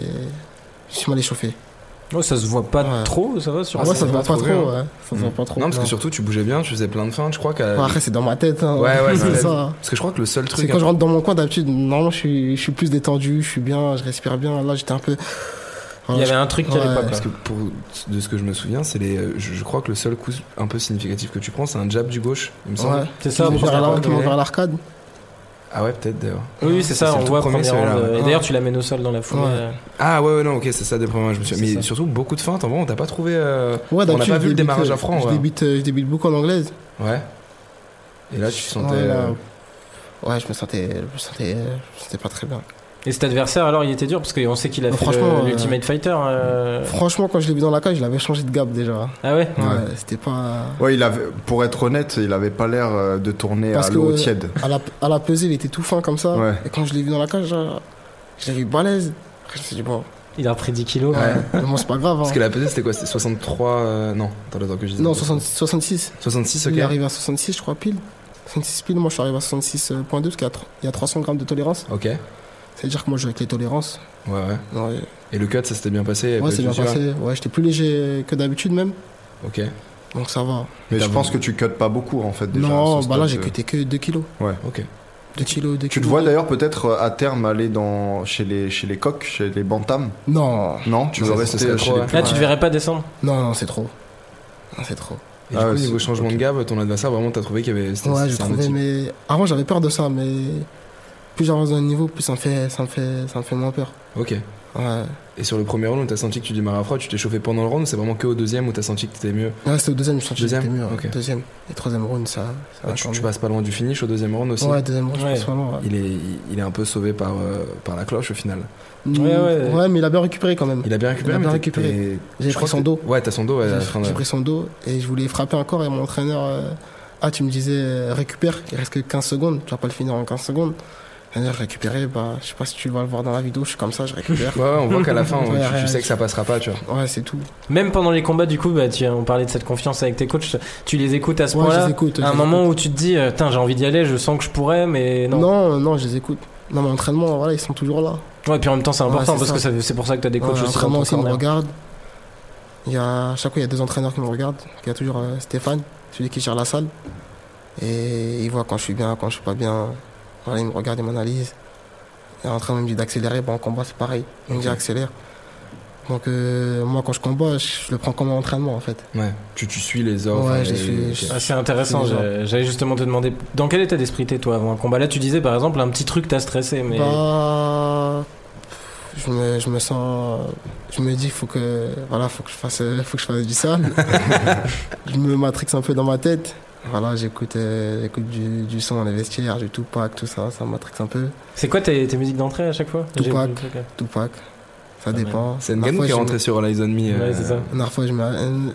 Speaker 3: je suis mal échauffé.
Speaker 1: Oh, ça se voit pas
Speaker 3: Ouais.
Speaker 1: trop, ça va sur
Speaker 4: Ah,
Speaker 3: Moi,
Speaker 1: la-
Speaker 4: ça
Speaker 3: ça
Speaker 4: se
Speaker 3: ne va
Speaker 4: voit
Speaker 3: pas
Speaker 4: trop
Speaker 3: trop,
Speaker 4: bien.
Speaker 3: ouais, ça se
Speaker 2: Mm.
Speaker 3: voit pas trop.
Speaker 4: Non, parce que surtout tu bougeais bien, tu faisais plein de feintes. Je crois qu'à.
Speaker 3: Ouais, Après, c'est dans ma tête. hein.
Speaker 4: Ouais, ouais,
Speaker 3: c'est
Speaker 4: c'est-
Speaker 3: ça. hein.
Speaker 4: Parce que je crois que le seul truc.
Speaker 3: C'est quand je rentre dans mon coin d'habitude, normalement je suis, je suis plus détendu, je suis bien, je respire bien. Là j'étais un peu.
Speaker 1: Il y
Speaker 3: Voilà,
Speaker 1: avait un truc qui allait
Speaker 3: Ouais,
Speaker 1: pas. quoi.
Speaker 4: Parce que pour, de ce que je me souviens, c'est les. euh, Je, je crois que le seul coup un peu significatif que tu prends, c'est un jab du gauche, il me
Speaker 3: je-
Speaker 4: semble.
Speaker 3: ouais.
Speaker 1: C'est ça,
Speaker 3: Qui
Speaker 1: mon
Speaker 3: m'ont vers
Speaker 1: premier
Speaker 3: la-
Speaker 1: round,
Speaker 3: qui m'ont
Speaker 1: ouais.
Speaker 3: vers l'arcade.
Speaker 4: Ah ouais, peut-être d'ailleurs.
Speaker 1: Oui, oui, c'est ça,
Speaker 4: C'est
Speaker 1: on
Speaker 4: le
Speaker 1: voit
Speaker 4: tout
Speaker 1: premier
Speaker 4: premier,
Speaker 1: round.
Speaker 4: celui-là.
Speaker 1: euh, Et d'ailleurs, tu l'amènes au sol dans la foule.
Speaker 3: Ouais.
Speaker 1: euh,
Speaker 4: Ah ouais, ouais, non, ok, c'est ça des premiers. Je me suis...
Speaker 1: C'est
Speaker 4: Mais
Speaker 1: ça.
Speaker 4: surtout beaucoup de feintes. En vrai, on t'a pas trouvé. euh,
Speaker 3: Ouais,
Speaker 4: on n'a
Speaker 3: d'habitude,
Speaker 4: pas vu
Speaker 3: je
Speaker 4: le
Speaker 3: débute,
Speaker 4: démarrage
Speaker 3: euh,
Speaker 4: à franc.
Speaker 3: Je
Speaker 4: ouais.
Speaker 3: débute, euh, je débute beaucoup en anglaise.
Speaker 4: Ouais. Et là, tu sentais.
Speaker 3: Ouais, Oh là,
Speaker 4: euh,
Speaker 3: ouais, je me sentais, je me sentais, je me sentais pas très bien.
Speaker 1: Et cet adversaire, alors, il était dur parce qu'on sait qu'il a
Speaker 3: Mais
Speaker 1: fait
Speaker 3: franchement,
Speaker 1: le-
Speaker 3: euh,
Speaker 1: l'Ultimate Fighter. euh,
Speaker 3: Franchement, quand je l'ai vu dans la cage, il avait changé de gap déjà.
Speaker 1: Ah ouais
Speaker 3: Ouais,
Speaker 2: Ouais.
Speaker 3: c'était pas.
Speaker 2: Ouais, il avait, pour être honnête, il avait pas l'air euh, de tourner
Speaker 3: Parce
Speaker 2: à
Speaker 3: que-
Speaker 2: l'eau tiède.
Speaker 3: À la, à la pesée, il était tout fin comme ça.
Speaker 2: Ouais.
Speaker 3: Et quand je l'ai vu dans la cage, là, je l'ai vu balèze. Après, je me suis dit, bon,
Speaker 1: Il a repris 10 kilos.
Speaker 3: ouais, mais bon, c'est pas grave.
Speaker 4: Parce
Speaker 3: hein.
Speaker 4: que la pesée, c'était quoi C'était 63. euh, Non, attends, attends que je dise.
Speaker 3: Non, 60 66.
Speaker 4: 66, ok.
Speaker 3: Il est arrivé à 66, je crois, pile. 66 pile, moi je suis arrivé à 66.2 parce qu'il y a tro- il y a 300 grammes de tolérance.
Speaker 4: Ok. Ouais,
Speaker 3: C'est-à-dire que moi je joue avec les tolérances.
Speaker 4: ouais.
Speaker 3: Non,
Speaker 2: Eh
Speaker 3: et-
Speaker 4: Et le cut, ça s'était bien passé.
Speaker 2: ben,
Speaker 3: ouais,
Speaker 4: pas
Speaker 3: c'est
Speaker 4: eu de
Speaker 3: bien
Speaker 4: soucis,
Speaker 3: passé. Ouais, j'étais plus léger que d'habitude même.
Speaker 4: Ok.
Speaker 3: Donc ça va.
Speaker 2: Mais je
Speaker 4: T'as-
Speaker 2: pense que tu cuts pas beaucoup en fait déjà. à
Speaker 3: non,
Speaker 2: ce
Speaker 3: bah là j'ai
Speaker 2: stade de-
Speaker 3: cuté que 2 kilos.
Speaker 4: Ok.
Speaker 3: 2 kilos, 2 kilos.
Speaker 2: Tu te vois d'ailleurs peut-être euh, à terme aller dans chez les chez les coqs, chez les bantams.
Speaker 3: Non,
Speaker 2: Non, tu
Speaker 4: Non,
Speaker 2: veux
Speaker 4: ça,
Speaker 2: rester
Speaker 4: ce serait
Speaker 2: chez
Speaker 4: trop,
Speaker 2: les
Speaker 4: ouais.
Speaker 1: Là, Ah, tu te verrais pas descendre.
Speaker 3: non, non, c'est trop. Non, c'est trop.
Speaker 4: Et
Speaker 2: Ah
Speaker 4: du
Speaker 2: ouais,
Speaker 4: coup, niveau
Speaker 2: c'est-
Speaker 4: changement
Speaker 2: ok.
Speaker 4: de gab, ton adversaire, vraiment, t'as trouvé qu'il y avait. c'était-
Speaker 3: Ouais,
Speaker 4: c'était
Speaker 3: j'ai
Speaker 4: un
Speaker 3: trouvé,
Speaker 4: outil.
Speaker 3: mais avant j'avais peur de ça, mais plus j'avance dans le niveau, plus ça me fait, ça me fait, ça me fait moins peur.
Speaker 4: Ok.
Speaker 3: Ouais,
Speaker 4: Et sur le premier round, où t'as senti que tu démarrais à froid, tu t'es chauffé pendant le round, ou c'est vraiment que au deuxième où t'as senti que t'étais mieux
Speaker 3: ouais c'était au deuxième, je sentais que
Speaker 4: Deuxième
Speaker 3: j'étais mieux. ouais.
Speaker 4: Ok.
Speaker 3: Deuxième et troisième round, ça. ça
Speaker 4: Ah,
Speaker 3: va
Speaker 4: tu,
Speaker 3: quand
Speaker 4: tu
Speaker 3: même.
Speaker 4: passes pas loin du finish au deuxième round aussi.
Speaker 3: Ouais, deuxième round, je
Speaker 1: Ouais.
Speaker 3: pense vraiment. ouais.
Speaker 4: Il est, il- il est un peu sauvé par, euh, par la cloche au final.
Speaker 3: Mm,
Speaker 1: Ouais, ouais.
Speaker 3: mais il a bien récupéré quand même.
Speaker 4: Il a bien récupéré.
Speaker 3: Il a bien
Speaker 4: mais
Speaker 3: récupéré.
Speaker 4: t'es-
Speaker 3: J'ai
Speaker 4: je crois
Speaker 3: pris son
Speaker 4: que
Speaker 3: dos.
Speaker 4: t'es- Ouais, t'as son dos. ouais, à la
Speaker 3: J'ai-
Speaker 4: fin de-
Speaker 3: J'ai pris son dos et je voulais frapper encore et mon entraîneur, euh, ah tu me disais euh, récupère, il reste que 15 secondes, tu vas pas le finir en 15 secondes. J'ai récupéré, bah je sais pas si tu vas le voir dans la vidéo, je suis comme ça, je récupère.
Speaker 4: Ouais, ouais, on voit qu'à la fin,
Speaker 3: Ouais,
Speaker 4: tu- tu,
Speaker 3: ouais,
Speaker 4: sais que ça passera pas, tu vois.
Speaker 3: ouais c'est tout.
Speaker 1: Même pendant les combats, du coup, bah, tu, on parlait de cette confiance avec tes coachs. Tu les écoutes à ce
Speaker 3: Moi je
Speaker 1: point-là.
Speaker 3: les écoute.
Speaker 1: À
Speaker 3: je
Speaker 1: un
Speaker 3: les
Speaker 1: moment
Speaker 3: écoute.
Speaker 1: où tu te dis, euh, Tain, j'ai envie d'y aller, je sens que je pourrais, mais non.
Speaker 3: non. non je les écoute. Non mais entraînement voilà ils sont toujours là.
Speaker 1: Ouais, puis en même temps, c'est
Speaker 3: Ouais,
Speaker 1: important
Speaker 3: c'est
Speaker 1: parce
Speaker 3: ça.
Speaker 1: que ça- c'est pour ça que t'as des coachs
Speaker 3: Ouais,
Speaker 1: aussi. dans
Speaker 3: entraînement
Speaker 1: ton
Speaker 3: aussi ils me
Speaker 1: corner.
Speaker 3: regardent. Il y a à chaque fois il y a deux entraîneurs qui me regardent. Il y a toujours euh, Stéphane, celui qui gère la salle, et il voit quand je suis bien, quand je suis pas bien. Voilà, il me regarde, il m'analyse. Et en train de me dit d'accélérer, bon, en combat c'est pareil. Il me dit accélère. Donc euh, moi quand je combats, je le prends comme un entraînement en fait.
Speaker 4: Ouais. Tu, tu suis les ordres.
Speaker 3: Ouais,
Speaker 4: et-
Speaker 3: je suis- je-
Speaker 4: ok.
Speaker 1: Ah, c'est intéressant,
Speaker 3: C'est
Speaker 1: j'ai- j'allais justement te demander dans quel état d'esprit t'es toi avant un combat. Là, tu disais par exemple un petit truc t'a stressé, mais
Speaker 3: Bah, je me, je me sens, je me dis faut que voilà, faut que je fasse, faut que je fasse du sale. je me matrixe un peu dans ma tête. Voilà, j'écoute, euh, j'écoute du, du son dans les vestiaires, du Tupac, tout ça, ça me matrixe un peu.
Speaker 1: c'est quoi tes, tes musiques d'entrée à chaque fois J'ai-
Speaker 3: Tupac.
Speaker 1: ok.
Speaker 3: Tupac, ça
Speaker 1: Ah,
Speaker 3: dépend.
Speaker 4: C'est
Speaker 3: Parfois,
Speaker 4: Ngannou qui est
Speaker 3: je mets-
Speaker 4: rentré sur All Eyes on Me. euh,
Speaker 1: Ouais, c'est ça.
Speaker 3: La dernière fois, je mets un-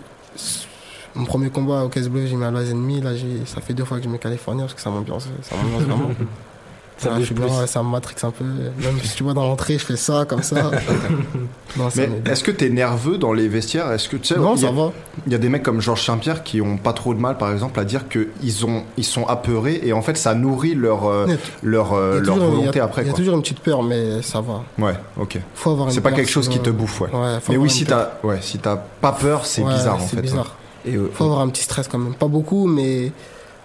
Speaker 3: mon premier combat au Caisse Bleu, j'ai mis à l'Oise Ennemis. Là, j'ai- ça fait deux fois que je mets California parce que ça m'ambiance, ça m'ambiance vraiment.
Speaker 1: Ça
Speaker 3: Voilà,
Speaker 1: bouge
Speaker 3: je suis bien,
Speaker 1: plus.
Speaker 3: ouais, ça me matrixe un peu. Même si tu vois dans l'entrée, je fais ça, comme ça. non, ça
Speaker 2: Mais
Speaker 3: m'aide.
Speaker 2: est-ce que t'es nerveux dans les vestiaires Est-ce que tu sais,
Speaker 3: Non,
Speaker 2: il y,
Speaker 3: ça
Speaker 2: a- euh,
Speaker 3: va.
Speaker 2: il y a des mecs comme Georges Saint-Pierre qui ont pas trop de mal, par exemple, à dire que ils ont, ils sont apeurés et en fait ça nourrit leur, euh,
Speaker 3: Il y a-
Speaker 2: leur, euh,
Speaker 3: Il y a
Speaker 2: leur
Speaker 3: toujours- il y
Speaker 2: volonté
Speaker 3: a-
Speaker 2: après.
Speaker 3: Il y a
Speaker 2: quoi.
Speaker 3: toujours une petite peur, mais ça va.
Speaker 2: Ouais, ok.
Speaker 3: Faut avoir une
Speaker 2: C'est pas
Speaker 3: peur,
Speaker 2: quelque chose qui
Speaker 3: sinon-
Speaker 2: te bouffe, ouais.
Speaker 3: Ouais, faut
Speaker 2: Mais
Speaker 3: avoir
Speaker 2: oui,
Speaker 3: une
Speaker 2: si
Speaker 3: peur.
Speaker 2: t'as, ouais, si t'as pas peur, c'est
Speaker 3: Ouais,
Speaker 2: bizarre en
Speaker 3: c'est
Speaker 2: fait. ouais.
Speaker 3: bizarre.
Speaker 4: Et euh,
Speaker 3: Faut avoir un petit stress quand même. Pas beaucoup, mais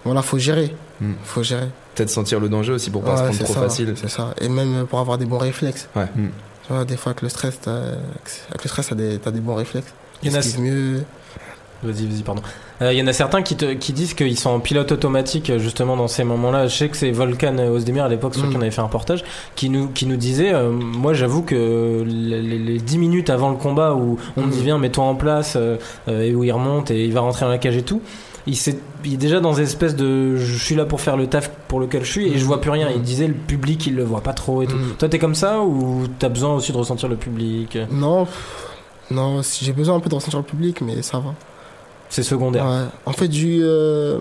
Speaker 3: voilà, faut gérer.
Speaker 2: Hmm.
Speaker 3: Faut gérer.
Speaker 4: peut-être sentir le danger aussi pour pas
Speaker 3: Ouais,
Speaker 4: se prendre
Speaker 3: c'est
Speaker 4: trop
Speaker 3: ça,
Speaker 4: facile.
Speaker 3: C'est ça. Et même pour avoir des bons réflexes.
Speaker 4: Ouais.
Speaker 2: Mm.
Speaker 3: Tu vois, des fois avec le stress, t'as, avec le stress, t'as des, t'as des bons réflexes.
Speaker 1: Il y en a-
Speaker 3: Esquive mieux.
Speaker 1: Vas-y, vas-y, pardon. Euh, Il y en a certains qui, te- qui disent qu'ils sont en pilote automatique euh, justement dans ces moments-là. Je sais que c'est Volcan euh, Ozdemir à l'époque, sur
Speaker 3: Mm.
Speaker 1: qui on avait fait un reportage, qui nous, qui nous disait euh, Moi j'avoue que euh, les, les- les 10 minutes avant le combat où on me dit
Speaker 3: Mm.
Speaker 1: Viens, mets-toi en place, euh, euh, et où il remonte et il va rentrer dans la cage et tout. Il, s'est- il est déjà dans une espèce de je suis là pour faire le taf pour lequel je suis et je vois plus rien. Il
Speaker 3: Mm.
Speaker 1: disait le public il le voit pas trop et tout.
Speaker 3: Mm.
Speaker 1: Toi t'es comme ça ou t'as besoin aussi de ressentir le public euh,
Speaker 3: Non, pff, non, si j'ai besoin un peu de ressentir le public, mais ça va.
Speaker 1: C'est secondaire.
Speaker 3: Ouais. En fait, j'ai eu, euh,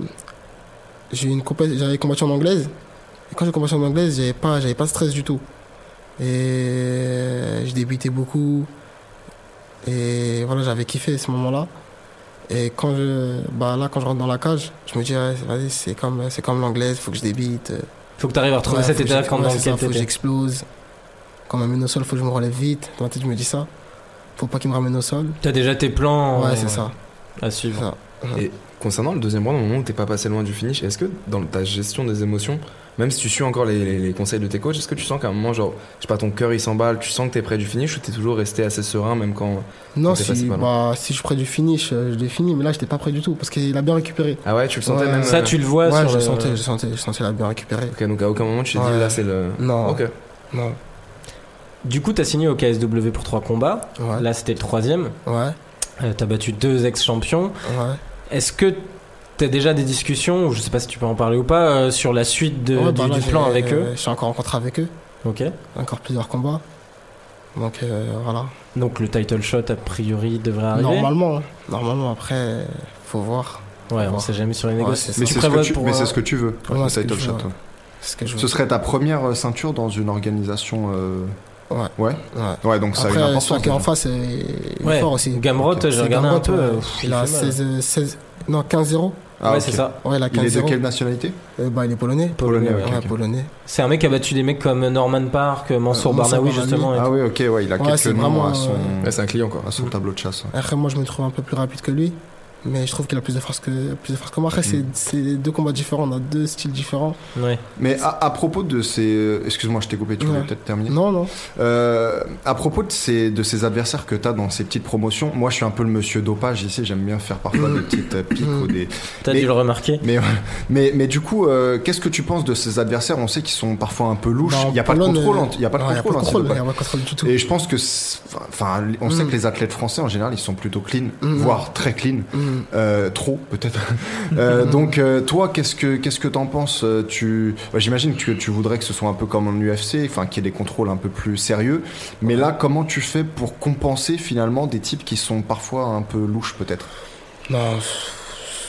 Speaker 3: j'ai eu une compé- j'avais combattu en anglaise. Et quand j'ai combattu en anglaise, j'avais pas, j'avais pas de stress du tout. Et je débutais beaucoup. Et voilà, j'avais kiffé ce moment-là. Et quand je, bah là, quand je rentre dans la cage, je me dis, ouais, vas-y, c'est comme, c'est comme l'anglaise, faut que je débite. euh,
Speaker 1: Faut que t'arrives à retrouver
Speaker 3: Ouais,
Speaker 1: cet
Speaker 3: faut que
Speaker 1: état
Speaker 3: j'ex-
Speaker 1: quand
Speaker 3: ouais,
Speaker 1: dans
Speaker 3: c'est ça,
Speaker 1: lequel
Speaker 3: faut que
Speaker 1: t'étais.
Speaker 3: j'explose. Quand on m'amène au sol, faut que je me relève vite. Dans ma tête, je me dis ça. Faut pas qu'il me ramène au sol.
Speaker 1: T'as déjà tes plans
Speaker 3: ouais,
Speaker 1: euh,
Speaker 3: c'est ça.
Speaker 1: à
Speaker 3: c'est
Speaker 1: suivre.
Speaker 3: ça.
Speaker 4: Concernant le deuxième round, au moment où t'es pas passé loin du finish, est-ce que dans ta gestion des émotions, même si tu suis encore les, les- les conseils de tes coachs, est-ce que tu sens qu'à un moment, genre, je sais pas, ton cœur il s'emballe, tu sens que t'es près du finish ou t'es toujours resté assez serein même quand.
Speaker 3: Non,
Speaker 4: t'es passé
Speaker 3: si,
Speaker 4: pas
Speaker 3: bah, si je suis près du finish, euh, je l'ai fini, mais là, j'étais pas prêt du tout, parce qu'il a bien récupéré.
Speaker 4: Ah ouais, tu le sentais
Speaker 3: Ouais.
Speaker 4: même.
Speaker 1: Ça,
Speaker 4: euh,
Speaker 1: tu le vois
Speaker 3: ouais,
Speaker 1: sur
Speaker 3: je
Speaker 1: le...
Speaker 3: le sentais, je sentais, je sentais, il a bien récupéré.
Speaker 4: Ok, donc à aucun moment tu t'es
Speaker 3: Ouais.
Speaker 4: dit là c'est le.
Speaker 3: Non,
Speaker 4: Ok.
Speaker 3: non,
Speaker 1: Du coup, t'as signé au KSW pour trois combats.
Speaker 3: ouais,
Speaker 1: Là, c'était le troisième.
Speaker 3: ouais,
Speaker 1: Euh, t'as battu deux ex-champions.
Speaker 3: ouais.
Speaker 1: Est-ce que t'as déjà des discussions, ou je sais pas si tu peux en parler ou pas, euh, sur la suite de-
Speaker 3: Ouais,
Speaker 1: du,
Speaker 3: bah, là,
Speaker 1: du
Speaker 3: j'ai-
Speaker 1: plan avec
Speaker 3: euh,
Speaker 1: eux
Speaker 3: Je suis encore en contrat avec eux,
Speaker 1: Ok.
Speaker 3: encore plusieurs combats. Donc, euh, voilà.
Speaker 1: Donc le title shot, a priori, devrait arriver.
Speaker 3: Normalement, hein. normalement, après, euh, faut voir.
Speaker 1: Ouais, on sait jamais sur les
Speaker 3: Ouais,
Speaker 1: négociations.
Speaker 3: c'est
Speaker 2: Mais
Speaker 3: ça.
Speaker 1: Tu
Speaker 2: c'est ce
Speaker 1: prévois
Speaker 2: que tu-
Speaker 1: pour,
Speaker 2: mais
Speaker 1: euh,
Speaker 2: c'est ce que tu veux.
Speaker 3: Ouais,
Speaker 2: le
Speaker 3: c'est ce que
Speaker 2: title
Speaker 3: je
Speaker 2: shot,
Speaker 3: veux,
Speaker 2: ouais.
Speaker 3: C'est ce que je veux.
Speaker 2: Ce serait ta première euh, ceinture dans une organisation. euh,
Speaker 3: Ouais.
Speaker 2: Ouais.
Speaker 3: Ouais.
Speaker 2: Ouais, donc ça a une
Speaker 3: Après, celui
Speaker 2: importance. hein.
Speaker 3: qui est en
Speaker 2: déjà.
Speaker 3: face, euh, il est
Speaker 1: Ouais.
Speaker 3: fort aussi.
Speaker 1: Gamrot,
Speaker 3: C'est
Speaker 1: j'ai regardé un
Speaker 3: Gamrot,
Speaker 1: peu.
Speaker 3: ouais.
Speaker 1: euh, pff,
Speaker 3: Il a
Speaker 1: fait mal.
Speaker 3: 16, euh, 16, non, 15-0.
Speaker 2: Ah,
Speaker 1: ouais,
Speaker 2: ok.
Speaker 1: c'est ça.
Speaker 3: Ouais, il a 15-0.
Speaker 2: Il est de quelle nationalité
Speaker 3: Euh, bah, il est polonais.
Speaker 1: Polonais,
Speaker 2: Polonais,
Speaker 1: ouais.
Speaker 3: Ouais,
Speaker 2: ok.
Speaker 3: polonais.
Speaker 1: C'est un mec qui a battu des mecs comme Norman Park, euh, Mansour
Speaker 3: Euh, Mansour
Speaker 1: Barnaoui,
Speaker 3: Barnaoui.
Speaker 1: justement. et
Speaker 2: Ah
Speaker 1: tout.
Speaker 2: oui, ok, ouais, il a
Speaker 3: Ouais,
Speaker 2: quelques
Speaker 3: c'est
Speaker 2: noms
Speaker 3: vraiment,
Speaker 2: à son,
Speaker 4: Ouais, c'est un client quoi.
Speaker 2: à son tableau de chasse. ouais.
Speaker 3: Après, moi, je me trouve un peu plus rapide que lui. Mais je trouve qu'il a plus de force que, plus de force que moi. Après,
Speaker 2: Mm.
Speaker 3: c'est- c'est deux combats différents. On a deux styles différents.
Speaker 1: Ouais.
Speaker 2: Mais à, à propos de ces. euh, Excuse-moi, je t'ai coupé, tu voulais
Speaker 3: Ouais.
Speaker 2: peut-être terminer.
Speaker 3: Non, non.
Speaker 2: Euh, à propos de ces, de ces adversaires que t'as dans ces petites promotions, moi je suis un peu le monsieur dopage ici, j'aime bien faire parfois des petites euh, piques ou des.
Speaker 1: T'as
Speaker 2: Mais-
Speaker 1: dû le remarquer.
Speaker 2: Mais, euh, mais, mais du coup, euh, qu'est-ce que tu penses de ces adversaires On sait qu'ils sont parfois un peu louches,
Speaker 3: Bah, en
Speaker 2: il n'y a, pas de
Speaker 3: Pologne,
Speaker 2: contrôle
Speaker 3: euh,
Speaker 2: anti- il y a pas de
Speaker 3: Ouais, y a
Speaker 2: contrôle
Speaker 3: pas de contrôle.
Speaker 2: anti-dopage.
Speaker 3: y a pas de contrôle du tout.
Speaker 2: Et je pense que. c'est- Enfin, on sait
Speaker 3: Mm.
Speaker 2: que les athlètes français en général ils sont plutôt clean,
Speaker 3: Mm.
Speaker 2: voire très clean.
Speaker 3: Mm.
Speaker 2: Euh, trop peut-être. Euh, donc euh, toi, qu'est-ce que qu'est-ce que t'en penses Euh, Tu, bah, j'imagine que tu voudrais que ce soit un peu comme en UFC, enfin qu'il y ait des contrôles un peu plus sérieux. Mais là, comment tu fais pour compenser finalement des types qui sont parfois un peu louches peut-être
Speaker 3: Non, pff,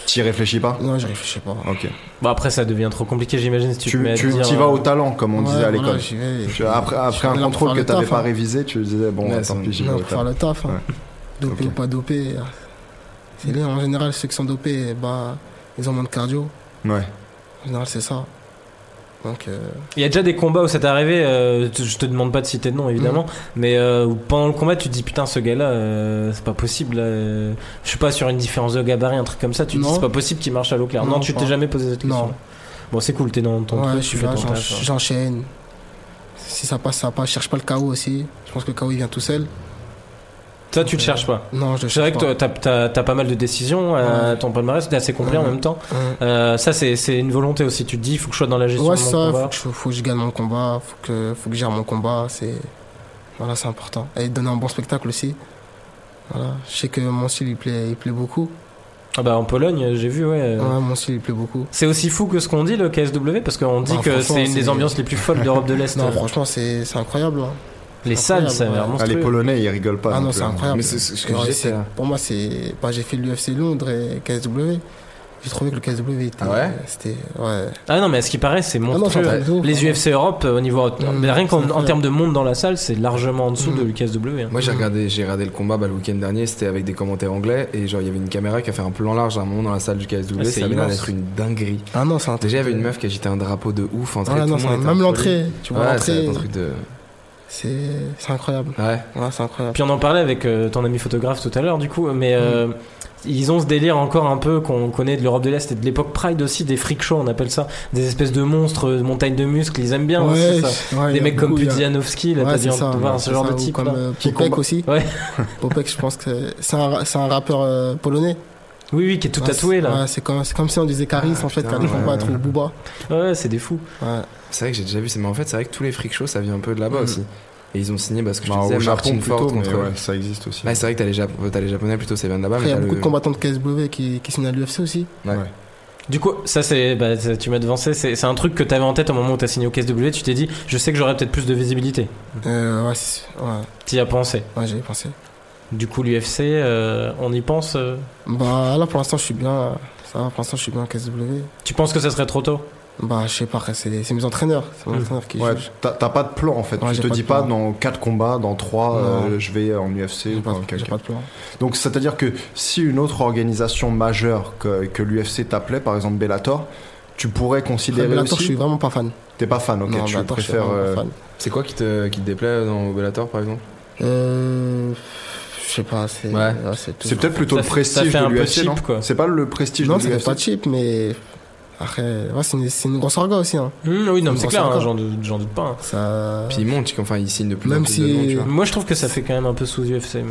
Speaker 2: T'y réfléchis pas
Speaker 3: non, j'y réfléchis pas.
Speaker 2: Ok.
Speaker 1: Bon, après, ça devient trop compliqué, j'imagine, si tu,
Speaker 2: Tu
Speaker 1: te mets à
Speaker 2: tu
Speaker 1: dire,
Speaker 2: t'y
Speaker 1: euh,
Speaker 2: vas au talent comme on
Speaker 3: Ouais,
Speaker 2: disait à
Speaker 3: voilà,
Speaker 2: l'école.
Speaker 3: j'y vais.
Speaker 2: Tu- Après,
Speaker 3: Je
Speaker 2: après
Speaker 3: suis
Speaker 2: un
Speaker 3: là pour
Speaker 2: contrôle
Speaker 3: faire
Speaker 2: que
Speaker 3: le
Speaker 2: t'avais
Speaker 3: taf,
Speaker 2: pas
Speaker 3: hein.
Speaker 2: révisé, tu disais bon,
Speaker 4: Ouais,
Speaker 2: tant
Speaker 4: c'est-
Speaker 2: pis, j'y
Speaker 3: Non,
Speaker 2: vais au
Speaker 3: pour faire
Speaker 2: talent.
Speaker 3: le taf. hein.
Speaker 2: Ouais.
Speaker 3: Dopé
Speaker 2: Ok.
Speaker 3: ou pas dopé. euh, C'est les- en général, ceux qui sont dopés, bah, ils ont moins de cardio.
Speaker 2: Ouais.
Speaker 3: En général, c'est ça. Donc, euh,
Speaker 1: Il y a déjà des combats où ça t'est arrivé, euh, tu- je te demande pas de citer de nom évidemment,
Speaker 3: Mm.
Speaker 1: mais euh, où pendant le combat tu te dis putain ce gars là c'est pas possible, là, euh, je suis pas sur une différence de gabarit, un truc comme ça, tu te dis
Speaker 3: Non.
Speaker 1: c'est pas possible qu'il marche à l'eau claire. Non,
Speaker 3: Non,
Speaker 1: tu
Speaker 3: pas.
Speaker 1: t'es jamais posé cette question.
Speaker 3: Non.
Speaker 1: Bon c'est cool, t'es dans ton
Speaker 3: ouais,
Speaker 1: truc,
Speaker 3: je
Speaker 1: tu
Speaker 3: suis
Speaker 1: fais
Speaker 3: là,
Speaker 1: ton
Speaker 3: j'en-
Speaker 1: taf, hein.
Speaker 3: j'enchaîne. Si ça passe, ça passe. Je cherche pas le KO aussi. Je pense que le KO, il vient tout seul.
Speaker 1: Ça, Toi, tu le cherches pas.
Speaker 3: Non, je le
Speaker 1: C'est vrai
Speaker 3: cherche
Speaker 1: que toi, t'as t'as- t'as pas mal de décisions à
Speaker 3: Ouais.
Speaker 1: ton palmarès, t'es assez complet en
Speaker 3: Ouais.
Speaker 1: même temps.
Speaker 3: pas. Ouais.
Speaker 1: Euh, ça, c'est c'est une volonté aussi. Tu te dis, il faut que je sois dans la gestion
Speaker 3: Ouais,
Speaker 1: de mon
Speaker 3: ça, faut
Speaker 1: combat.
Speaker 3: que, je, faut que je gagne mon combat, faut que, faut que je gère mon combat, c'est voilà, c'est important. Et donner un bon spectacle aussi. Voilà, je sais que mon style il plaît, il plaît beaucoup.
Speaker 1: Ah bah, en Pologne, j'ai vu, ouais. euh,
Speaker 3: Ouais, mon style il plaît beaucoup.
Speaker 1: C'est aussi fou que ce qu'on dit, le KSW, parce qu'on dit
Speaker 3: Bah,
Speaker 1: que
Speaker 3: franchement,
Speaker 1: c'est une des
Speaker 3: c'est-
Speaker 1: ambiances les plus folles d'europe de l'Est.
Speaker 3: Non, franchement, c'est c'est incroyable. hein.
Speaker 1: les salles, ça a l'air
Speaker 3: incroyable,
Speaker 2: Ah, les
Speaker 1: monstrueux.
Speaker 2: Polonais, ils rigolent pas.
Speaker 3: Ah non,
Speaker 2: plus,
Speaker 3: c'est
Speaker 2: hein.
Speaker 3: incroyable.
Speaker 4: Mais c'est c'est ce que
Speaker 3: Ouais,
Speaker 4: je disais,
Speaker 3: c'est-
Speaker 4: c'est-
Speaker 3: Pour moi, c'est. bah, j'ai fait l'UFC Londres et KSW. J'ai trouvé que le KSW était.
Speaker 4: Ah ouais
Speaker 3: C'était. Ouais.
Speaker 1: Ah non, mais à ce qui paraît, c'est
Speaker 3: Ah non, c'est un
Speaker 1: monstrueux.
Speaker 3: truc de ouf,
Speaker 1: les
Speaker 3: hein.
Speaker 1: UFC Europe, euh, au niveau.
Speaker 3: Mm,
Speaker 1: mais rien
Speaker 3: c'est
Speaker 1: qu'en en
Speaker 3: incroyable.
Speaker 1: termes de monde dans la salle, c'est largement en dessous
Speaker 3: Mm.
Speaker 1: de le KSW. hein.
Speaker 4: Moi j'ai
Speaker 3: Mhm.
Speaker 4: regardé, j'ai regardé le combat bah, le week-end dernier, c'était avec des commentaires anglais et genre il y avait une caméra qui a fait un plan large à un moment dans la salle du KSW,
Speaker 1: Ah, c'est
Speaker 4: ça avait l'air
Speaker 1: immense.
Speaker 4: d'être une dinguerie.
Speaker 3: Ah non, c'est un truc.
Speaker 4: Déjà il y avait
Speaker 3: de-
Speaker 4: une meuf qui agitait un drapeau de ouf, en
Speaker 3: Ah non, c'est un- même l'entrée. Tu vois,
Speaker 4: Ouais, c'est
Speaker 3: l'entrée.
Speaker 4: un truc de.
Speaker 3: C'est c'est incroyable.
Speaker 4: Ouais.
Speaker 3: Ouais, c'est incroyable.
Speaker 1: Puis on en parlait avec euh, ton ami photographe tout à l'heure, du coup, mais
Speaker 3: Mm.
Speaker 1: euh, ils ont ce délire encore un peu qu'on connaît de l'Europe de l'Est et de l'époque Pride aussi, des freak shows, on appelle ça, des espèces de monstres, de montagnes de muscles, ils aiment bien aussi ça.
Speaker 3: ouais, il y
Speaker 1: Des
Speaker 3: a
Speaker 1: mecs comme
Speaker 3: beaucoup, il y a-
Speaker 1: Pudzianowski, là,
Speaker 3: Ouais,
Speaker 1: t'as
Speaker 3: c'est
Speaker 1: dû en
Speaker 3: ça,
Speaker 1: voir
Speaker 3: ouais,
Speaker 1: ce
Speaker 3: c'est
Speaker 1: genre
Speaker 3: ça,
Speaker 1: de
Speaker 3: ou
Speaker 1: type.
Speaker 3: Comme
Speaker 1: là.
Speaker 3: euh,
Speaker 2: Qui
Speaker 3: Popek
Speaker 2: combat-
Speaker 3: aussi.
Speaker 1: Ouais.
Speaker 3: Popek, je pense que c'est un, ra- c'est un rappeur euh, polonais.
Speaker 1: Oui, oui, qui est tout
Speaker 3: Ouais,
Speaker 1: tatoué
Speaker 3: c'est-
Speaker 1: là.
Speaker 3: ouais, c'est comme, c'est comme si on disait Caris
Speaker 4: Ah,
Speaker 3: en fait,
Speaker 4: putain,
Speaker 3: Caris
Speaker 4: ouais.
Speaker 3: on battre ou Booba.
Speaker 1: Ouais, ouais, c'est des fous.
Speaker 3: Ouais.
Speaker 4: C'est vrai que j'ai déjà vu ça, mais en fait, c'est vrai que tous les freak shows ça vient un peu de là-bas
Speaker 3: Mhm.
Speaker 4: aussi. Et ils ont signé parce que je
Speaker 2: Bah,
Speaker 4: te disais,
Speaker 2: au Japon
Speaker 4: Martin Ford
Speaker 2: plutôt, mais
Speaker 4: contre.
Speaker 2: ouais, ça existe aussi.
Speaker 4: Ouais, c'est vrai que t'as les, Jap- t'as les japonais plutôt, ça vient de là-bas.
Speaker 3: Après, il y
Speaker 4: mais
Speaker 3: a
Speaker 4: t'as
Speaker 3: beaucoup
Speaker 4: le-
Speaker 3: de combattants de KSW qui, qui signent à l'UFC aussi.
Speaker 4: Ouais.
Speaker 2: Ouais.
Speaker 1: Du coup, ça c'est, bah, ça, tu m'as devancé, c'est c'est un truc que t'avais en tête au moment où t'as signé au KSW, tu t'es dit, je sais que j'aurais peut-être plus de visibilité.
Speaker 3: Euh, ouais, c'est sûr. ouais,
Speaker 1: T'y as pensé.
Speaker 3: ouais j'y ai pensé.
Speaker 1: Du coup, l'UFC, euh, on y pense. euh,
Speaker 3: Bah là, pour l'instant, je suis bien. Ça va, pour l'instant, je suis bien à KSW.
Speaker 1: Tu penses que ça serait trop tôt
Speaker 3: Bah, je sais pas, c'est les- c'est mes entraîneurs. C'est mon
Speaker 1: Mm.
Speaker 3: entraîneur qui
Speaker 2: Mmh. Ouais,
Speaker 3: juge.
Speaker 2: t'as t'as pas de plan en fait.
Speaker 3: Ouais,
Speaker 2: tu
Speaker 3: j'ai
Speaker 2: te
Speaker 3: pas
Speaker 2: dis
Speaker 3: de
Speaker 2: pas
Speaker 3: plan.
Speaker 2: dans 4 combats, dans 3,
Speaker 3: Non.
Speaker 2: je vais en UFC.
Speaker 3: J'ai
Speaker 2: ou
Speaker 3: pas,
Speaker 2: pas, ok,
Speaker 3: j'ai
Speaker 2: ok.
Speaker 3: pas de plan.
Speaker 2: Donc c'est-à-dire que si une autre organisation majeure que, que l'UFC t'appelait, par exemple Bellator, tu pourrais
Speaker 3: Après,
Speaker 2: considérer
Speaker 3: Bellator, Ah, je suis
Speaker 2: aussi.
Speaker 3: vraiment pas fan.
Speaker 2: T'es pas fan, ok.
Speaker 3: Non,
Speaker 2: tu
Speaker 3: Bellator, je suis
Speaker 2: préfères.
Speaker 3: vraiment
Speaker 2: euh,
Speaker 3: pas fan.
Speaker 4: C'est quoi qui te, qui te déplaît dans Bellator par exemple
Speaker 3: Euh, je sais pas, c'est.
Speaker 4: Ouais.
Speaker 3: c'est tout.
Speaker 2: C'est peut-être plutôt
Speaker 1: Ça
Speaker 2: le
Speaker 1: fait- ça fait
Speaker 2: prestige de
Speaker 1: un peu
Speaker 2: l'UFC,
Speaker 1: cheap,
Speaker 2: non
Speaker 1: quoi.
Speaker 2: C'est pas le prestige
Speaker 3: Non,
Speaker 2: de
Speaker 3: ça fait
Speaker 2: l'UFC.
Speaker 3: pas cheap, mais. Après, ouais, c'est une, c'est une grosse orga aussi. Hein.
Speaker 1: Hum, Oui, non, mais c'est
Speaker 3: On
Speaker 1: clair,
Speaker 3: s'en
Speaker 1: hein,
Speaker 3: sort.
Speaker 1: j'en doute, j'en doute pas. hein.
Speaker 3: Ça...
Speaker 4: Puis ils montent, ils- enfin ils signent de plus en
Speaker 3: Même
Speaker 4: plus
Speaker 3: si-
Speaker 4: de noms, tu vois.
Speaker 1: Moi, je trouve que ça fait quand même un peu sous UFC, mais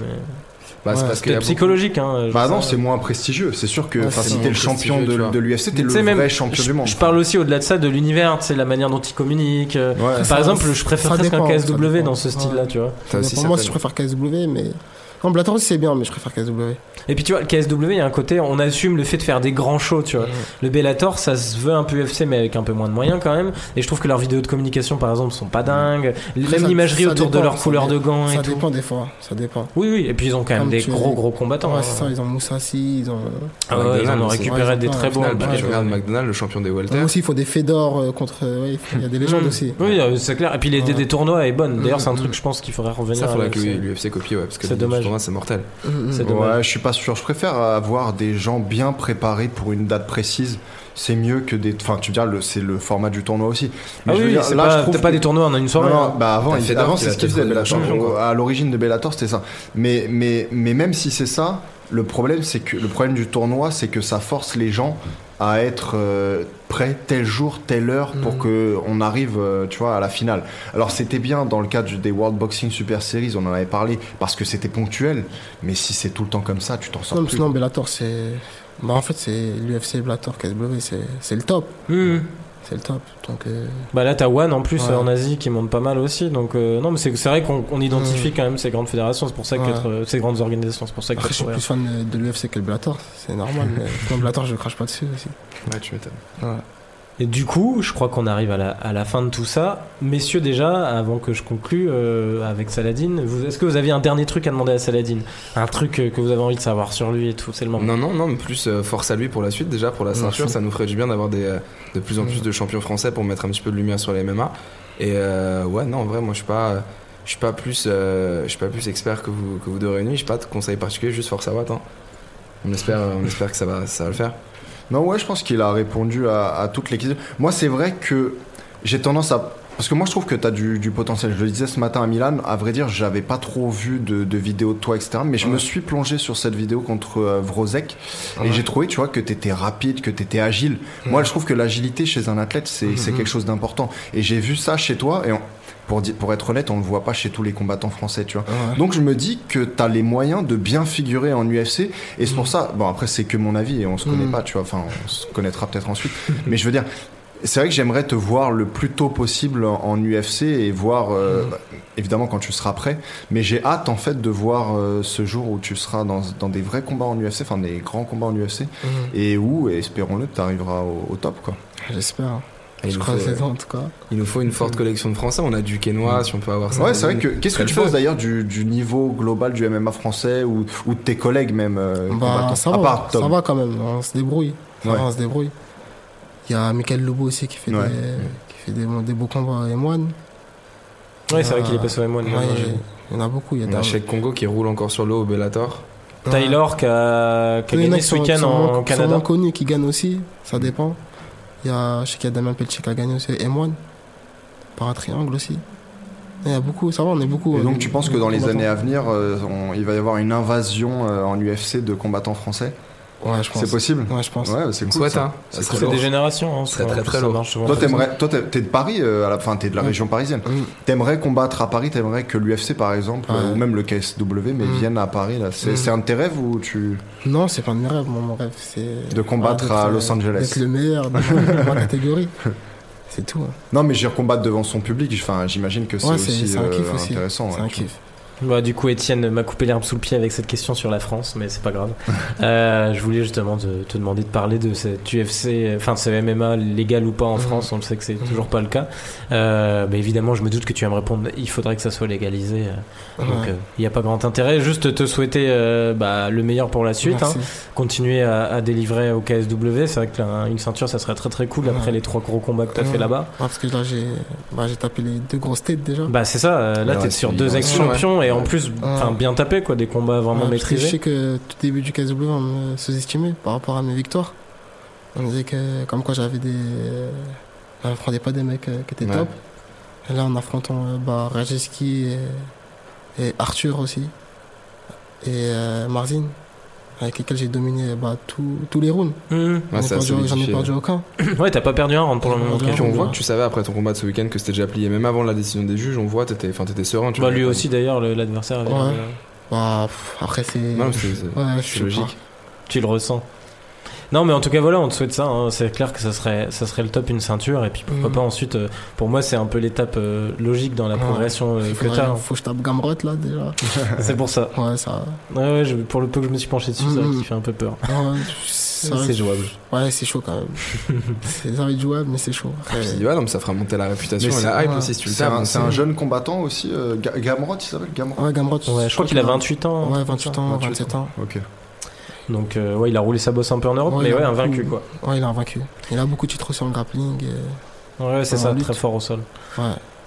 Speaker 4: Bah, c'est
Speaker 3: Ouais,
Speaker 4: parce qu'il
Speaker 1: c'est
Speaker 4: y a beaucoup-
Speaker 1: psychologique. Hein, je
Speaker 2: Bah
Speaker 1: sais
Speaker 2: non,
Speaker 1: pas.
Speaker 2: c'est moins prestigieux. C'est sûr que
Speaker 3: Ouais,
Speaker 2: enfin,
Speaker 3: c'est
Speaker 2: si
Speaker 4: moins
Speaker 2: t'es le champion
Speaker 4: prestigieux, tu
Speaker 2: de,
Speaker 4: vois.
Speaker 2: de l'UFC, t'es
Speaker 1: Tu
Speaker 2: le
Speaker 1: sais,
Speaker 2: vrai
Speaker 1: même-
Speaker 2: champion
Speaker 1: je,
Speaker 2: du monde.
Speaker 1: je parle aussi au-delà de ça de l'univers, c'est la manière dont ils communiquent. euh,
Speaker 2: Ouais.
Speaker 1: Par
Speaker 3: Ça-
Speaker 1: exemple, je préfère
Speaker 3: ça
Speaker 1: presque
Speaker 3: dépend,
Speaker 1: un
Speaker 3: ça
Speaker 1: KSW
Speaker 3: dépend.
Speaker 1: dans ce style-là,
Speaker 3: Ouais.
Speaker 1: tu vois.
Speaker 4: T'as aussi
Speaker 3: pour
Speaker 4: ça,
Speaker 3: moi,
Speaker 4: t'as-
Speaker 3: je préfère KSW, mais. Non, Blatter aussi, c'est bien, mais je préfère KSW.
Speaker 1: Et puis tu vois, le KSW, il y a un côté, on assume le fait de faire des grands shows, tu vois.
Speaker 3: Mm.
Speaker 1: Le Bellator, ça se veut un peu UFC, mais avec un peu moins de moyens quand même. Et je trouve que leurs vidéos de communication, par exemple, sont pas dingues.
Speaker 3: Après,
Speaker 1: Même
Speaker 3: Mm. ça-
Speaker 1: l'imagerie
Speaker 3: ça
Speaker 1: autour de
Speaker 3: dépend,
Speaker 1: leur
Speaker 3: ça
Speaker 1: couleur de
Speaker 3: dépend.
Speaker 1: gants et
Speaker 3: Ça
Speaker 1: tout.
Speaker 3: dépend des fois, ça dépend.
Speaker 1: Oui, oui, et puis ils ont quand même
Speaker 3: Comme
Speaker 1: des
Speaker 3: tu
Speaker 1: gros
Speaker 3: dis.
Speaker 1: gros combattants.
Speaker 3: ouais,
Speaker 1: hein.
Speaker 3: c'est ça, ils ont Moussassi, ils ont.
Speaker 1: Ah ouais,
Speaker 4: McDonald's
Speaker 1: ils en ont
Speaker 4: aussi.
Speaker 1: récupéré
Speaker 3: Ouais,
Speaker 1: des
Speaker 3: ils ont
Speaker 1: très
Speaker 3: pas-
Speaker 1: bons. hein.
Speaker 4: Final, bah,
Speaker 1: Ouais,
Speaker 4: tu
Speaker 1: ouais.
Speaker 4: regardes McDonald, le champion des Walter.
Speaker 3: Même aussi, il faut des Fedor euh, contre. ouais, il faut- il y a des légendes
Speaker 1: Mm.
Speaker 3: aussi.
Speaker 1: Oui, euh, c'est clair. Et puis les
Speaker 3: Ouais.
Speaker 1: des tournois est bonne. D'ailleurs, c'est un
Speaker 3: Mm,
Speaker 1: truc,
Speaker 3: mm.
Speaker 1: je pense, qu'il faudrait revenir.
Speaker 4: Ça,
Speaker 1: à
Speaker 4: faudrait que
Speaker 1: l'UFC.
Speaker 4: l'UFC copie, ouais, parce que
Speaker 1: C'est dommage.
Speaker 4: tournoi, c'est mortel.
Speaker 3: Mm, mm.
Speaker 1: C'est dommage.
Speaker 2: Ouais, je suis pas sûr. Je préfère avoir des gens bien préparés pour une date précise. C'est mieux que des. Enfin, tu veux dire, le- c'est le format du tournoi aussi.
Speaker 1: Ah
Speaker 2: je veux
Speaker 1: oui,
Speaker 2: dire,
Speaker 1: c'est pas, t'as pas des tournois en une
Speaker 2: Non,
Speaker 1: soirée.
Speaker 2: non,
Speaker 1: hein.
Speaker 2: bah avant,
Speaker 4: T'as
Speaker 2: il-
Speaker 4: Fedor
Speaker 2: avant
Speaker 4: qui
Speaker 2: c'est
Speaker 4: va
Speaker 2: ce qu'il
Speaker 4: te
Speaker 2: faisait
Speaker 4: prendre la
Speaker 2: Bellator.
Speaker 4: champion,
Speaker 2: Au-
Speaker 4: quoi.
Speaker 2: À l'origine de Bellator, c'était ça. Mais, mais, mais même si c'est ça, le problème, c'est que le problème du tournoi, c'est que ça force les gens à être euh, prêts tel jour, telle heure
Speaker 1: Mm.
Speaker 2: pour que on arrive, euh, tu vois, à la finale. Alors c'était bien dans le cadre des World Boxing Super Series, on en avait parlé parce que c'était ponctuel. Mais si c'est tout le temps comme ça, tu t'en sors
Speaker 3: Non, mais
Speaker 2: plus.
Speaker 3: sinon, Bellator, c'est. Bah, en fait, c'est l'UFC, Bellator, KSW, c'est c'est le top.
Speaker 1: Hum.
Speaker 3: C'est le top. Donc, euh,
Speaker 1: Bah là, t'as One en plus
Speaker 3: Ouais.
Speaker 1: euh, en Asie qui monte pas mal aussi. Donc euh, non, mais c'est c'est vrai qu'on on identifie
Speaker 3: Mm.
Speaker 1: quand même ces grandes fédérations. C'est pour ça que
Speaker 3: Ouais.
Speaker 1: être, euh, ces grandes organisations. C'est pour ça que
Speaker 3: après, je suis
Speaker 1: t'as-
Speaker 3: plus fan de- de l'UFC que de Bellator, c'est normal. mais non, Bellator, je crache pas dessus aussi.
Speaker 4: Ouais, tu m'étonnes.
Speaker 1: Et du coup, je crois qu'on arrive à la, à la fin de tout ça. Messieurs, déjà, avant que je conclue euh, avec Saladin, vous- est-ce que vous avez un dernier truc à demander à Saladin Un truc euh, que vous avez envie de savoir sur lui et tout, c'est le moment.
Speaker 4: Non, non, non, mais plus euh, force à lui pour la suite, déjà pour la ceinture, ça nous ferait du bien d'avoir des, euh, de plus en plus de champions français pour mettre un petit peu de lumière sur les MMA. Et euh, ouais, non, en vrai, moi je suis pas, euh, je suis pas plus, euh, je suis pas plus expert que vous, que vous deux réunis. Je pas de conseil particulier, juste force à Watt. hein. On espère, euh, on espère que ça va, ça va le faire.
Speaker 2: Non, ouais, je pense qu'il a répondu à, à toutes les questions. Moi, c'est vrai que j'ai tendance à. Parce que moi, je trouve que tu as du, du potentiel. Je le disais ce matin à Milan, à vrai dire, j'avais pas trop vu de, de vidéos de toi, etc. Mais je me suis plongé sur cette vidéo contre euh, Vrozek et j'ai trouvé, tu vois, que tu étais rapide, que tu étais agile. Moi, je trouve que l'agilité chez un athlète, c'est c'est quelque chose d'important. Et j'ai vu ça chez toi et on- pour, di- pour être honnête, on le voit pas chez tous les combattants français, tu vois. Donc je me dis que t'as les moyens de bien figurer en UFC et c'est pour ça. Bon après c'est que mon avis et on se connaît
Speaker 3: Mm.
Speaker 2: pas, tu vois. Enfin on se connaîtra peut-être ensuite. mais je veux dire, c'est vrai que j'aimerais te voir le plus tôt possible en, en UFC et voir euh,
Speaker 3: Mm.
Speaker 2: bah, évidemment quand tu seras prêt. Mais j'ai hâte en fait de voir euh, ce jour où tu seras dans, dans des vrais combats en UFC, enfin des grands combats en UFC
Speaker 3: Mm.
Speaker 2: et où espérons-le t'arriveras au, au top quoi.
Speaker 3: J'espère. hein. Je
Speaker 4: Et il, nous
Speaker 3: crois que
Speaker 4: faut, euh,
Speaker 3: c'est ça en tout cas.
Speaker 4: il nous faut une forte collection de français. On a du quénois, si on peut avoir ça.
Speaker 2: Ouais, c'est vrai que qu'est-ce que
Speaker 4: Ça
Speaker 2: tu
Speaker 4: le fait.
Speaker 2: penses d'ailleurs du, du niveau global du MMA français ou, ou de tes collègues même euh,
Speaker 3: Bah,
Speaker 2: combattants
Speaker 3: ça,
Speaker 2: À
Speaker 3: va,
Speaker 2: part Tom.
Speaker 3: ça va quand même, on se débrouille. Ça
Speaker 2: Ouais.
Speaker 3: va, on se débrouille. Il y a Michael Lobo aussi qui fait,
Speaker 2: Ouais.
Speaker 3: des, qui fait des, des beaux combats avec les moines.
Speaker 1: Ouais, c'est vrai qu'il est passé au euh, M1.
Speaker 3: Mm. Ah. Ouais, il y en a beaucoup. Il y a
Speaker 4: On
Speaker 3: Dan-
Speaker 4: a Cheikh Congo qui roule encore sur l'eau au Bellator.
Speaker 3: Ouais.
Speaker 1: Taylor qui a, qui a
Speaker 3: Il y
Speaker 1: gagné
Speaker 3: en a Euh, qui
Speaker 1: ce
Speaker 3: sont- qui
Speaker 1: week-end
Speaker 3: sont
Speaker 1: en
Speaker 3: moins- qui sont moins
Speaker 1: Canada.
Speaker 3: connus, qui gagnent aussi, ça dépend. Il y a, je sais qu'il y a Damien Peltier qui a gagné aussi, M1, par un triangle aussi. Il y a beaucoup, ça va, on est beaucoup.
Speaker 2: Et
Speaker 3: euh,
Speaker 2: donc tu penses que dans les
Speaker 3: combattants.
Speaker 2: années à venir, euh, on- il va y avoir une invasion euh, en UFC de combattants français
Speaker 3: Ouais, je pense.
Speaker 2: C'est possible
Speaker 3: Ouais, je pense.
Speaker 2: Ouais, c'est
Speaker 4: On
Speaker 2: cool.
Speaker 4: souhaite,
Speaker 2: ça.
Speaker 4: hein.
Speaker 2: C'est
Speaker 4: Ça
Speaker 2: cool.
Speaker 1: C'est
Speaker 4: serait
Speaker 1: des
Speaker 4: lourd.
Speaker 1: générations. Hein,
Speaker 4: Très,
Speaker 1: souvent,
Speaker 4: très, très
Speaker 1: ça
Speaker 4: lourd.
Speaker 1: marche souvent.
Speaker 2: Toi, t'aimerais, toi, t'es t'es de Paris, euh, à la fin, t'es de la
Speaker 3: Mm.
Speaker 2: région parisienne.
Speaker 3: Mm.
Speaker 2: T'aimerais combattre à Paris, t'aimerais que l'UFC par exemple,
Speaker 3: Ouais.
Speaker 2: euh, ou même le KSW, mais
Speaker 3: Mm.
Speaker 2: vienne à Paris là. C'est
Speaker 3: Mm.
Speaker 2: c'est un de tes rêves ou tu.
Speaker 3: Non, c'est pas un de mes rêves. Moi, mon rêve, c'est.
Speaker 2: De combattre
Speaker 3: d'être,
Speaker 2: à
Speaker 3: euh,
Speaker 2: Los Angeles.
Speaker 3: D'être le meilleur dans ma- dans ma catégorie. C'est tout. hein.
Speaker 2: Non, mais j'ai combattre devant son public, enfin, j'imagine que c'est
Speaker 3: Ouais, c'est
Speaker 2: aussi
Speaker 3: c'est un
Speaker 2: euh,
Speaker 3: kiff aussi.
Speaker 2: intéressant.
Speaker 3: C'est
Speaker 2: ouais.
Speaker 3: un kiff.
Speaker 1: Bah, du coup, Étienne m'a coupé l'herbe sous le pied avec cette question sur la France, mais c'est pas grave. Euh, je voulais justement te, te demander de parler de cette UFC, enfin ce MMA légal ou pas en
Speaker 3: Mhm.
Speaker 1: France, on le sait que c'est toujours pas le cas. Euh, mais évidemment, je me doute que tu vas me répondre, il faudrait que ça soit légalisé. euh, Donc il
Speaker 3: Ouais.
Speaker 1: n'y a pas grand intérêt. Juste te souhaiter euh, bah, le meilleur pour la suite. hein.
Speaker 3: Merci.
Speaker 1: Continuer à, à délivrer au KSW, c'est vrai qu'une ceinture, ça serait très très cool après
Speaker 3: Ouais.
Speaker 1: les trois gros combats que tu as
Speaker 3: Ouais.
Speaker 1: fait là-bas.
Speaker 3: Ouais, parce que là, j'ai bah, j'ai tapé les deux grosses têtes déjà.
Speaker 1: Bah c'est ça, euh, là
Speaker 2: Ouais,
Speaker 1: t'es
Speaker 2: ouais,
Speaker 1: sur
Speaker 2: c'est
Speaker 1: deux
Speaker 2: évident.
Speaker 1: ex-champions et en
Speaker 2: Ouais.
Speaker 1: plus enfin, bien tapé quoi, des combats vraiment
Speaker 3: Ouais, parce que Je
Speaker 1: maîtrisés.
Speaker 3: sais que tout début du KSW, on me sous-estimait par rapport à mes victoires. On me disait que, comme quoi, j'avais des. On affrontait pas des mecs euh, qui étaient
Speaker 4: Ouais. Bah,
Speaker 3: top. Et là, en affrontant euh, bah, Rajeski et, et Arthur aussi. Et euh, Marzin, avec lesquels j'ai dominé bah, tous- tous les rounds.
Speaker 1: Mhm.
Speaker 3: J'en
Speaker 4: Ouais,
Speaker 3: ai
Speaker 4: ça a
Speaker 3: perdu- J'en ai
Speaker 4: solidifié.
Speaker 3: perdu aucun.
Speaker 1: Ouais, t'as pas perdu un hein. round pour le moment.
Speaker 3: Et
Speaker 1: ok.
Speaker 4: Puis on voit
Speaker 3: Ouais.
Speaker 4: que tu savais après ton combat de ce week-end que c'était déjà plié. Même avant la décision des juges, on voit t'étais, enfin t'étais serein. Tu
Speaker 1: Bah,
Speaker 4: vois.
Speaker 1: lui aussi d'ailleurs, le- l'adversaire, euh, avait
Speaker 3: Ouais.
Speaker 1: l'air de-
Speaker 3: Bah, pff, après, c'est.
Speaker 4: Non, c'est, c'est-
Speaker 3: Ouais, je
Speaker 4: c'est
Speaker 3: sais pas.
Speaker 4: logique.
Speaker 1: tu le ressens. Non mais en tout cas voilà, on te souhaite ça. hein. C'est clair que ça serait, ça serait le top une ceinture et puis pourquoi
Speaker 3: Mhm.
Speaker 1: pas ensuite. euh, pour moi c'est un peu l'étape euh, logique dans la
Speaker 3: Ouais.
Speaker 1: progression euh,
Speaker 3: Il
Speaker 1: que
Speaker 3: faudrait-
Speaker 1: t'as. hein.
Speaker 3: faut que je tape Gamrot là déjà.
Speaker 1: C'est pour ça.
Speaker 3: Ouais, ça.
Speaker 1: Ouais ouais, je- pour le peu que je me suis penché dessus, ça
Speaker 3: Mhm.
Speaker 1: qui fait un peu peur.
Speaker 3: ouais, c'est vrai
Speaker 1: C'est jouable.
Speaker 3: Ouais, c'est chaud quand même. c'est ça va être jouable, mais c'est chaud. Après,
Speaker 4: Puis, ouais, non, mais ça fera monter la réputation
Speaker 2: Mais
Speaker 4: et la
Speaker 3: c'est-
Speaker 4: hype
Speaker 3: ouais.
Speaker 4: aussi si tu le hein.
Speaker 2: C'est un,
Speaker 4: tapes.
Speaker 2: c'est un jeune combattant aussi, euh, Ga- Gamrot, il s'appelle Gamrot.
Speaker 3: Ouais, Gamrot.
Speaker 1: Ouais, je crois qu'il a 28 ans.
Speaker 3: Ouais, 28 ans,
Speaker 2: 28
Speaker 3: 27 ans.
Speaker 2: Ok.
Speaker 1: Donc euh, ouais, il a roulé sa bosse un peu en Europe,
Speaker 3: Ouais,
Speaker 1: mais
Speaker 3: il a
Speaker 1: ouais,
Speaker 3: beaucoup-
Speaker 1: invaincu quoi.
Speaker 3: Ouais, il a vaincu. Il a beaucoup de titres aussi en grappling. et-
Speaker 1: Ouais, c'est
Speaker 3: En
Speaker 1: ça,
Speaker 3: lutte.
Speaker 1: très fort au sol.
Speaker 3: Ouais.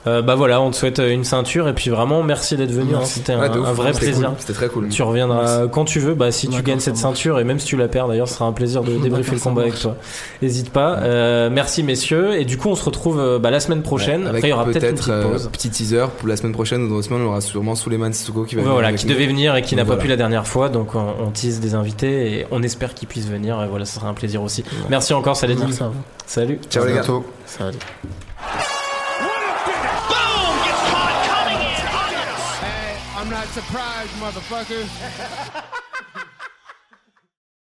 Speaker 1: Euh, bah voilà, on te souhaite euh, une ceinture et puis vraiment merci d'être venu. hein.
Speaker 3: Merci.
Speaker 1: C'était un,
Speaker 4: Ouais, de ouf.
Speaker 1: un vrai
Speaker 4: C'était
Speaker 1: plaisir.
Speaker 4: cool. C'était très cool.
Speaker 1: Tu reviendras quand tu veux. Bah si tu
Speaker 3: D'accord,
Speaker 1: gagnes
Speaker 3: ça
Speaker 1: cette
Speaker 3: marche.
Speaker 1: ceinture et même si tu la perds d'ailleurs, ce sera un plaisir de
Speaker 3: D'accord,
Speaker 1: débriefer le
Speaker 3: ça
Speaker 1: combat avec
Speaker 3: marche.
Speaker 1: toi. N'hésite pas. Euh, merci messieurs et du coup on se retrouve euh, bah, la semaine prochaine.
Speaker 4: Ouais,
Speaker 1: Après il y aura peut-être une
Speaker 4: euh,
Speaker 1: petite pause.
Speaker 4: petit teaser pour la semaine prochaine ou dans deux semaines, on aura sûrement Suleiman Sissoko qui va venir.
Speaker 1: Voilà,
Speaker 4: avec
Speaker 1: qui
Speaker 4: nous.
Speaker 1: devait venir et qui n'a pas
Speaker 4: Voilà.
Speaker 1: pu la dernière fois, donc on, on tease des invités et on espère qu'ils puissent venir. Et voilà, ce sera un plaisir aussi. Merci encore, Saladin.
Speaker 3: Merci à vous.
Speaker 1: Salut.
Speaker 4: Ciao les gars.
Speaker 2: bientôt.
Speaker 3: Salut.
Speaker 5: I'm not surprised, motherfucker.